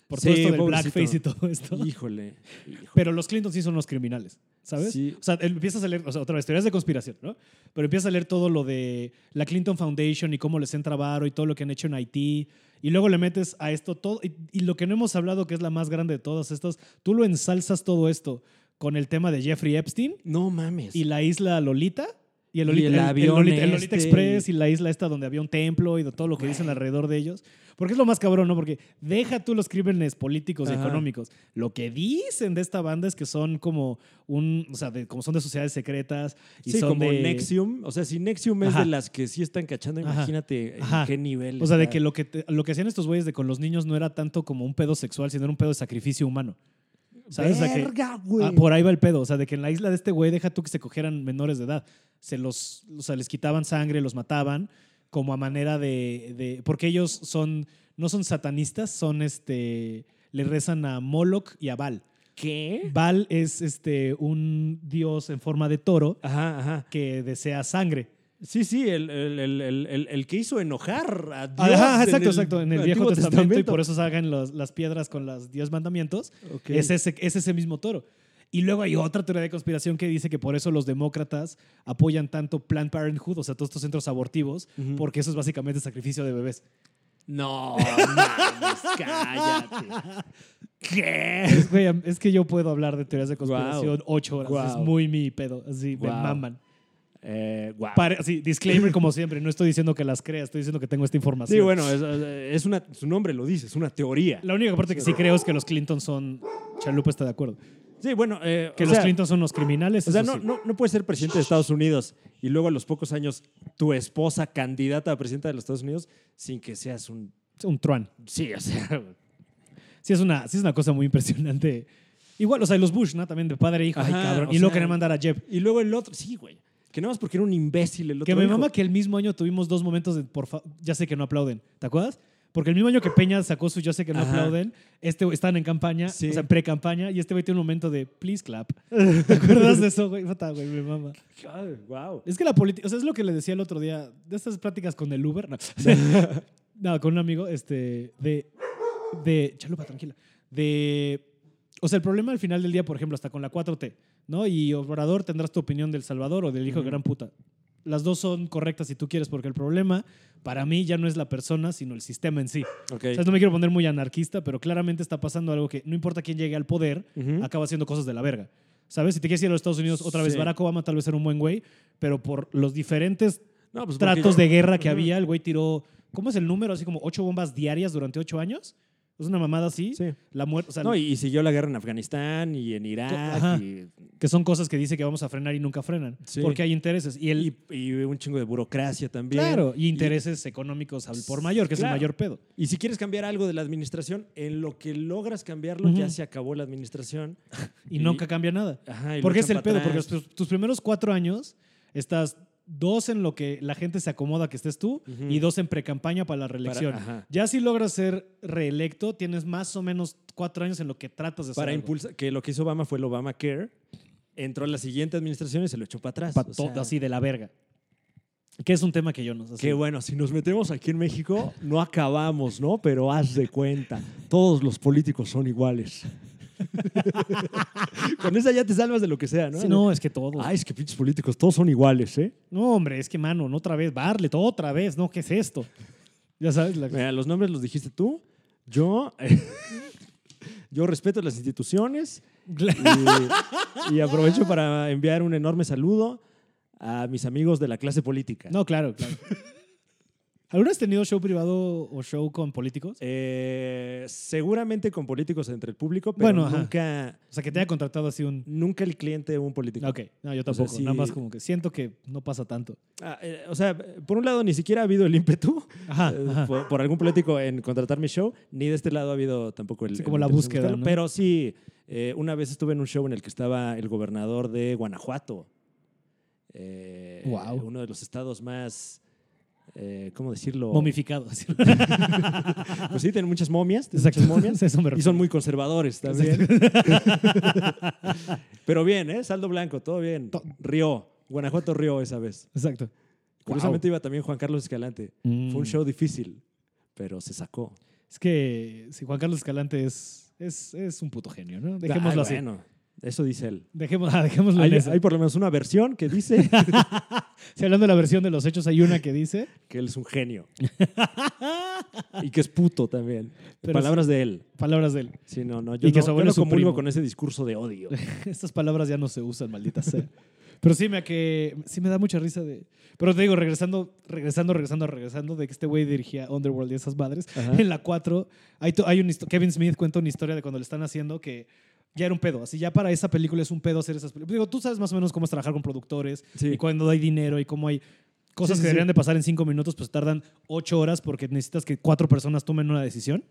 Speaker 1: Por
Speaker 2: Sí,
Speaker 1: todo esto del
Speaker 2: pobrecito.
Speaker 1: blackface y todo esto.
Speaker 2: Híjole. híjole.
Speaker 1: Pero los Clinton sí son los criminales, ¿sabes?
Speaker 2: Sí.
Speaker 1: O sea, él- empiezas a leer, o sea, otra vez, teorías de conspiración, ¿no? Pero empiezas a leer todo lo de la Clinton Foundation y cómo les entra varo y todo lo que han hecho en Haití. Y luego le metes a esto todo. Y, y lo que no hemos hablado, que es la más grande de todas estas, tú lo ensalzas todo esto con el tema de Jeffrey Epstein
Speaker 2: No mames.
Speaker 1: y la isla Lolita. Y el
Speaker 2: Y
Speaker 1: Lolita,
Speaker 2: el
Speaker 1: el- el
Speaker 2: avión
Speaker 1: Lolita- el Lolita
Speaker 2: este
Speaker 1: Express y la isla esta donde había un templo y de todo lo que dicen alrededor de ellos. Porque es lo más cabrón, ¿no? Porque deja tú los crímenes políticos y
Speaker 2: Ajá.
Speaker 1: económicos. Lo que dicen de esta banda es que son como un. O sea, de- como son de sociedades secretas y
Speaker 2: sí,
Speaker 1: son
Speaker 2: como
Speaker 1: de-
Speaker 2: Nexium. O sea, si Nexium
Speaker 1: Ajá.
Speaker 2: es de las que sí están cachando,
Speaker 1: Ajá.
Speaker 2: imagínate en
Speaker 1: Ajá.
Speaker 2: qué nivel.
Speaker 1: O sea, de
Speaker 2: está.
Speaker 1: que lo que, te- lo que hacían estos güeyes de con los niños no era tanto como un pedo sexual, sino era un pedo de sacrificio humano. ¿Sabes? O sea, que-
Speaker 3: Verga, güey.
Speaker 1: Ah, por ahí va el pedo. O sea, de que en la isla de este güey deja tú que se cogieran menores de edad. Se los, o sea, les quitaban sangre, los mataban, como a manera de, de- Porque ellos son. No son satanistas, son este. Le rezan a Moloch y a Baal.
Speaker 2: ¿Qué?
Speaker 1: Baal es este un dios en forma de toro
Speaker 2: Ajá, ajá.
Speaker 1: que desea sangre.
Speaker 2: Sí, sí, el, el- el- el- el- el que hizo enojar a Dios.
Speaker 1: Ajá,
Speaker 2: en
Speaker 1: exacto,
Speaker 2: el
Speaker 1: exacto. En el
Speaker 2: Antiguo
Speaker 1: Viejo Testamento, y por eso sacan los- las piedras con los diez mandamientos.
Speaker 2: Ok.
Speaker 1: Es, ese, es ese mismo toro. Y luego hay otra teoría de conspiración que dice que por eso los demócratas apoyan tanto Planned Parenthood, o sea, todos estos centros abortivos,
Speaker 2: Ujú.
Speaker 1: porque eso es básicamente sacrificio de bebés. [laughs]
Speaker 2: No, mames, cállate. ¿Qué?
Speaker 1: Es, güey, es que yo puedo hablar de teorías de conspiración ocho horas.
Speaker 2: Guau.
Speaker 1: Es muy mi pedo. Así me
Speaker 2: Guau.
Speaker 1: maman.
Speaker 2: Eh, guau.
Speaker 1: Pare- así, disclaimer como siempre. No estoy diciendo que las creas, estoy diciendo que tengo esta información.
Speaker 2: Sí, bueno, es, es una, su nombre lo dice, es una teoría.
Speaker 1: La única parte que sí creo es que los Clinton son... Chalupa está de acuerdo.
Speaker 2: Sí, bueno, eh,
Speaker 1: Que
Speaker 2: o
Speaker 1: los
Speaker 2: sea,
Speaker 1: Clinton son los criminales.
Speaker 2: O sea,
Speaker 1: eso
Speaker 2: no,
Speaker 1: sí.
Speaker 2: no, no puedes ser presidente de Estados Unidos y luego a los pocos años tu esposa candidata a presidenta de los Estados Unidos sin que seas un...
Speaker 1: Un truán.
Speaker 2: Sí, o sea... [laughs]
Speaker 1: sí es una, sí es una cosa muy impresionante. Igual, o sea, los Bush, ¿no? También de padre e hijo. ay,
Speaker 2: Ajá,
Speaker 1: cabrón.
Speaker 2: o
Speaker 1: Y luego
Speaker 2: sea,
Speaker 1: querían mandar a Jeb.
Speaker 2: Y luego el otro, sí, güey. Que nada más porque era un imbécil el otro.
Speaker 1: Que me
Speaker 2: hijo.
Speaker 1: mama que el mismo año tuvimos dos momentos de, por fa- ya sé que no aplauden, ¿te acuerdas? Porque el mismo año que Peña sacó su ya sé que no
Speaker 2: Ajá.
Speaker 1: aplauden, este güey- estaban en campaña,
Speaker 2: Sí.
Speaker 1: o sea, en pre-campaña, y este güey tiene un momento de please clap. [laughs] ¿Te acuerdas de eso, güey? Puta, güey, me mama.
Speaker 2: Ay, Wow.
Speaker 1: Es que la política, o sea, es lo que le decía el otro día, de estas pláticas con el
Speaker 2: [laughs]
Speaker 1: Uber, no, No, con un amigo, este, de, de, chalupa, tranquila, de, o sea, el problema al final del día, por ejemplo, hasta con la 4T, ¿no? Y Obrador tendrás tu opinión del Salvador o del hijo de
Speaker 2: Ujú.
Speaker 1: gran puta. Las dos son correctas si tú quieres, porque el problema para mí ya no es la persona, sino el sistema en sí.
Speaker 2: Ok.
Speaker 1: O sea, no me quiero poner muy anarquista, pero claramente está pasando algo que no importa quién llegue al poder,
Speaker 2: Ujú.
Speaker 1: acaba haciendo cosas de la verga. ¿Sabes? Si te quieres ir a los Estados Unidos, otra vez
Speaker 2: Sí.
Speaker 1: Barack Obama tal vez era un buen güey, pero por los diferentes
Speaker 2: No, pues porque-
Speaker 1: tratos de guerra que
Speaker 2: Ujú.
Speaker 1: había, el güey tiró, ¿cómo es el número? Así como ocho bombas diarias durante ocho años. Es una mamada así.
Speaker 2: Sí.
Speaker 1: La muerte, o sea,
Speaker 2: No, y, y siguió la guerra en Afganistán y en Irak
Speaker 1: Ajá.
Speaker 2: y,
Speaker 1: que son cosas que dice que vamos a frenar y nunca frenan.
Speaker 2: Sí.
Speaker 1: Porque hay intereses. Y el,
Speaker 2: y- y un chingo de burocracia también.
Speaker 1: claro, y intereses económicos al por mayor, que
Speaker 2: Claro.
Speaker 1: es el mayor pedo.
Speaker 2: Y si quieres cambiar algo de la administración, en lo que logras cambiarlo
Speaker 1: Ujú.
Speaker 2: ya se acabó la administración.
Speaker 1: Y,
Speaker 2: Y-
Speaker 1: nunca cambia nada.
Speaker 2: Ajá, y lo
Speaker 1: Porque es
Speaker 2: echan
Speaker 1: el
Speaker 2: pa'
Speaker 1: pedo, porque
Speaker 2: atrás.
Speaker 1: tus, tus primeros cuatro años estás dos en lo que la gente se acomoda que estés tú
Speaker 2: Ujú.
Speaker 1: y dos en precampaña para la reelección.
Speaker 2: ajá.
Speaker 1: ya si logras ser reelecto, tienes más o menos cuatro años en lo que tratas de
Speaker 2: Para
Speaker 1: hacer. algo.
Speaker 2: impulsar, que lo que hizo Obama fue el Obamacare. Entró a la siguiente administración y se lo echó para atrás.
Speaker 1: Pa'
Speaker 2: o
Speaker 1: todo,
Speaker 2: sea,
Speaker 1: así de la verga. Que es un tema que yo no sé.
Speaker 2: Que bueno, si nos metemos aquí en México, no acabamos, ¿no? Pero haz de cuenta, todos los políticos son iguales. [laughs] Con esa ya te salvas de lo que sea, ¿no?
Speaker 1: Sí, no, es que todo.
Speaker 2: Ah, es que pinches políticos, todos son iguales, ¿eh?
Speaker 1: No, hombre, es que mano, no otra vez, Barlet, otra vez, no, ¿qué es esto? Ya sabes, la-
Speaker 2: Mira, los nombres los dijiste tú. Yo, [laughs] yo respeto las instituciones y, y aprovecho para enviar un enorme saludo a mis amigos de la clase política.
Speaker 1: [laughs] No, claro, claro. ¿Alguna vez tenido show privado o show con políticos?
Speaker 2: Eh, seguramente con políticos entre el público, pero
Speaker 1: Bueno, ajá.
Speaker 2: nunca,
Speaker 1: O sea, que te haya contratado así un...
Speaker 2: nunca el cliente un político.
Speaker 1: Ok, no, yo tampoco.
Speaker 2: sí.
Speaker 1: Nada más como que siento que no pasa tanto.
Speaker 2: Ah, eh, o sea, por un lado, ni siquiera ha habido el [laughs] ímpetu
Speaker 1: Ajá,
Speaker 2: eh,
Speaker 1: ajá.
Speaker 2: Por, por algún político en contratar mi show, ni de este lado ha habido tampoco el.
Speaker 1: Sí,
Speaker 2: el
Speaker 1: como la
Speaker 2: interés en
Speaker 1: búsqueda,
Speaker 2: buscarlo,
Speaker 1: ¿no?
Speaker 2: Pero sí, eh, una vez estuve en un show en el que estaba el gobernador de Guanajuato. eh,
Speaker 1: Guau.
Speaker 2: Uno de los estados más. eh, ¿Cómo decirlo?
Speaker 1: Momificado.
Speaker 2: [laughs]
Speaker 1: así.
Speaker 2: Pues sí, tienen muchas momias.
Speaker 1: [laughs]
Speaker 2: tienen
Speaker 1: Exacto.
Speaker 2: muchas momias.
Speaker 1: Eso me
Speaker 2: Y
Speaker 1: refiero.
Speaker 2: son muy conservadores también.
Speaker 1: [laughs]
Speaker 2: [laughs] Pero bien, ¿eh? Saldo blanco, todo bien.
Speaker 1: To-
Speaker 2: Río. Guanajuato rió esa vez.
Speaker 1: Exacto.
Speaker 2: Curiosamente iba también Juan Carlos Escalante. Fue
Speaker 1: Mm.
Speaker 2: un show difícil, pero se sacó.
Speaker 1: Es que si Juan Carlos Escalante es, es, es un puto genio, ¿no? Dejémoslo
Speaker 2: Ah,
Speaker 1: así.
Speaker 2: Bueno, eso dice él.
Speaker 1: Dejemo- ah, [laughs] dejémoslo en
Speaker 2: Hay,
Speaker 1: eso.
Speaker 2: hay por lo menos una versión
Speaker 1: [laughs]
Speaker 2: que dice
Speaker 1: Si hablando de la versión de los hechos, hay una que dice...
Speaker 2: que él es
Speaker 1: [laughs]
Speaker 2: un genio. y que es puto también.
Speaker 1: Pero
Speaker 2: Palabras de él.
Speaker 1: Palabras de él.
Speaker 2: Sí, no, no. Yo,
Speaker 1: Y que
Speaker 2: no,
Speaker 1: su
Speaker 2: yo
Speaker 1: abuelo
Speaker 2: no
Speaker 1: es su
Speaker 2: comulgo
Speaker 1: primo.
Speaker 2: con ese discurso
Speaker 1: [laughs]
Speaker 2: de odio.
Speaker 1: Estas palabras ya no se usan, maldita sea. Pero sí me, que, sí me da mucha risa de... Pero te digo, regresando, regresando, regresando, regresando, de que este güey dirigía Underworld y esas madres.
Speaker 2: Ajá.
Speaker 1: En la 4, hay, to- hay un, histo- Kevin Smith cuenta una historia de cuando le están haciendo que ya era un pedo. Así ya para esa película es un pedo hacer esas películas. Digo, tú sabes más o menos cómo es trabajar con productores
Speaker 2: Sí.
Speaker 1: y cuando hay dinero y cómo hay... Cosas
Speaker 2: Sí, sí,
Speaker 1: que
Speaker 2: sí.
Speaker 1: deberían de pasar en cinco minutos, pues tardan ocho horas porque necesitas que cuatro personas tomen una decisión.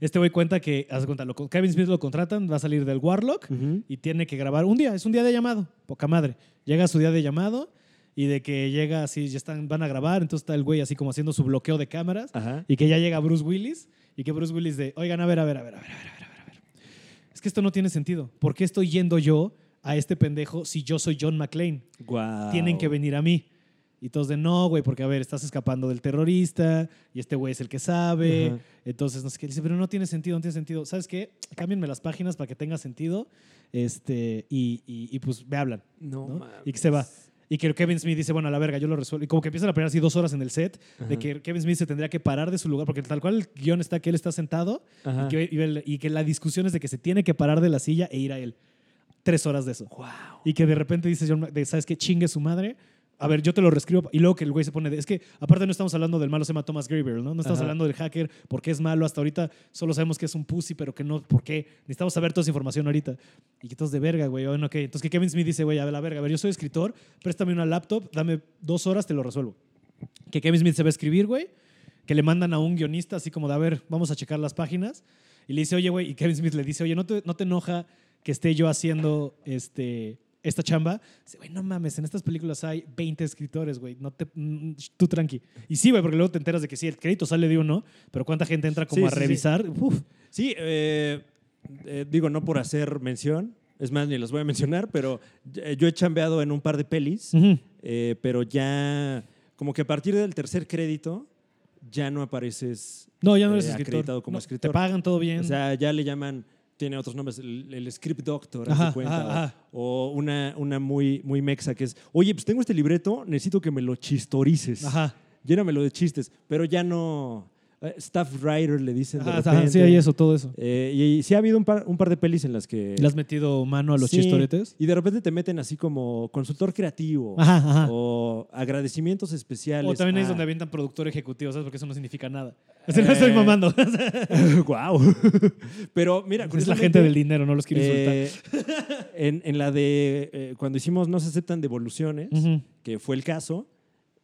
Speaker 1: Este güey cuenta que, haz de cuenta, lo con- Kevin Smith lo contratan, va a salir del Warlock
Speaker 2: Ujú.
Speaker 1: y tiene que grabar un día, es un día de llamado, poca madre. Llega su día de llamado y de que llega así, ya están, van a grabar, entonces está el güey así como haciendo su bloqueo de cámaras
Speaker 2: Ajá.
Speaker 1: y que ya llega Bruce Willis y que Bruce Willis de, oigan, a ver, a ver, a ver, a ver, a ver, a ver, a ver. Es que esto no tiene sentido. ¿Por qué estoy yendo yo a este pendejo si yo soy John McClane?
Speaker 2: Guau.
Speaker 1: tienen que venir a mí. Y todos de no, güey, porque a ver, estás escapando del terrorista y este güey es el que sabe.
Speaker 2: Ajá.
Speaker 1: Entonces, no sé qué. Dice, pero no tiene sentido, no tiene sentido. ¿Sabes qué? Cámbienme las páginas para que tenga sentido. Este, y, y- y, pues me hablan.
Speaker 2: No,
Speaker 1: ¿no?
Speaker 2: mames.
Speaker 1: Y que se va. Y que Kevin Smith dice, bueno, a la verga, yo lo resuelvo. Y como que empiezan a pelear así dos horas en el set, de
Speaker 2: Ajá.
Speaker 1: que Kevin Smith se tendría que parar de su lugar, porque tal cual el guión está que él está sentado
Speaker 2: Ajá.
Speaker 1: y que, y el- y que la discusión es de que se tiene que parar de la silla e ir a él. Tres horas de eso.
Speaker 2: Guau.
Speaker 1: Y que de repente dice John, Mac- de, ¿sabes qué? Chingue su madre. A ver, yo te lo reescribo. Y luego que el güey se pone de, es que aparte no estamos hablando del malo, se llama Thomas Grieber, ¿no? No estamos
Speaker 2: Ajá.
Speaker 1: hablando del hacker porque es malo. Hasta ahorita solo sabemos que es un pussy, pero que no, ¿por qué? Necesitamos saber toda esa información ahorita. Y que todos de verga, güey. Bueno, ok. Entonces que Kevin Smith dice, güey, a ver, la verga, a ver, yo soy escritor, préstame una laptop, dame dos horas, te lo resuelvo. Que Kevin Smith se va a escribir, güey. Que le mandan a un guionista así como de, a ver, vamos a checar las páginas. Y le dice, oye, güey, y Kevin Smith le dice, oye, ¿no te, no te enoja que esté yo haciendo este, esta chamba? Dice, güey, no mames, en estas películas hay 20 escritores, güey, no te, mm, sh- tú tranqui. Y sí, güey, porque luego te enteras de que sí, el crédito sale de uno, pero cuánta gente entra como
Speaker 2: Sí,
Speaker 1: a
Speaker 2: sí, sí.
Speaker 1: revisar. Uf.
Speaker 2: Sí, eh, eh, digo, no por hacer mención, es más, ni las voy a mencionar, pero eh, yo he chambeado en un par de pelis,
Speaker 1: Ujú.
Speaker 2: eh, pero ya, como que a partir del tercer crédito, ya no apareces.
Speaker 1: No, ya no
Speaker 2: eh,
Speaker 1: eres escritor.
Speaker 2: acreditado como
Speaker 1: No,
Speaker 2: escritor.
Speaker 1: Te pagan todo bien.
Speaker 2: O sea, ya le llaman, tiene otros nombres, el, el script doctor, haz de
Speaker 1: Ajá,
Speaker 2: cuenta,
Speaker 1: ajá,
Speaker 2: o-
Speaker 1: ajá.
Speaker 2: o, una, una muy, muy mexa que es, oye, pues tengo este libreto, necesito que me lo chistorices.
Speaker 1: Ajá.
Speaker 2: Llénamelo de chistes, pero ya no. eh, Staff writer le dicen. de
Speaker 1: Ajá, ajá, sí,
Speaker 2: repente.
Speaker 1: hay eso, todo eso.
Speaker 2: Eh, y, y sí ha habido un par, un par de pelis en las que...
Speaker 1: ¿Le has metido mano a los
Speaker 2: eh, Sí,
Speaker 1: chistoretes?
Speaker 2: Y de repente te meten así como consultor creativo
Speaker 1: Ajá, ajá.
Speaker 2: o agradecimientos especiales. Ah.
Speaker 1: O también es
Speaker 2: a-
Speaker 1: donde avientan productor ejecutivo, ¿sabes? Porque eso no significa nada. O sea, no estoy mamando. [laughs] O sea,
Speaker 2: [laughs] ¡Guau! Pero mira,
Speaker 1: es la gente
Speaker 2: curiosamente,
Speaker 1: del dinero, no los quiero insultar.
Speaker 2: eh, en, en la de eh, cuando hicimos No se aceptan devoluciones,
Speaker 1: Ujú.
Speaker 2: que fue el caso,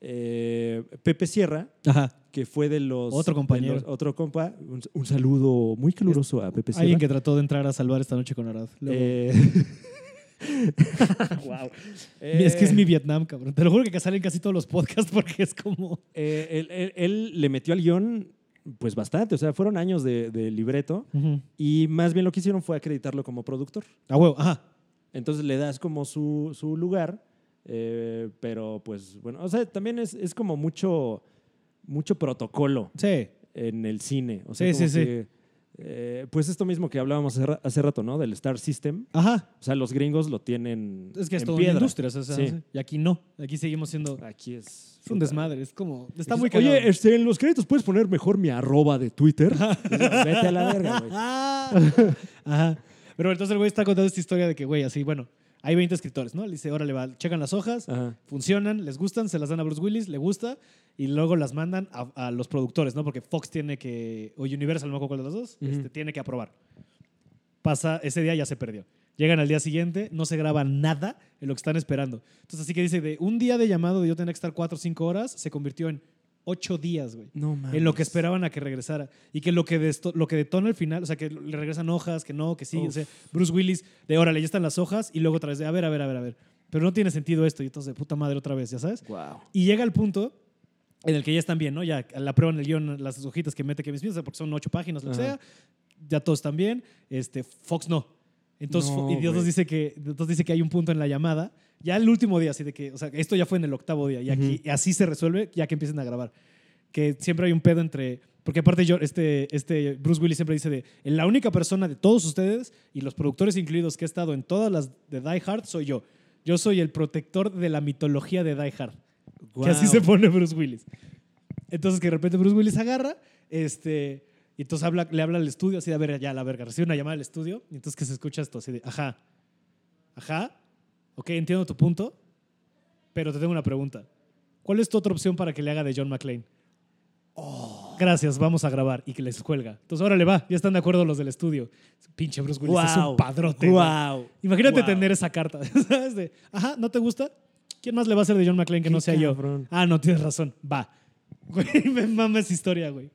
Speaker 2: eh, Pepe Sierra,
Speaker 1: Ajá.
Speaker 2: que fue de los...
Speaker 1: Otro
Speaker 2: de
Speaker 1: compañero.
Speaker 2: los- otro compa. Un, un
Speaker 1: pues
Speaker 2: saludo muy caluroso a Pepe
Speaker 1: Eh,
Speaker 2: Sierra.
Speaker 1: [laughs]
Speaker 2: [laughs]
Speaker 1: Alguien que trató de entrar a salvar esta noche con Arad. Luego,
Speaker 2: Eh, wow.
Speaker 1: es que es mi Vietnam, cabrón. Te lo juro que salen casi todos los podcasts [laughs] porque es como.
Speaker 2: Eh, él, él- él le metió al guión, pues bastante, o sea, fueron años de, de libreto y más bien lo que hicieron fue acreditarlo como productor.
Speaker 1: A huevo, ajá.
Speaker 2: Entonces le das como su, su lugar, eh, pero pues bueno, o sea, también es, es como mucho, mucho protocolo
Speaker 1: Sí.
Speaker 2: en el cine. O sea,
Speaker 1: Sí,
Speaker 2: como
Speaker 1: sí, sí.
Speaker 2: que, eh, pues esto mismo que hablábamos hace, ra- hace rato, ¿no? Del Star System.
Speaker 1: Ajá.
Speaker 2: O sea, los gringos lo tienen
Speaker 1: Es que es
Speaker 2: en
Speaker 1: todo una
Speaker 2: piedra.
Speaker 1: industria, o sea,
Speaker 2: Sí.
Speaker 1: sí. Y aquí no. Aquí seguimos siendo.
Speaker 2: Aquí es...
Speaker 1: Es un desmadre. Es como. Está
Speaker 2: Dices,
Speaker 1: muy cagado. [laughs]
Speaker 2: Oye, este, en los créditos puedes poner mejor mi arroba de Twitter. Y dices, Vete a la verga, güey.
Speaker 1: Ajá. Pero entonces el güey está contando esta historia de que, güey, así, bueno, hay 20 escritores, ¿no? Le dice, órale, va, checan las hojas,
Speaker 2: Ajá.
Speaker 1: funcionan, les gustan, se las dan a Bruce Willis, le gusta, y luego las mandan a, a los productores, ¿no? Porque Fox tiene que, o Universal, no me acuerdo cuál de las dos,
Speaker 2: Ujú.
Speaker 1: este, tiene que aprobar. Pasa, ese día ya se perdió. Llegan al día siguiente, no se graba nada en lo que están esperando. Entonces, así que dice, de un día de llamado de yo tener que estar 4 o 5 horas, se convirtió en 8 días, güey
Speaker 2: No mames.
Speaker 1: en lo que esperaban a que regresara. Y que lo que, desto- lo que detona al final, o sea, que le regresan hojas, que no, que sí.
Speaker 2: Uf.
Speaker 1: O sea, Bruce Willis, de órale, ya están las hojas, y luego otra vez de a ver, a ver, a ver, a ver. Pero no tiene sentido esto, y entonces de puta madre otra vez, ¿ya sabes?
Speaker 2: Wow.
Speaker 1: Y llega el punto en el que ya están bien, ¿no? Ya la prueban el guión, las hojitas que mete Kevin Smith, o sea, porque son ocho páginas, lo que
Speaker 2: Ajá.
Speaker 1: sea. Ya todos están bien. Este, Fox no. Entonces,
Speaker 2: No,
Speaker 1: Fo- y Dios nos
Speaker 2: güey.
Speaker 1: dice que, entonces dice que hay un punto en la llamada. Ya el último día, así de que, o sea, esto ya fue en el octavo día. Y aquí, y así se resuelve ya que empiecen a grabar. Que siempre hay un pedo entre. Porque aparte, yo, este, este Bruce Willis siempre dice de la única persona de todos ustedes y los productores incluidos que he estado en todas las de Die Hard soy yo. Yo soy el protector de la mitología de Die Hard. Que así se pone Bruce Willis. Entonces que de repente Bruce Willis agarra, este, y entonces habla, le habla al estudio así de, a ver, ya la verga, recibe una llamada del estudio, y entonces que se escucha esto así de, ajá, ajá, ok, entiendo tu punto, pero te tengo una pregunta. ¿Cuál es tu otra opción para que le haga de John McClane? Gracias, vamos a grabar y que les cuelga. Entonces, órale, va, ya están de acuerdo los del estudio. Pinche Bruce
Speaker 2: pues,
Speaker 1: Willis es un padrote. güey.
Speaker 2: Wow.
Speaker 1: Imagínate
Speaker 2: Wow.
Speaker 1: tener esa carta. [laughs] ¿sabes? De, Ajá, ¿no te gusta? ¿Quién más le va a hacer de John McClane que
Speaker 2: Qué
Speaker 1: no sea
Speaker 2: cabrón.
Speaker 1: yo? Ah, no, tienes razón. Va. [laughs] Güey, me mama esa historia, güey.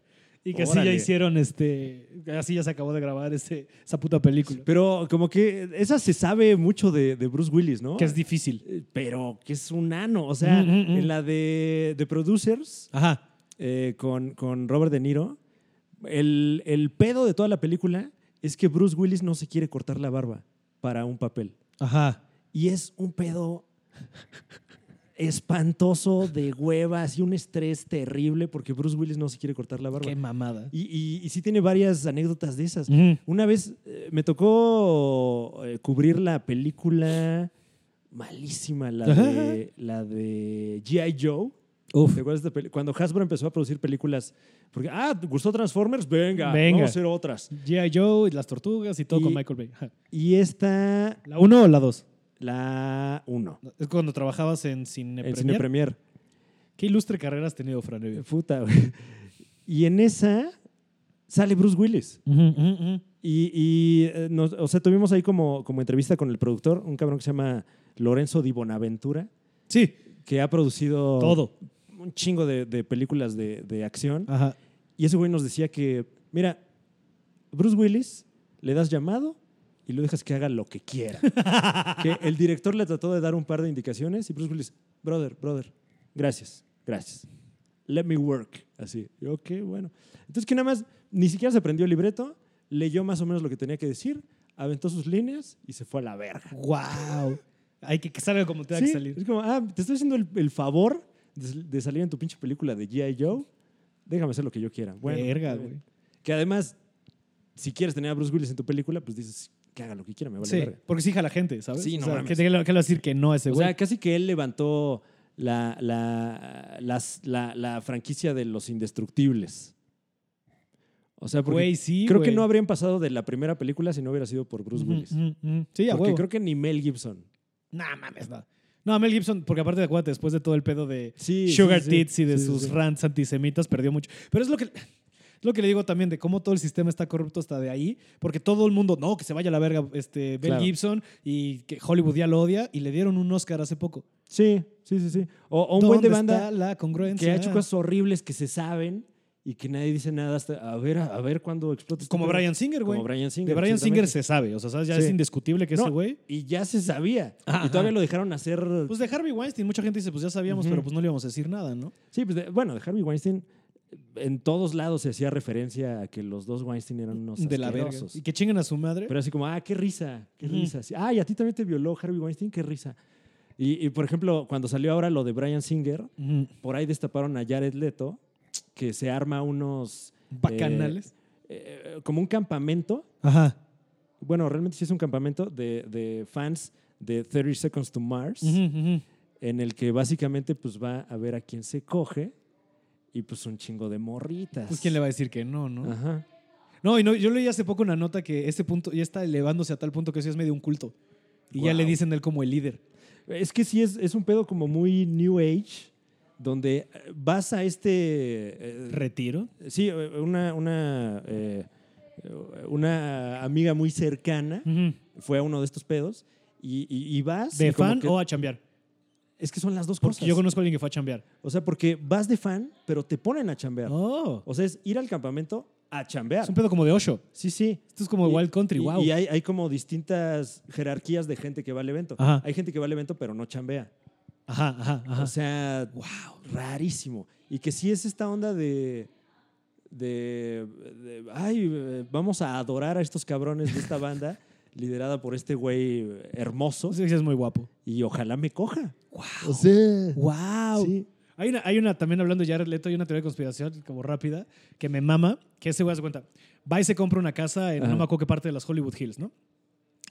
Speaker 1: Y que así
Speaker 2: Órale.
Speaker 1: ya hicieron este. Así ya se acabó de grabar este, esa puta película.
Speaker 2: Pero como que esa se sabe mucho de, de Bruce Willis, ¿no?
Speaker 1: que es difícil.
Speaker 2: Eh, Pero que es un ano. O sea,
Speaker 1: Mm, mm, mm.
Speaker 2: en la de, de Producers
Speaker 1: Ajá.
Speaker 2: eh, con, con Robert De Niro, el, el pedo de toda la película es que Bruce Willis no se quiere cortar la barba para un papel.
Speaker 1: Ajá.
Speaker 2: Y es un pedo espantoso de huevas y un estrés terrible porque Bruce Willis no se quiere cortar la barba.
Speaker 1: Qué mamada.
Speaker 2: Y, y- y sí tiene varias anécdotas de esas.
Speaker 1: Ujú.
Speaker 2: Una vez eh, me tocó eh, cubrir la película malísima, la de, la de G.I. Joe.
Speaker 1: Uf.
Speaker 2: ¿Te acuerdas de esta peli- Cuando Hasbro empezó a producir películas, porque, ah, ¿te ¿gustó Transformers? Venga,
Speaker 1: Venga.
Speaker 2: vamos a hacer otras.
Speaker 1: G.I. Joe y las tortugas y todo
Speaker 2: Y-
Speaker 1: con Michael Bay. Ajá.
Speaker 2: Y esta,
Speaker 1: ¿La 1 o la 2?
Speaker 2: la 1,
Speaker 1: Es cuando trabajabas en Cine,
Speaker 2: en Cine
Speaker 1: Premier.
Speaker 2: Premier.
Speaker 1: Qué ilustre carrera has tenido, Fran. Evia?
Speaker 2: Eh, Puta, güey. Y en esa sale Bruce Willis.
Speaker 1: Ujú, ujú, ujú.
Speaker 2: Y, y, eh, nos- o sea, tuvimos ahí como, como entrevista con el productor, un cabrón que se llama Lorenzo Di Bonaventura,
Speaker 1: Sí,
Speaker 2: que ha producido
Speaker 1: todo.
Speaker 2: un chingo de, de películas de, de acción.
Speaker 1: Ajá.
Speaker 2: Y ese güey nos decía que, mira, Bruce Willis le das llamado y lo dejas que haga lo
Speaker 1: [laughs]
Speaker 2: que quiera. que el director le trató de dar un par de indicaciones y Bruce Willis, brother, brother, gracias, gracias. Let me work. Así, Y, ok, bueno. Entonces que nada más, ni siquiera se aprendió el libreto, leyó más o menos lo que tenía que decir, aventó sus líneas y se fue a la verga.
Speaker 1: Wow. Hay que, que salga como tenga
Speaker 2: Sí,
Speaker 1: que salir.
Speaker 2: Es como, ah, te estoy haciendo el, el favor de, de salir en tu pinche película de G.I. Joe. Déjame hacer lo que yo quiera. Bueno, eh,
Speaker 1: Verga,
Speaker 2: está bien.
Speaker 1: güey.
Speaker 2: Que además, si quieres tener a Bruce Willis en tu película, pues dices que haga lo que quiera, me vale
Speaker 1: sí,
Speaker 2: verga.
Speaker 1: porque sí jala gente, ¿sabes?
Speaker 2: Sí, no
Speaker 1: O sea,
Speaker 2: mames.
Speaker 1: que, que le va a decir que no a ese
Speaker 2: O
Speaker 1: güey.
Speaker 2: sea, casi que él levantó la, la, las- la- la franquicia de los indestructibles. O sea, porque
Speaker 1: güey, sí,
Speaker 2: creo que
Speaker 1: güey.
Speaker 2: no habrían pasado de la primera película si no hubiera sido por Bruce
Speaker 1: Ujú,
Speaker 2: Willis.
Speaker 1: ujú, ujú. Sí, a
Speaker 2: porque
Speaker 1: huevo.
Speaker 2: creo que ni Mel Gibson.
Speaker 1: No, mames, no. No, Mel Gibson, porque aparte de acuérdate, después de todo el pedo de
Speaker 2: Sí,
Speaker 1: Sugar
Speaker 2: sí, sí.
Speaker 1: Tits y de
Speaker 2: Sí, sí,
Speaker 1: sus
Speaker 2: sí.
Speaker 1: rants antisemitas, perdió mucho. Pero es lo que, es lo que le digo también de cómo todo el sistema está corrupto hasta de ahí, porque todo el mundo, no, que se vaya a la verga este, Mel
Speaker 2: Claro.
Speaker 1: Gibson y que Hollywood ya lo odia y le dieron un Oscar hace poco.
Speaker 2: Sí, sí, sí, sí. O, o un buen de
Speaker 1: ¿Dónde está
Speaker 2: banda
Speaker 1: la congruencia?
Speaker 2: que ha hecho cosas horribles que se saben y que nadie dice nada hasta a ver, a, a ver cuándo explota. este
Speaker 1: Como
Speaker 2: pedo.
Speaker 1: Brian Singer, güey.
Speaker 2: Como Brian Singer.
Speaker 1: De Brian Singer
Speaker 2: exactamente.
Speaker 1: se sabe, o sea, ¿sabes? ya
Speaker 2: Sí.
Speaker 1: es indiscutible que
Speaker 2: No,
Speaker 1: ese güey.
Speaker 2: Y ya se sabía.
Speaker 1: Ajá.
Speaker 2: Y todavía lo dejaron hacer.
Speaker 1: Pues de Harvey Weinstein, mucha gente dice, pues ya sabíamos,
Speaker 2: Ujú.
Speaker 1: pero pues no le íbamos a decir nada, ¿no?
Speaker 2: sí, pues de- bueno, de Harvey Weinstein. En todos lados se hacía referencia a que los dos Weinstein eran unos
Speaker 1: de la verga.
Speaker 2: asquerosos.
Speaker 1: Y que chinguen a su madre.
Speaker 2: Pero así como, ah, qué risa, qué
Speaker 1: Ujú.
Speaker 2: risa. Sí, Ay, a ti también te violó Harvey Weinstein, qué risa. Y, y, por ejemplo, cuando salió ahora lo de Brian Singer,
Speaker 1: Ujú.
Speaker 2: por ahí destaparon a Jared Leto, que se arma unos...
Speaker 1: Bacanales.
Speaker 2: eh, eh, como un campamento.
Speaker 1: Ajá.
Speaker 2: Bueno, realmente sí es un campamento de, de fans de 30 Seconds to Mars,
Speaker 1: Ujú, ujú.
Speaker 2: en el que básicamente pues va a ver a quién se coge y pues un chingo de morritas.
Speaker 1: Pues quién le va a decir que no, ¿no?
Speaker 2: Ajá.
Speaker 1: No, y no, yo leí hace poco una nota que este punto ya está elevándose a tal punto que sí es medio un culto. Y ya
Speaker 2: Guau.
Speaker 1: le dicen de él como el líder.
Speaker 2: Es que sí es, es un pedo como muy New Age, donde eh, vas a este... eh,
Speaker 1: ¿Retiro?
Speaker 2: sí, eh, una, una, eh, eh, una amiga muy cercana
Speaker 1: Ujú.
Speaker 2: fue a uno de estos pedos y, y- y vas...
Speaker 1: ¿De
Speaker 2: y como
Speaker 1: fan
Speaker 2: que-
Speaker 1: o a chambear?
Speaker 2: Es que son las dos
Speaker 1: Porque
Speaker 2: cosas.
Speaker 1: yo conozco a alguien que fue a chambear.
Speaker 2: O sea, porque vas de fan, pero te ponen a chambear.
Speaker 1: Oh.
Speaker 2: O sea, es ir al campamento a chambear.
Speaker 1: Es un pedo como de Osho.
Speaker 2: Sí, sí.
Speaker 1: Esto es como
Speaker 2: Y-
Speaker 1: Wild Country,
Speaker 2: y-
Speaker 1: wow.
Speaker 2: Y hay, hay como distintas jerarquías de gente que va al evento.
Speaker 1: Ajá.
Speaker 2: Hay gente que va al evento, pero no chambea.
Speaker 1: Ajá, ajá, ajá.
Speaker 2: O sea, wow, rarísimo. Y que sí es esta onda de. de, de, ay, eh, vamos a adorar a estos cabrones
Speaker 1: [laughs]
Speaker 2: de esta banda, liderada por este güey hermoso,
Speaker 1: Sí, sí, es muy guapo.
Speaker 2: y ojalá me coja.
Speaker 1: Wow.
Speaker 2: O sea,
Speaker 1: Wow.
Speaker 2: sí.
Speaker 1: Hay una, hay una, también hablando ya de Jared Leto, hay una teoría de conspiración como rápida que me mama, que ese güey hace cuenta, va y se compra una casa en
Speaker 2: Ajá.
Speaker 1: no me acuerdo qué parte de las Hollywood Hills, ¿no?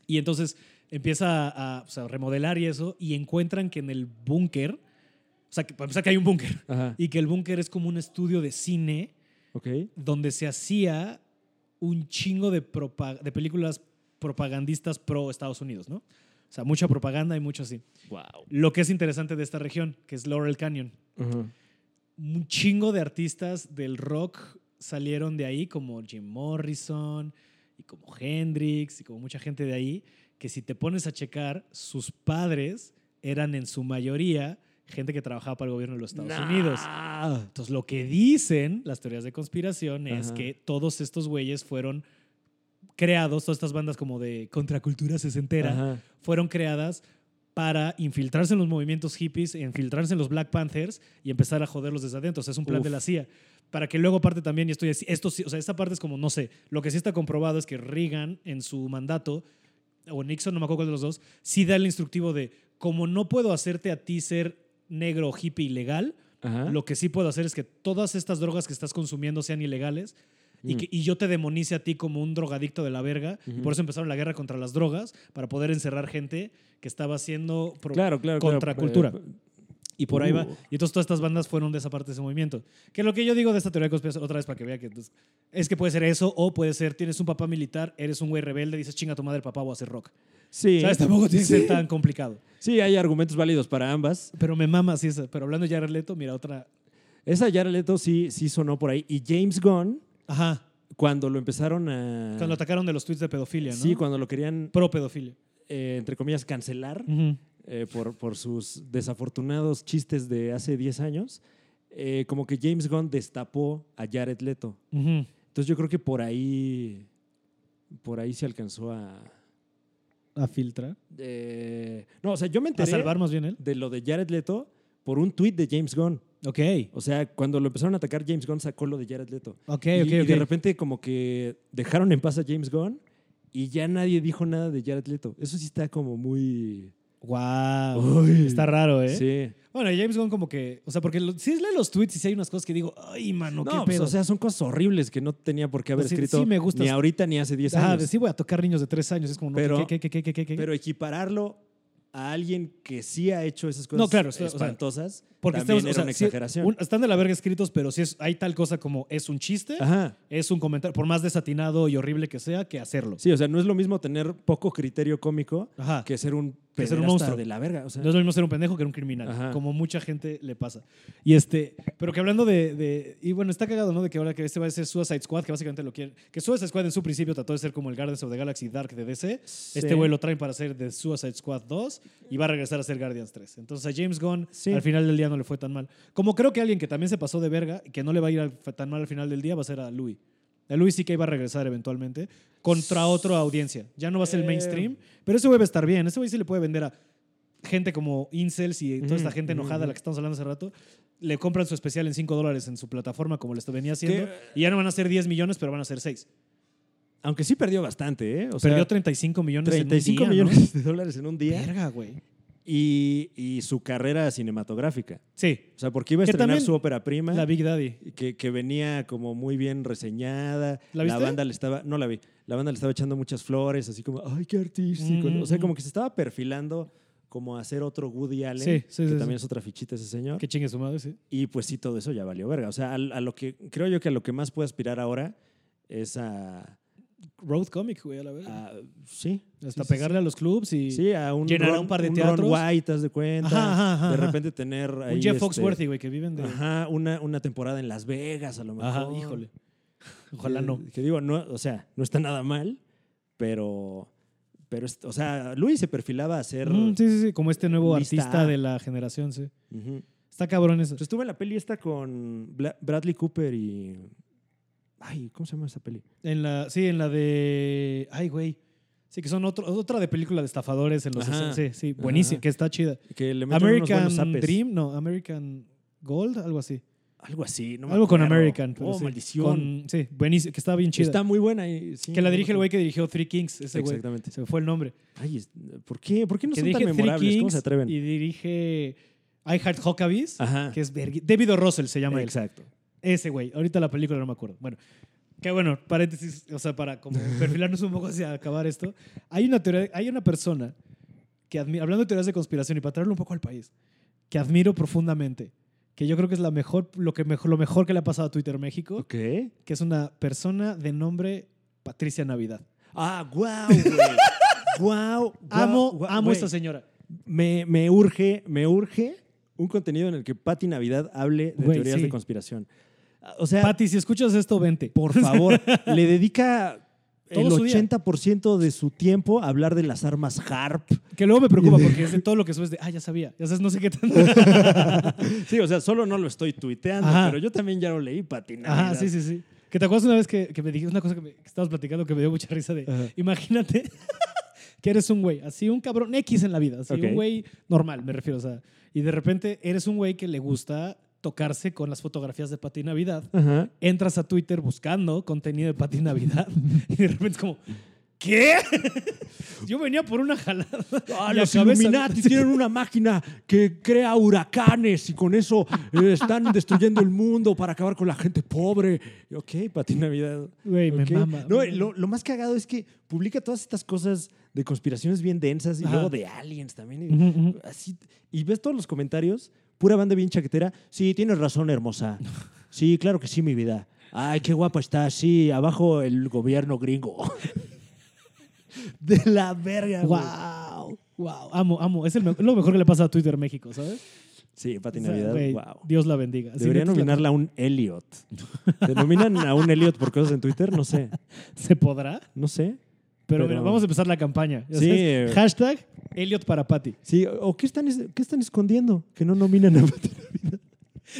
Speaker 1: Y entonces empieza a, a, pues, a remodelar y eso, y encuentran que en el búnker, o sea, que, para empezar que hay un búnker,
Speaker 2: Ajá.
Speaker 1: y que el búnker es como un estudio de cine
Speaker 2: ok.
Speaker 1: donde se hacía un chingo de, propa- de películas propagandistas pro Estados Unidos, ¿no? O sea, mucha propaganda y mucho así.
Speaker 2: Wow.
Speaker 1: Lo que es interesante de esta región, que es Laurel Canyon un chingo de artistas del rock salieron de ahí, como Jim Morrison y como Hendrix y como mucha gente de ahí, que si te pones a checar, sus padres eran en su mayoría gente que trabajaba para el gobierno de los Estados Unidos. Entonces, lo que dicen las teorías de conspiración es
Speaker 2: Ajá.
Speaker 1: que todos estos güeyes fueron creados, todas estas bandas como de contracultura sesentera,
Speaker 2: Ajá.
Speaker 1: fueron creadas para infiltrarse en los movimientos hippies, infiltrarse en los Black Panthers y empezar a joderlos desde adentro. O sea, es un plan
Speaker 2: Uf.
Speaker 1: de la CIA. Para que luego aparte también, y esto, ya sí- esto sí, o sea, esta parte es como, no sé, lo que sí está comprobado es que Reagan en su mandato, o Nixon, no me acuerdo cuál de los dos, sí da el instructivo de, como no puedo hacerte a ti ser negro o hippie ilegal,
Speaker 2: Ajá.
Speaker 1: lo que sí puedo hacer es que todas estas drogas que estás consumiendo sean ilegales y,
Speaker 2: Mm.
Speaker 1: que, y yo te demonice a ti como un drogadicto de la verga. Y
Speaker 2: Ujú.
Speaker 1: por eso empezaron la guerra contra las drogas, para poder encerrar gente que estaba haciendo... pro-
Speaker 2: Claro, claro. claro.
Speaker 1: contracultura.
Speaker 2: Eh,
Speaker 1: Y por ahí va.
Speaker 2: Uh.
Speaker 1: Y entonces todas estas bandas fueron de esa parte de ese movimiento. Que lo que yo digo de esta teoría de conspiración, otra vez para que vea que entonces, es que puede ser eso o puede ser tienes un papá militar, eres un güey rebelde, dices chinga tu madre papá voy a hacer rock.
Speaker 2: Sí.
Speaker 1: ¿Sabes? Tampoco tiene que
Speaker 2: Sí.
Speaker 1: ser tan complicado.
Speaker 2: Sí, hay argumentos válidos para ambas.
Speaker 1: Pero me mama así esa. Pero hablando ya de Jared Leto, mira otra...
Speaker 2: Esa Jared Leto sí, sí sonó por ahí. Y James Gunn,
Speaker 1: Ajá.
Speaker 2: cuando lo empezaron a...
Speaker 1: Cuando lo atacaron de los tweets de pedofilia, ¿no?
Speaker 2: Sí, cuando lo querían,
Speaker 1: Pro pedofilia.
Speaker 2: eh, entre comillas, cancelar
Speaker 1: Ujú.
Speaker 2: eh, por, por sus desafortunados chistes de hace 10 años, eh, como que James Gunn destapó a Jared Leto.
Speaker 1: Ujú.
Speaker 2: Entonces yo creo que por ahí, por ahí se alcanzó a...
Speaker 1: A filtrar.
Speaker 2: eh, no, o sea, yo me
Speaker 1: A
Speaker 2: enteré
Speaker 1: salvar más bien él.
Speaker 2: de lo de Jared Leto por un tuit de James Gunn.
Speaker 1: Ok.
Speaker 2: O sea, cuando lo empezaron a atacar, James Gunn sacó lo de Jared Leto.
Speaker 1: Ok,
Speaker 2: y,
Speaker 1: ok,
Speaker 2: y
Speaker 1: ok.
Speaker 2: de repente como que dejaron en paz a James Gunn y ya nadie dijo nada de Jared Leto. Eso sí está como muy...
Speaker 1: Wow.
Speaker 2: Uy.
Speaker 1: Está raro, ¿eh?
Speaker 2: Sí.
Speaker 1: Bueno, James Gunn como que. O sea, porque lo- si lee los tweets y si hay unas cosas que digo, ay, mano, qué
Speaker 2: No, pues,
Speaker 1: pedo.
Speaker 2: o sea, son cosas horribles que no tenía por qué haber
Speaker 1: Pues sí,
Speaker 2: escrito
Speaker 1: sí me gustas.
Speaker 2: ni ahorita ni hace 10
Speaker 1: ah,
Speaker 2: años.
Speaker 1: de sí voy a tocar niños de tres años. Es como, no,
Speaker 2: Pero-
Speaker 1: ¿qué, qué, qué, qué, qué, qué?
Speaker 2: Pero equipararlo a alguien que sí ha hecho esas cosas
Speaker 1: No, claro, o sea, o sea,
Speaker 2: espantosas
Speaker 1: porque
Speaker 2: también
Speaker 1: estamos- o
Speaker 2: era
Speaker 1: sea,
Speaker 2: una
Speaker 1: sí,
Speaker 2: exageración.
Speaker 1: un- están de la verga escritos, pero sí es, hay tal cosa como es un chiste,
Speaker 2: Ajá.
Speaker 1: es un comentario, por más desatinado y horrible que sea, que hacerlo.
Speaker 2: Sí, o sea, no es lo mismo tener poco criterio cómico
Speaker 1: Ajá.
Speaker 2: que ser un
Speaker 1: que ser un
Speaker 2: pederasta
Speaker 1: monstruo.
Speaker 2: de la verga. O sea,
Speaker 1: No es lo mismo ser un pendejo que un criminal,
Speaker 2: Ajá.
Speaker 1: como mucha gente le pasa. Y este, pero que hablando de, de- y bueno, está cagado, ¿no? De que ahora que este va a ser Suicide Squad, que básicamente lo quieren, que Suicide Squad en su principio trató de ser como el Guardians of the Galaxy Dark de DC. Este güey lo traen para hacer de Suicide Squad 2 y va a regresar a ser Guardians 3. Entonces a James Gunn
Speaker 2: Sí.
Speaker 1: al final del día no le fue tan mal. Como creo que alguien que también se pasó de verga y que no le va a ir al- tan mal al final del día va a ser a Louis. A Louis sí que iba a regresar eventualmente contra otra audiencia. Ya no va a ser el
Speaker 2: Eh.
Speaker 1: mainstream, pero ese güey va a estar bien. Ese güey sí le puede vender a gente como incels y toda esta
Speaker 2: Ujú,
Speaker 1: gente enojada de la que estamos hablando hace rato, le compran su especial en 5 dólares en su plataforma como les venía haciendo
Speaker 2: Que-
Speaker 1: y ya no van a ser 10 millones, pero van a ser 6.
Speaker 2: Aunque sí perdió bastante, ¿eh? O sea,
Speaker 1: Perdió 35 millones
Speaker 2: 35
Speaker 1: en un día, ¿no?
Speaker 2: millones de dólares en un día.
Speaker 1: Verga, güey.
Speaker 2: Y, y su carrera cinematográfica.
Speaker 1: Sí,
Speaker 2: O sea, porque iba a
Speaker 1: Que
Speaker 2: estrenar
Speaker 1: también
Speaker 2: su ópera prima.
Speaker 1: la Big Daddy.
Speaker 2: que, que venía como muy bien reseñada.
Speaker 1: ¿La viste?
Speaker 2: banda le estaba, no la vi, la banda le estaba echando muchas flores, así como, ay, qué artístico. ¿no? O sea,
Speaker 1: Mm.
Speaker 2: como que se estaba perfilando como a hacer otro Woody Allen,
Speaker 1: Sí, sí,
Speaker 2: que
Speaker 1: sí,
Speaker 2: también es otra fichita ese señor.
Speaker 1: Que chingue su madre, sí.
Speaker 2: Y pues sí, todo eso ya valió verga. O sea, al- a, lo que, creo yo que a lo que más puede aspirar ahora es a,
Speaker 1: Road Comic, güey, a la verga.
Speaker 2: a- sí.
Speaker 1: Hasta
Speaker 2: Ah, sí, sí,
Speaker 1: pegarle a los clubs y
Speaker 2: Sí, a un
Speaker 1: Llenar
Speaker 2: Ron-
Speaker 1: un par de
Speaker 2: un
Speaker 1: teatros.
Speaker 2: Ron White, haz de cuenta.
Speaker 1: Ajá, ajá, ajá,
Speaker 2: de
Speaker 1: ajá.
Speaker 2: repente tener ahí,
Speaker 1: un Jeff
Speaker 2: este,
Speaker 1: Foxworthy, güey, que viven de...
Speaker 2: Ajá, una, una temporada en Las Vegas a lo mejor. [laughs]
Speaker 1: Ajá, híjole. Ojalá
Speaker 2: Eh,
Speaker 1: no.
Speaker 2: Que digo, no, o sea, no está nada mal, pero, pero es- o sea, Luis se perfilaba a ser...
Speaker 1: Mm, sí, sí, sí, como este nuevo
Speaker 2: Lista.
Speaker 1: artista de la generación, sí.
Speaker 2: Ujú.
Speaker 1: Está cabrón eso.
Speaker 2: Pues estuve en la peli esta con Bla- Bradley Cooper y... Ay, ¿cómo se llama esa peli?
Speaker 1: En la, sí, en la de. Ay, güey. Sí, que son otro- otra de película de estafadores en los 60.
Speaker 2: Ajá.
Speaker 1: Sí, sí, buenísima,
Speaker 2: Ajá.
Speaker 1: que está chida.
Speaker 2: Que le meten unos
Speaker 1: American
Speaker 2: buenos zapes.
Speaker 1: Dream, no, American Gold, algo así.
Speaker 2: Algo así, no me
Speaker 1: algo con
Speaker 2: acuerdo.
Speaker 1: American. pero
Speaker 2: Oh,
Speaker 1: sí,
Speaker 2: maldición.
Speaker 1: con- sí, buenísimo, que está bien chida.
Speaker 2: Está muy buena. y- sí,
Speaker 1: que la
Speaker 2: no me
Speaker 1: dirige el
Speaker 2: acuerdo.
Speaker 1: güey que dirigió Three Kings, ese güey.
Speaker 2: Exactamente.
Speaker 1: Se me fue el nombre.
Speaker 2: Ay, es- ¿por qué? ¿Por qué no
Speaker 1: que
Speaker 2: son
Speaker 1: dirige
Speaker 2: tan
Speaker 1: Three
Speaker 2: memorables? ¿Cómo
Speaker 1: Kings
Speaker 2: se atreven?
Speaker 1: y dirige I Heart Huckabees,
Speaker 2: Ajá.
Speaker 1: que es vergui- David O. Russell se llama él.
Speaker 2: Exacto.
Speaker 1: Ese güey. Ahorita la película no me acuerdo. Bueno, que bueno, paréntesis, o sea, para
Speaker 2: [laughs]
Speaker 1: como perfilarnos un poco hacia acabar esto. Hay una teoría, hay una persona que admiro, hablando de teorías de conspiración y para traerlo un poco al país, que admiro profundamente, que yo creo que es la mejor, lo, que mejor, lo mejor que le ha pasado a Twitter México,
Speaker 2: Ok.
Speaker 1: que es una persona de nombre Patricia Navidad.
Speaker 2: Ah,
Speaker 1: [laughs]
Speaker 2: guau, güey. Guau, guau,
Speaker 1: Amo,
Speaker 2: guau,
Speaker 1: amo a
Speaker 2: güey.
Speaker 1: esta señora.
Speaker 2: Me, me urge, me urge un contenido en el que Pati Navidad hable de
Speaker 1: Güey,
Speaker 2: teorías
Speaker 1: sí.
Speaker 2: de conspiración. Ah, O sea,
Speaker 1: Pati, si escuchas esto, vente. [laughs]
Speaker 2: por favor, le dedica el
Speaker 1: Todo su día.
Speaker 2: 80% de su tiempo a hablar de las armas HARP.
Speaker 1: Que luego me
Speaker 2: [laughs]
Speaker 1: preocupa porque es de todo lo que subes de, ah, ya sabía, ya sabes, no sé qué tanto. [laughs]
Speaker 2: Sí, o sea, solo no lo estoy tuiteando,
Speaker 1: Ajá.
Speaker 2: pero yo también ya lo leí, Pati Navidad.
Speaker 1: Ajá, Ah, sí, sí, sí. Que te acuerdas una vez que, que me dijiste una cosa que, me- que estabas platicando que me dio mucha risa de,
Speaker 2: Ajá.
Speaker 1: imagínate [laughs] que eres un güey, así un cabrón X en la vida, así
Speaker 2: Ok.
Speaker 1: un güey normal, me refiero, o sea, y de repente eres un güey que le gusta tocarse con las fotografías de Pati Navidad,
Speaker 2: Ajá.
Speaker 1: entras a Twitter buscando contenido de Pati Navidad [laughs] y de repente es como, ¿qué? [laughs] Yo venía por una jalada.
Speaker 2: Ah,
Speaker 1: y
Speaker 2: los
Speaker 1: acabé saliendo-
Speaker 2: Illuminati tienen una máquina que crea huracanes y con eso eh, están destruyendo el mundo para acabar con la gente pobre. Y, Ok, Pati Navidad.
Speaker 1: Güey, me
Speaker 2: ok.
Speaker 1: mama.
Speaker 2: No, y lo, lo más cagado es que publica todas estas cosas de conspiraciones bien densas y
Speaker 1: Ajá.
Speaker 2: luego de aliens también. y-
Speaker 1: Ujú, ujú.
Speaker 2: así, y ves todos los comentarios, pura banda bien chaquetera. Sí, tienes razón, hermosa. Sí, claro que sí, mi vida. Ay, qué guapa estás. Sí, abajo el gobierno gringo. [laughs] De la verga, güey.
Speaker 1: Wow, wow, amo, amo. Es el me- lo mejor que le pasa a Twitter México, ¿sabes?
Speaker 2: Sí, Pati
Speaker 1: O sea,
Speaker 2: Navidad,
Speaker 1: güey,
Speaker 2: wow.
Speaker 1: Dios la bendiga. Si
Speaker 2: Debería
Speaker 1: neta es la-
Speaker 2: nominarla a un [laughs] Elliot. ¿Te nominan a un Elliot por cosas en Twitter? No sé,
Speaker 1: Se podrá,
Speaker 2: no sé.
Speaker 1: pero,
Speaker 2: Pero-
Speaker 1: mira, vamos a empezar la campaña. Ya
Speaker 2: Sí.
Speaker 1: sabes, Hashtag Elliot para Patty.
Speaker 2: Sí, ¿o qué están, es- qué están escondiendo? Que no nominan a Pati [laughs] Navidad.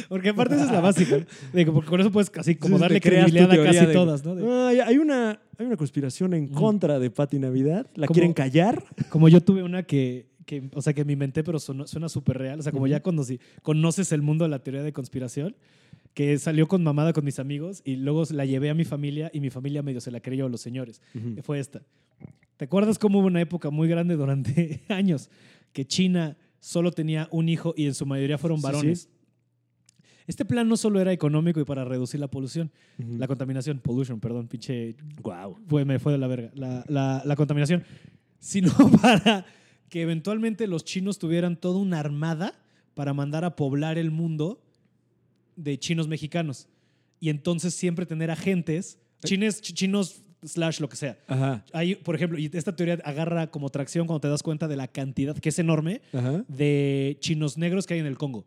Speaker 1: Porque aparte esa es la básica. ¿no? De que- porque con eso puedes casi como
Speaker 2: Entonces,
Speaker 1: darle
Speaker 2: te creas tu
Speaker 1: credibilidad a
Speaker 2: teoría
Speaker 1: casi
Speaker 2: de- Mm.
Speaker 1: todas, ¿no? De-
Speaker 2: Ay, hay, una, hay una conspiración en contra de Pati Navidad. ¿La
Speaker 1: Como-
Speaker 2: quieren callar?
Speaker 1: como yo tuve una que, que, o sea, que me inventé, pero sonó- suena súper real. O sea, como ya conocí, conoces el mundo de la teoría de conspiración, que salió con mamada con mis amigos y luego la llevé a mi familia y mi familia medio se la creyó a los señores. fue esta. ¿Te acuerdas cómo hubo una época muy grande durante [laughs] años que China solo tenía un hijo y en su mayoría fueron
Speaker 2: Sí,
Speaker 1: varones? Este plan no solo era económico y para reducir la polución, la contaminación, pollution, perdón, pinche,
Speaker 2: Wow.
Speaker 1: fue, me fue de la verga, la, la- la contaminación, sino [laughs] para que eventualmente los chinos tuvieran toda una armada para mandar a poblar el mundo de chinos mexicanos. Y entonces siempre tener agentes, chines, chi- chinos slash lo que sea.
Speaker 2: Ajá.
Speaker 1: Hay, por ejemplo, y esta teoría agarra como tracción cuando te das cuenta de la cantidad, que es enorme,
Speaker 2: Ajá.
Speaker 1: de chinos negros que hay en el Congo.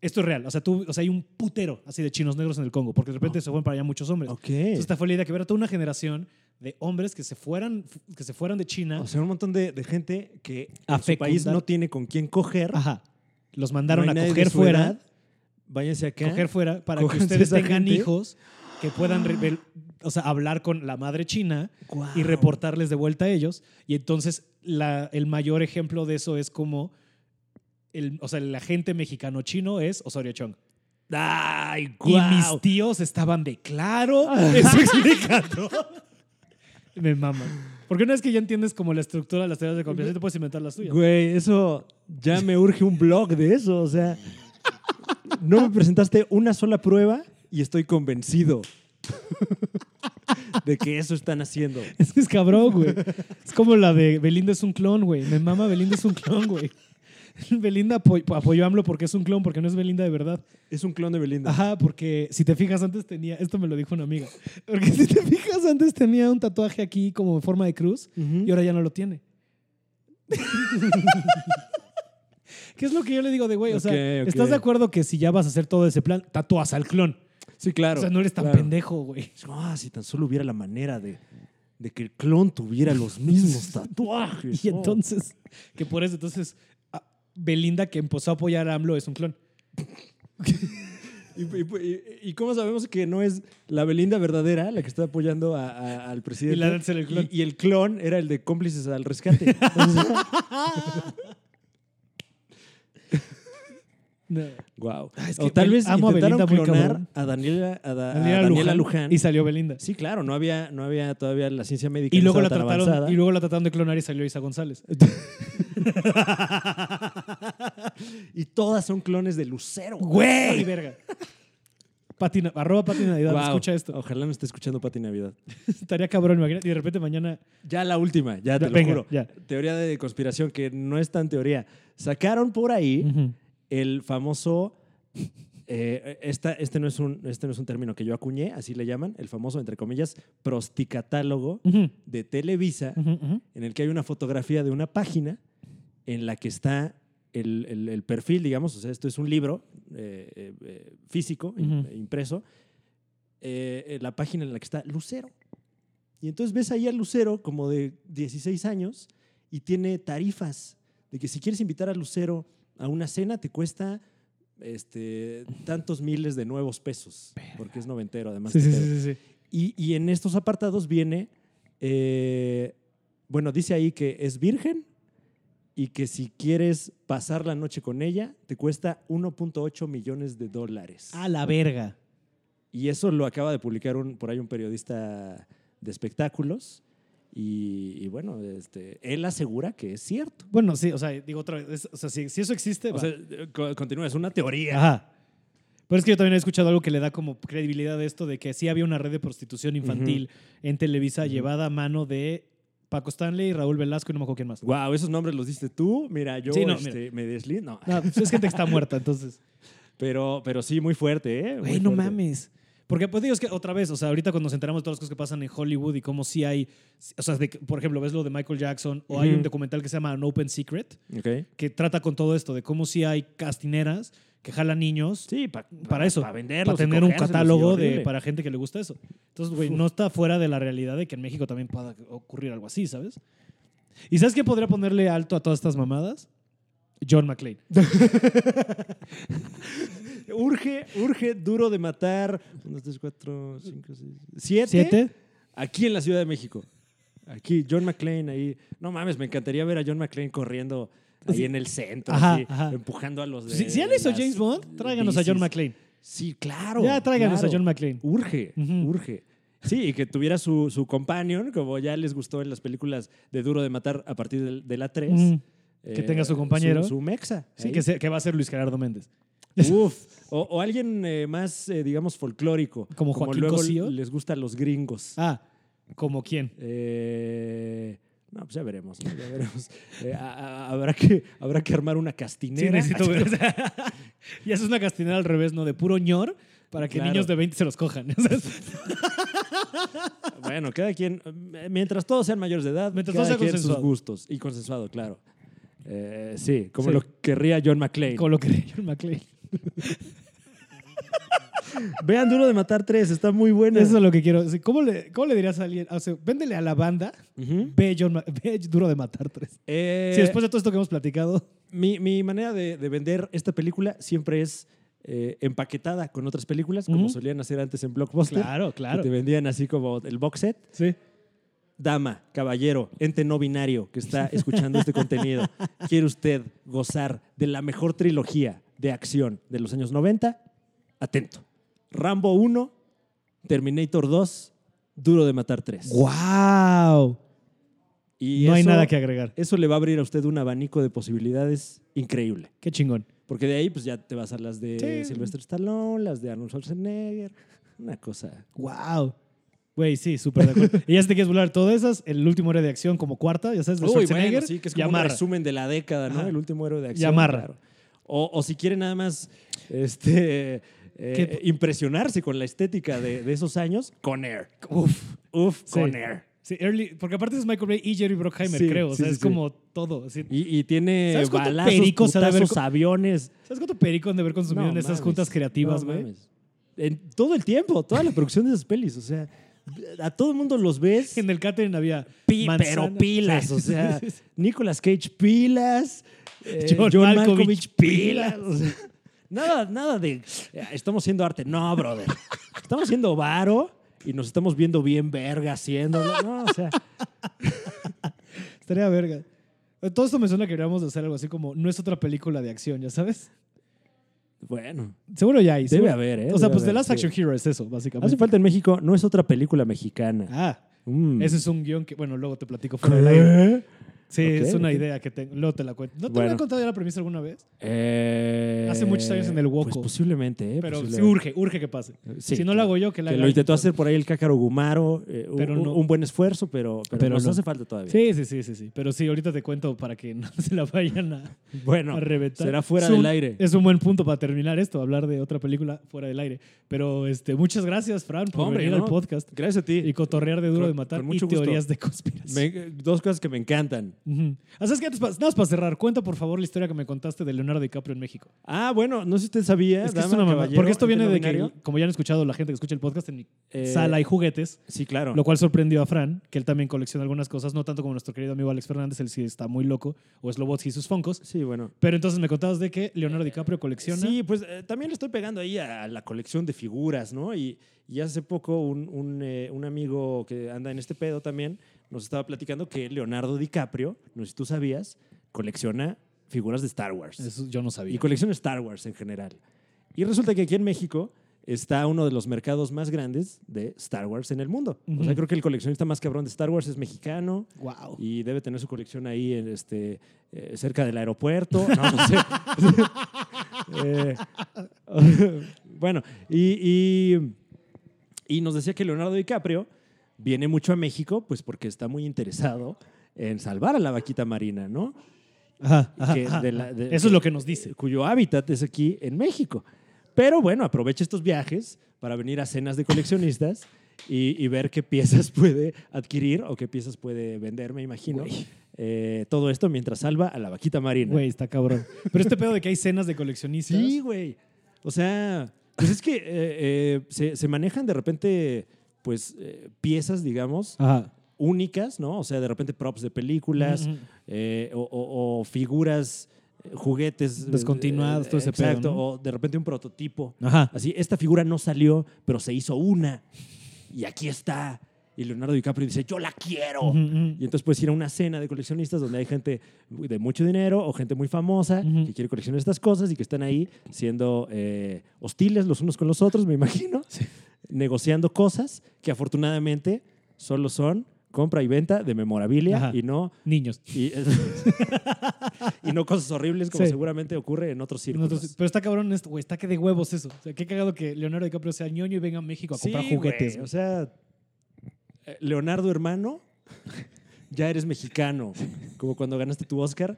Speaker 1: Esto es real. O sea, tú, o sea, hay un putero así de chinos negros en el Congo, porque de repente se fueron para allá muchos hombres.
Speaker 2: Ok.
Speaker 1: Entonces, esta fue la idea que hubiera toda una generación de hombres que se fueran, que se fueran de China.
Speaker 2: O sea, un montón de, de gente que
Speaker 1: A
Speaker 2: en su país
Speaker 1: fecundar.
Speaker 2: no tiene con quién coger.
Speaker 1: Ajá. Los mandaron
Speaker 2: No hay
Speaker 1: a
Speaker 2: nadie de
Speaker 1: coger
Speaker 2: su
Speaker 1: fuera.
Speaker 2: edad. Váyanse acá.
Speaker 1: Coger fuera para que
Speaker 2: Cójanse
Speaker 1: ustedes
Speaker 2: esa
Speaker 1: tengan
Speaker 2: gente.
Speaker 1: hijos que puedan rebel- o sea, hablar con la madre china
Speaker 2: Guau.
Speaker 1: y reportarles de vuelta a ellos. Y entonces la, el mayor ejemplo de eso es como el, o sea, el agente mexicano-chino es Osorio Chong.
Speaker 2: ¡Ay,
Speaker 1: Y
Speaker 2: guau!
Speaker 1: mis tíos estaban de claro. [laughs] Eso explica todo. Me mama. Porque una vez que ya entiendes como la estructura de las teorías de conspiración, te puedes inventar las tuyas.
Speaker 2: Güey, eso ya me urge un blog de eso. O sea, no me presentaste una sola prueba y estoy convencido de que eso están haciendo.
Speaker 1: Es que es cabrón, güey. Es como la de Belinda es un clon, güey. Me mama Belinda es un clon, güey. [laughs] Belinda apo- apoyó a AMLO porque es un clon, porque no es Belinda de verdad.
Speaker 2: Es un clon de Belinda.
Speaker 1: Ajá, porque si te fijas antes tenía, esto me lo dijo una amiga, porque si te fijas antes tenía un tatuaje aquí como en forma de cruz
Speaker 2: Ujú.
Speaker 1: y ahora ya no lo tiene. [laughs] ¿Qué es lo que yo le digo de güey? O sea,
Speaker 2: Ok, ok.
Speaker 1: ¿estás de acuerdo que si ya vas a hacer todo ese plan, tatúas al clon?
Speaker 2: Sí, claro.
Speaker 1: o sea, no eres tan
Speaker 2: claro.
Speaker 1: pendejo, güey.
Speaker 2: Es como, Ah, si tan solo hubiera la manera de, de que el clon tuviera los [laughs] mismos tatuajes.
Speaker 1: Y
Speaker 2: ¿no?
Speaker 1: entonces, que por eso, entonces, a- Belinda que empezó a apoyar a AMLO es un clon.
Speaker 2: ¿Y, y- y- y cómo sabemos que no es la Belinda verdadera la que está apoyando a- a- al presidente?
Speaker 1: Y la otra era el clon.
Speaker 2: Y, y el clon era el de cómplices al [laughs] rescate.
Speaker 1: No.
Speaker 2: Wow.
Speaker 1: Ah, es que
Speaker 2: o tal
Speaker 1: Bel-
Speaker 2: vez
Speaker 1: amo a
Speaker 2: intentaron
Speaker 1: Belinda muy
Speaker 2: clonar
Speaker 1: cabrón.
Speaker 2: a Daniela, a da-
Speaker 1: Daniela
Speaker 2: a Ah, Daniela
Speaker 1: Luján,
Speaker 2: Luján.
Speaker 1: Y salió Belinda.
Speaker 2: Sí, claro, no había, no había todavía la ciencia médica.
Speaker 1: Y
Speaker 2: no
Speaker 1: luego, la
Speaker 2: estaba tan
Speaker 1: trataron,
Speaker 2: avanzada.
Speaker 1: y luego la trataron de clonar y salió Isa González.
Speaker 2: [laughs] Y todas son clones de Lucero.
Speaker 1: ¡Güey! verga. Patina, arroba Patina Navidad,
Speaker 2: Guau.
Speaker 1: escucha esto.
Speaker 2: Ojalá no esté escuchando Pati Navidad.
Speaker 1: [laughs] Estaría cabrón, imagínate. Y de repente mañana.
Speaker 2: Ya la última, ya te
Speaker 1: Ya,
Speaker 2: lo
Speaker 1: venga,
Speaker 2: juro.
Speaker 1: ya.
Speaker 2: Teoría de conspiración que no es tan teoría. Sacaron por ahí
Speaker 1: Mm.
Speaker 2: el famoso. eh, esta- este, no es un, este no es un término que yo acuñé, así le llaman, el famoso, entre comillas, prosticatálogo
Speaker 1: Ujú,
Speaker 2: de Televisa,
Speaker 1: ujú, ujú.
Speaker 2: en el que hay una fotografía de una página en la que está el, el- el perfil, digamos, o sea, esto es un libro eh, eh, eh, físico, im-
Speaker 1: Ujú.
Speaker 2: impreso, eh, eh, la página en la que está Lucero. Y entonces ves ahí a Lucero como de 16 años y tiene tarifas de que si quieres invitar a Lucero a una cena te cuesta este, tantos miles de nuevos pesos, porque es noventero además.
Speaker 1: Sí, sí,
Speaker 2: tetero.
Speaker 1: sí, sí, sí.
Speaker 2: Y, y en estos apartados viene, eh, bueno, dice ahí que es virgen y que si quieres pasar la noche con ella, te cuesta 1.8 millones de dólares.
Speaker 1: A la verga.
Speaker 2: Y eso lo acaba de publicar un- por ahí un periodista de espectáculos. Y, y bueno, este, él asegura que es cierto.
Speaker 1: Bueno, sí, o sea, digo otra vez. es- o sea, si, si eso existe.
Speaker 2: O
Speaker 1: va.
Speaker 2: sea, eh, co- continúa, es una teoría.
Speaker 1: Ajá. Pero es que yo también he escuchado algo que le da como credibilidad a esto de que sí había una red de prostitución infantil en Televisa llevada a mano de Paco Stanley, Raúl Velasco y no me acuerdo quién más.
Speaker 2: Wow, esos nombres los diste tú. Mira, yo
Speaker 1: Sí, no,
Speaker 2: este, me deslindo. No,
Speaker 1: No, pues es gente que está muerta, entonces.
Speaker 2: Pero, pero sí, muy fuerte, ¿eh? Muy
Speaker 1: Güey, no
Speaker 2: fuerte.
Speaker 1: mames. Porque, pues digo, es que otra vez, o sea, ahorita cuando nos enteramos de todas las cosas que pasan en Hollywood y cómo sí hay, o sea, de que, por ejemplo, ves lo de Michael Jackson o hay
Speaker 2: Ujú.
Speaker 1: un documental que se llama An Open Secret
Speaker 2: Ok.
Speaker 1: que trata con todo esto, de cómo sí hay castineras que jalan niños
Speaker 2: Sí, pa-
Speaker 1: para eso,
Speaker 2: Para venderlos.
Speaker 1: para
Speaker 2: y
Speaker 1: tener un
Speaker 2: cogérselos,
Speaker 1: catálogo
Speaker 2: y
Speaker 1: de,
Speaker 2: horrible.
Speaker 1: para gente que le gusta eso. Entonces, güey, no está fuera de la realidad de que en México también pueda ocurrir algo así, ¿sabes? ¿Y sabes qué podría ponerle alto a todas estas mamadas? John McClane.
Speaker 2: Urge, urge, duro de matar. 1, 3, 4, 5, 6, 7.
Speaker 1: ¿Siete?
Speaker 2: Aquí en la Ciudad de México. Aquí, John McClane ahí. No mames, me encantaría ver a John McClane corriendo ahí en el centro,
Speaker 1: Ajá,
Speaker 2: así,
Speaker 1: ajá.
Speaker 2: empujando a los de.
Speaker 1: Si, si ya le hizo
Speaker 2: las
Speaker 1: James Bond, tráiganos a
Speaker 2: bicis.
Speaker 1: John McClane.
Speaker 2: Sí, claro.
Speaker 1: ya tráiganos
Speaker 2: claro.
Speaker 1: a John McClane.
Speaker 2: Urge,
Speaker 1: Ujú.
Speaker 2: urge. Sí, y que tuviera su, su companion, como ya les gustó en las películas de Duro de Matar a partir del- de, la 3.
Speaker 1: Mm. Que tenga su compañero.
Speaker 2: Su, su mexa.
Speaker 1: Sí,
Speaker 2: ahí.
Speaker 1: que, se- que va a ser Luis Gerardo Méndez. [laughs]
Speaker 2: Uf, o, o alguien eh, más, eh, digamos, folclórico.
Speaker 1: ¿Como Joaquín
Speaker 2: luego
Speaker 1: Cosío?
Speaker 2: les gusta a los gringos.
Speaker 1: Ah, ¿como quién?
Speaker 2: Eh, no, pues ya veremos. ¿no? Ya veremos. Eh, a- a- habrá, que, habrá que armar una
Speaker 1: Sí,
Speaker 2: castinera.
Speaker 1: necesito ver. [laughs] y es una castinera al revés, ¿no? De puro ñor para que
Speaker 2: Claro.
Speaker 1: [laughs] niños de 20 se los cojan. O sea,
Speaker 2: [laughs] Bueno, cada quien, eh, mientras todos sean mayores de edad,
Speaker 1: Mientras
Speaker 2: cada
Speaker 1: todo sea
Speaker 2: quien sus
Speaker 1: consensuado.
Speaker 2: gustos y consensuado, claro. Eh, sí, como
Speaker 1: Sí.
Speaker 2: lo querría John McClane.
Speaker 1: Con lo que leí John McClane.
Speaker 2: Vean Duro de Matar tres, está muy buena.
Speaker 1: Eso es lo que quiero. decir. ¿Cómo le, cómo le dirías a alguien? O sea, véndele a la banda.
Speaker 2: Ujú.
Speaker 1: Ve, John Ma- ve Duro de Matar 3.
Speaker 2: Eh,
Speaker 1: si después de todo esto que hemos platicado,
Speaker 2: mi, mi manera de, de vender esta película siempre es eh, empaquetada con otras películas, como
Speaker 1: Ujú.
Speaker 2: solían hacer antes en Blockbuster.
Speaker 1: Claro, claro.
Speaker 2: Que te vendían así como el box set.
Speaker 1: sí.
Speaker 2: Dama, caballero, ente no binario que está escuchando
Speaker 1: [laughs]
Speaker 2: este contenido, ¿quiere usted gozar de la mejor trilogía de acción de los años 90? Atento. Rambo 1, Terminator 2, Duro de Matar 3.
Speaker 1: ¡Wow!
Speaker 2: Y
Speaker 1: No hay
Speaker 2: eso-
Speaker 1: nada que agregar.
Speaker 2: Eso le va a abrir a usted un abanico de posibilidades increíble.
Speaker 1: Qué chingón.
Speaker 2: Porque de ahí pues ya te vas a las de
Speaker 1: Sí.
Speaker 2: Sylvester Stallone, las de Arnold Schwarzenegger, una cosa.
Speaker 1: ¡Wow! Güey, sí, súper de acuerdo. y ya si te quieres volar todas esas, el último era de acción como cuarta, ya sabes, de
Speaker 2: Uy,
Speaker 1: Schwarzenegger.
Speaker 2: bueno, sí, que
Speaker 1: y
Speaker 2: es como un
Speaker 1: amarra.
Speaker 2: resumen de la década, ¿no?
Speaker 1: Ajá.
Speaker 2: El último héroe de acción.
Speaker 1: amarra.
Speaker 2: O, o si quiere nada más este, eh,
Speaker 1: ¿Qué?
Speaker 2: impresionarse con la estética de, de esos años, con Air. Uf, uf,
Speaker 1: Sí.
Speaker 2: con Air.
Speaker 1: Sí, Early, porque aparte es Michael Bay y Jerry Bruckheimer,
Speaker 2: Sí,
Speaker 1: creo. o sea,
Speaker 2: sí, sí,
Speaker 1: es
Speaker 2: sí.
Speaker 1: como todo. así.
Speaker 2: Y, y tiene
Speaker 1: ¿Sabes cuánto
Speaker 2: balazos,
Speaker 1: perico se ha de haber
Speaker 2: putazos,
Speaker 1: co-
Speaker 2: aviones.
Speaker 1: ¿Sabes cuánto perico han de haber consumido
Speaker 2: No
Speaker 1: en esas
Speaker 2: mames,
Speaker 1: juntas creativas,
Speaker 2: no
Speaker 1: güey?
Speaker 2: mames. en todo el tiempo, toda la producción de esas pelis. O sea, a todo el mundo los ves.
Speaker 1: en el catering había
Speaker 2: pi-
Speaker 1: manzana.
Speaker 2: pero
Speaker 1: [laughs]
Speaker 2: pilas,
Speaker 1: Sí.
Speaker 2: o [laughs] sea, Nicolas Cage pilas, eh,
Speaker 1: John
Speaker 2: John,
Speaker 1: Malkovich,
Speaker 2: Malkovich pilas. o sea, nada, nada de eh, estamos haciendo arte, no, brother. Estamos haciendo varo y nos estamos viendo bien verga haciéndolo, no, o sea,
Speaker 1: Estaría verga. Todo esto me suena que deberíamos de hacer algo así como no es otra película de acción, ¿ya sabes?
Speaker 2: bueno,
Speaker 1: Seguro ya hay.
Speaker 2: Debe
Speaker 1: seguro.
Speaker 2: haber, ¿eh?
Speaker 1: O sea,
Speaker 2: Debe
Speaker 1: pues The
Speaker 2: haber,
Speaker 1: Last
Speaker 2: sí.
Speaker 1: Action Hero es eso, básicamente.
Speaker 2: hace falta en México, no es otra película mexicana.
Speaker 1: Ah,
Speaker 2: Mm.
Speaker 1: ese es un guión que, bueno, luego te platico fuera del aire. Sí,
Speaker 2: Ok,
Speaker 1: es una
Speaker 2: ok.
Speaker 1: idea que tengo. Luego te la cuento. ¿No te
Speaker 2: Bueno.
Speaker 1: había contado ya la premisa alguna vez?
Speaker 2: Eh,
Speaker 1: Hace muchos años en el Woco.
Speaker 2: Pues posiblemente, ¿eh?
Speaker 1: Pero sí
Speaker 2: posiblemente.
Speaker 1: urge, urge que pase.
Speaker 2: Eh, Sí,
Speaker 1: si no lo hago yo, que la
Speaker 2: Que
Speaker 1: haga
Speaker 2: lo intentó
Speaker 1: alguien.
Speaker 2: hacer por ahí el Cácaro Gumaro, eh, un,
Speaker 1: Pero
Speaker 2: un-
Speaker 1: no.
Speaker 2: un buen esfuerzo, pero, pero,
Speaker 1: Pero
Speaker 2: nos
Speaker 1: no.
Speaker 2: hace falta todavía.
Speaker 1: Sí, sí, sí, sí, sí. Pero sí, ahorita te cuento para que [laughs] no se la vayan a,
Speaker 2: Bueno,
Speaker 1: a reventar.
Speaker 2: será fuera
Speaker 1: Es un-
Speaker 2: del aire.
Speaker 1: Es un buen punto para terminar esto, hablar de otra película fuera del aire. Pero este, muchas gracias, Fran, por
Speaker 2: Hombre,
Speaker 1: venir
Speaker 2: ¿no?
Speaker 1: al podcast
Speaker 2: Gracias a
Speaker 1: y
Speaker 2: ti.
Speaker 1: cotorrear de duro
Speaker 2: Con-
Speaker 1: de matar y
Speaker 2: con mucho gusto.
Speaker 1: teorías de conspiración.
Speaker 2: Me- dos cosas que me encantan.
Speaker 1: Ujú. Ah, ¿sabes qué? Antes, pa- nada más para cerrar, cuenta por favor la historia que me contaste de Leonardo DiCaprio en México.
Speaker 2: Ah, bueno, no sé si usted sabía.
Speaker 1: Es que es
Speaker 2: dama,
Speaker 1: una mamá.
Speaker 2: caballero,
Speaker 1: Porque esto
Speaker 2: ente
Speaker 1: viene
Speaker 2: no
Speaker 1: de que,
Speaker 2: binario.
Speaker 1: como ya han escuchado la gente que escucha el podcast en mi
Speaker 2: Eh,
Speaker 1: sala y juguetes,
Speaker 2: Sí, claro.
Speaker 1: lo cual sorprendió a Fran, que él también colecciona algunas cosas, no tanto como nuestro querido amigo Alex Fernández, él sí está muy loco, o Slobotsky y sus Foncos.
Speaker 2: Sí, bueno.
Speaker 1: Pero entonces me contabas de que Leonardo DiCaprio colecciona.
Speaker 2: Eh, Sí, pues eh, también le estoy pegando ahí a la colección de figuras, ¿no? Y, y hace poco un, un, eh, un amigo que anda en este pedo también nos estaba platicando que Leonardo DiCaprio, no sé si tú sabías, colecciona figuras de Star Wars.
Speaker 1: Eso yo no
Speaker 2: y
Speaker 1: sabía.
Speaker 2: colecciona Star Wars en general. Y resulta que aquí en México está uno de los mercados más grandes de Star Wars en el mundo. O
Speaker 1: Ujú.
Speaker 2: sea, creo que el coleccionista más cabrón de Star Wars es mexicano
Speaker 1: Wow.
Speaker 2: y debe tener su colección ahí en este, eh, cerca del aeropuerto. No, no sé. [laughs] Eh, [laughs] bueno, y, y- y nos decía que Leonardo DiCaprio viene mucho a México pues porque está muy interesado en salvar a la vaquita marina, ¿no?
Speaker 1: Ajá, ajá,
Speaker 2: que
Speaker 1: ajá.
Speaker 2: de la- de-
Speaker 1: Eso es lo que nos dice.
Speaker 2: cuyo hábitat es aquí en México. Pero bueno, aprovecha estos viajes para venir a cenas de coleccionistas y, y ver qué piezas [laughs] puede adquirir o qué piezas puede vender, me imagino. Eh, todo esto mientras salva a la vaquita marina.
Speaker 1: Güey, está cabrón. Pero este pedo de que hay cenas de coleccionistas.
Speaker 2: Sí, güey. O sea, pues es que eh, eh, se, se manejan de repente, pues, eh, piezas, digamos,
Speaker 1: Ajá.
Speaker 2: únicas, ¿no? O sea, de repente props de películas
Speaker 1: Ujú.
Speaker 2: eh, o, o- o figuras, eh, juguetes. eh,
Speaker 1: Descontinuados, todo ese pedo,
Speaker 2: Exacto,
Speaker 1: ¿no?
Speaker 2: o de repente un prototipo.
Speaker 1: Ajá.
Speaker 2: Así, esta figura no salió, pero se hizo una. Y aquí está. Y Leonardo DiCaprio dice, yo la quiero.
Speaker 1: Ujú, ujú.
Speaker 2: Y entonces puedes ir a una cena de coleccionistas donde hay gente de mucho dinero o gente muy famosa
Speaker 1: Ujú.
Speaker 2: que quiere coleccionar estas cosas y que están ahí siendo eh, hostiles los unos con los otros,
Speaker 1: [laughs]
Speaker 2: me imagino, negociando cosas que afortunadamente solo son compra y venta de memorabilia
Speaker 1: Ajá.
Speaker 2: y no
Speaker 1: Niños.
Speaker 2: y, [laughs] y no cosas horribles como
Speaker 1: Sí.
Speaker 2: seguramente ocurre en otros círculos.
Speaker 1: Nosotros- pero está cabrón esto, güey. Está que de huevos eso. O sea, qué cagado que Leonardo DiCaprio sea ñoño y venga a México a comprar
Speaker 2: Sí,
Speaker 1: juguetes.
Speaker 2: güey,
Speaker 1: güey.
Speaker 2: o sea, eh, Leonardo hermano, [laughs] ya eres mexicano, como cuando ganaste tu Oscar.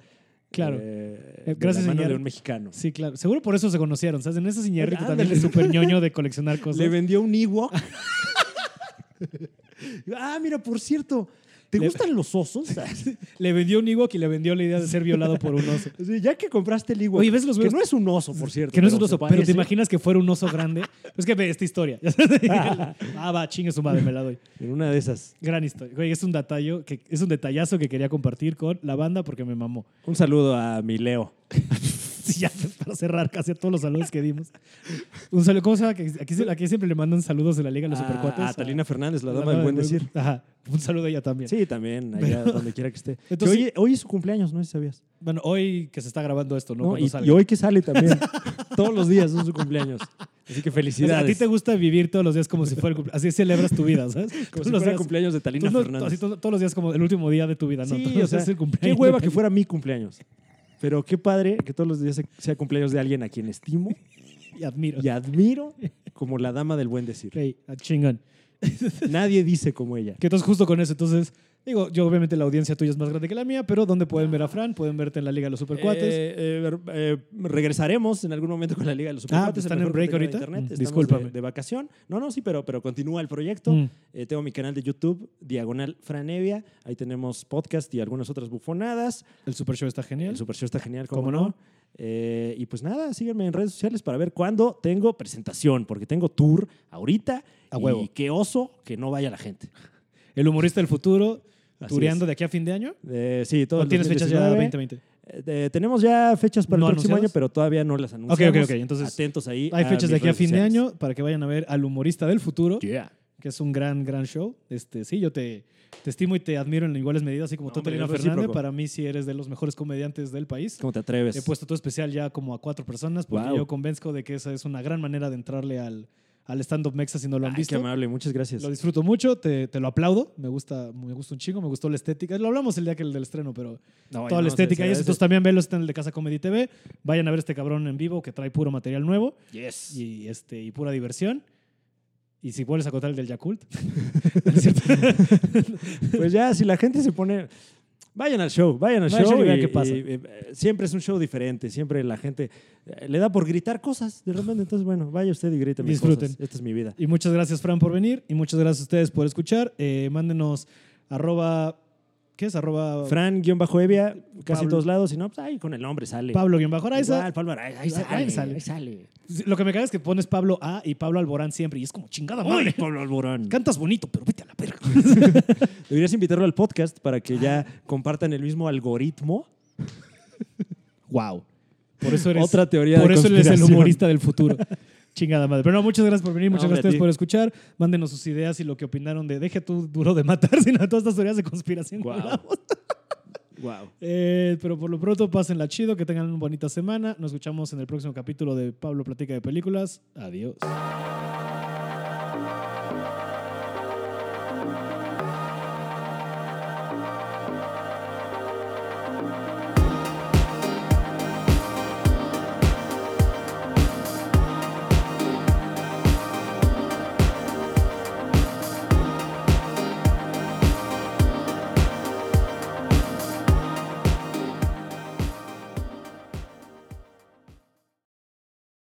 Speaker 1: Claro.
Speaker 2: eh,
Speaker 1: Eh,
Speaker 2: de
Speaker 1: gracias,
Speaker 2: la mano de
Speaker 1: Iñárritu.
Speaker 2: un mexicano.
Speaker 1: Sí, claro. Seguro por eso se
Speaker 2: [laughs]
Speaker 1: conocieron. ¿Sabes? En ese Iñárritu también
Speaker 2: Ándale.
Speaker 1: es súper ñoño de coleccionar cosas.
Speaker 2: Le vendió un Ewok [laughs] ah, mira, por cierto, ¿te
Speaker 1: Le-
Speaker 2: gustan
Speaker 1: [laughs]
Speaker 2: los osos? [laughs]
Speaker 1: Le vendió un Ewok y le vendió la idea de ser violado por un oso.
Speaker 2: Sí, ya que compraste el Ewok,
Speaker 1: Oye, ¿ves los
Speaker 2: que
Speaker 1: videos?
Speaker 2: no es un oso, por cierto.
Speaker 1: Que no es un
Speaker 2: [laughs] pero
Speaker 1: oso,
Speaker 2: se
Speaker 1: pero te
Speaker 2: parece.
Speaker 1: imaginas que fuera un oso grande. Es que ve esta historia. [laughs] ah, va, chingue su madre, me la doy.
Speaker 2: En una de esas.
Speaker 1: Gran historia. Güey, es un detalle que es un detallazo que quería compartir con la banda porque me mamó. [laughs]
Speaker 2: Un saludo a mi Leo.
Speaker 1: Sí, ya para cerrar casi todos los saludos que dimos. Un saludo, ¿cómo se llama? Que Aquí, se- aquí siempre le mandan saludos de la Liga de los
Speaker 2: A-
Speaker 1: Supercuates.
Speaker 2: Ah, A Talina Fernández, la
Speaker 1: la
Speaker 2: dama del buen decir.
Speaker 1: Ajá. Un saludo a ella también.
Speaker 2: Sí, también, allá donde quiera que esté. Que
Speaker 1: [laughs] Entonces-
Speaker 2: hoy, hoy es su cumpleaños, no sé si sabías.
Speaker 1: Bueno, hoy que se está grabando esto, ¿no?
Speaker 2: No,
Speaker 1: Cuando
Speaker 2: y,
Speaker 1: salga.
Speaker 2: y hoy que sale también. [laughs] Todos los días son su cumpleaños. Así que
Speaker 1: O sea, a
Speaker 2: felicidades.
Speaker 1: ti te gusta vivir todos los días como si fuera el cumpleaños. Así celebras tu vida, ¿sabes?
Speaker 2: Como
Speaker 1: Todos
Speaker 2: si
Speaker 1: los
Speaker 2: fuera
Speaker 1: días.
Speaker 2: cumpleaños de
Speaker 1: Tú
Speaker 2: Talina
Speaker 1: no-
Speaker 2: Fernández.
Speaker 1: así to- todos los días como el último día de tu vida, ¿no?
Speaker 2: Sí,
Speaker 1: todos
Speaker 2: o
Speaker 1: los
Speaker 2: sea,
Speaker 1: días el
Speaker 2: qué
Speaker 1: cumpleaños.
Speaker 2: hueva que fuera mi cumpleaños. Pero qué padre que todos los días se- sea cumpleaños de alguien a quien estimo
Speaker 1: Y admiro.
Speaker 2: y admiro como la dama del buen decir.
Speaker 1: Ok, ah, chingón.
Speaker 2: Nadie dice como ella.
Speaker 1: Que entonces justo con eso, entonces, digo, yo obviamente la audiencia tuya es más grande que la mía, pero ¿dónde pueden ver a Fran? Pueden verte en la Liga de los Supercuates.
Speaker 2: Eh, eh, eh, regresaremos en algún momento con la Liga de los Supercuates.
Speaker 1: Ah,
Speaker 2: el
Speaker 1: ¿están
Speaker 2: mejor
Speaker 1: en break
Speaker 2: contenido de
Speaker 1: ahorita?
Speaker 2: Internet.
Speaker 1: Mm,
Speaker 2: Estamos
Speaker 1: discúlpame.
Speaker 2: De, de vacación. No, no, sí, pero, pero continúa el proyecto.
Speaker 1: Mm.
Speaker 2: Eh, tengo mi canal de YouTube, Diagonal Franevia. Ahí tenemos podcast y algunas otras bufonadas.
Speaker 1: El Super Show está genial.
Speaker 2: El Super Show está genial,
Speaker 1: ¿Cómo
Speaker 2: ¿cómo
Speaker 1: no?
Speaker 2: no? Eh, y pues nada, síganme en redes sociales para ver cuándo tengo presentación, porque tengo tour ahorita.
Speaker 1: A huevo.
Speaker 2: Y qué oso que no vaya la gente.
Speaker 1: El humorista del futuro,
Speaker 2: Así
Speaker 1: tureando de aquí a fin de año.
Speaker 2: Eh, sí, todo
Speaker 1: ¿O
Speaker 2: el
Speaker 1: tienes fechas ya
Speaker 2: 2019.
Speaker 1: 2020?
Speaker 2: Eh, eh, tenemos ya fechas para
Speaker 1: ¿No
Speaker 2: el próximo
Speaker 1: anunciadas?
Speaker 2: año, pero todavía no las anunciamos.
Speaker 1: ok, ok, entonces,
Speaker 2: Atentos ahí.
Speaker 1: Hay fechas de
Speaker 2: mis
Speaker 1: aquí a
Speaker 2: redes
Speaker 1: fin de
Speaker 2: sociales.
Speaker 1: año para que vayan a ver al humorista del futuro,
Speaker 2: Yeah.
Speaker 1: que es un gran, gran show. Este, sí, yo te, te estimo y te admiro en iguales medidas, así como
Speaker 2: No,
Speaker 1: tú,
Speaker 2: hombre,
Speaker 1: Talina
Speaker 2: es
Speaker 1: Fernández.
Speaker 2: recíproco.
Speaker 1: Para mí, sí eres de los mejores comediantes del país.
Speaker 2: ¿Cómo te atreves?
Speaker 1: He puesto tu especial ya como a cuatro personas porque
Speaker 2: Wow.
Speaker 1: yo convenzco de que esa es una gran manera de entrarle al, al stand-up mexa si no lo han
Speaker 2: Ay,
Speaker 1: visto.
Speaker 2: Qué amable, muchas gracias.
Speaker 1: Lo disfruto mucho, te, te lo aplaudo, me gusta, me gusta un chingo, me gustó la estética. Lo hablamos el día que el del estreno, pero
Speaker 2: No,
Speaker 1: toda
Speaker 2: no,
Speaker 1: la estética
Speaker 2: se- se
Speaker 1: y eso.
Speaker 2: agradece.
Speaker 1: Entonces también velos está en el de Casa Comedy TV. Vayan a ver este cabrón en vivo que trae puro material nuevo
Speaker 2: Yes.
Speaker 1: y, este, y pura diversión. Y si vuelves a contar el del Yakult. [laughs] No es cierto.
Speaker 2: Pues ya, si la gente se pone. Vayan al show, vayan al
Speaker 1: Vayan al
Speaker 2: show.
Speaker 1: show y vean
Speaker 2: y-
Speaker 1: qué pasa.
Speaker 2: y, eh, siempre es un show diferente, siempre la gente eh, le da por gritar cosas de repente. Entonces, bueno, vaya usted y grite mis
Speaker 1: Disfruten.
Speaker 2: cosas. Esta es mi vida.
Speaker 1: Y muchas gracias, Fran, por venir. Y muchas gracias a ustedes por escuchar. Eh, mándenos arroba... ¿Qué es? Arroba...
Speaker 2: Fran-Evia, casi en
Speaker 1: Pablo.
Speaker 2: todos lados. Y no, pues ahí con el nombre sale.
Speaker 1: Pablo-Araiza.
Speaker 2: Igual, Pablo Araiza, ahí
Speaker 1: Igual,
Speaker 2: sale. Ahí
Speaker 1: sale.
Speaker 2: sale.
Speaker 1: Sí, Lo que me caga es que pones Pablo A y Pablo Alborán siempre y es como chingada
Speaker 2: Uy,
Speaker 1: madre.
Speaker 2: Pablo Alborán.
Speaker 1: Cantas bonito, pero vete a la verga.
Speaker 2: Deberías invitarlo al podcast para que ya compartan el mismo algoritmo.
Speaker 1: wow. Por eso eres
Speaker 2: Otra teoría de
Speaker 1: Por eso eres el
Speaker 2: conspiración.
Speaker 1: humorista del
Speaker 2: [laughs]
Speaker 1: futuro. chingada madre. Pero no, muchas gracias por venir, muchas
Speaker 2: No, hombre,
Speaker 1: gracias a ustedes por
Speaker 2: a ti.
Speaker 1: escuchar. Mándenos sus ideas y lo que opinaron de deje tú duro de matar, [laughs] sino de todas estas teorías de conspiración. que
Speaker 2: [laughs]
Speaker 1: hablamos.
Speaker 2: wow.
Speaker 1: Eh, pero por lo pronto, pásenla chido, que tengan una bonita semana. Nos escuchamos en el próximo capítulo de Pablo Platica de Películas. Adiós.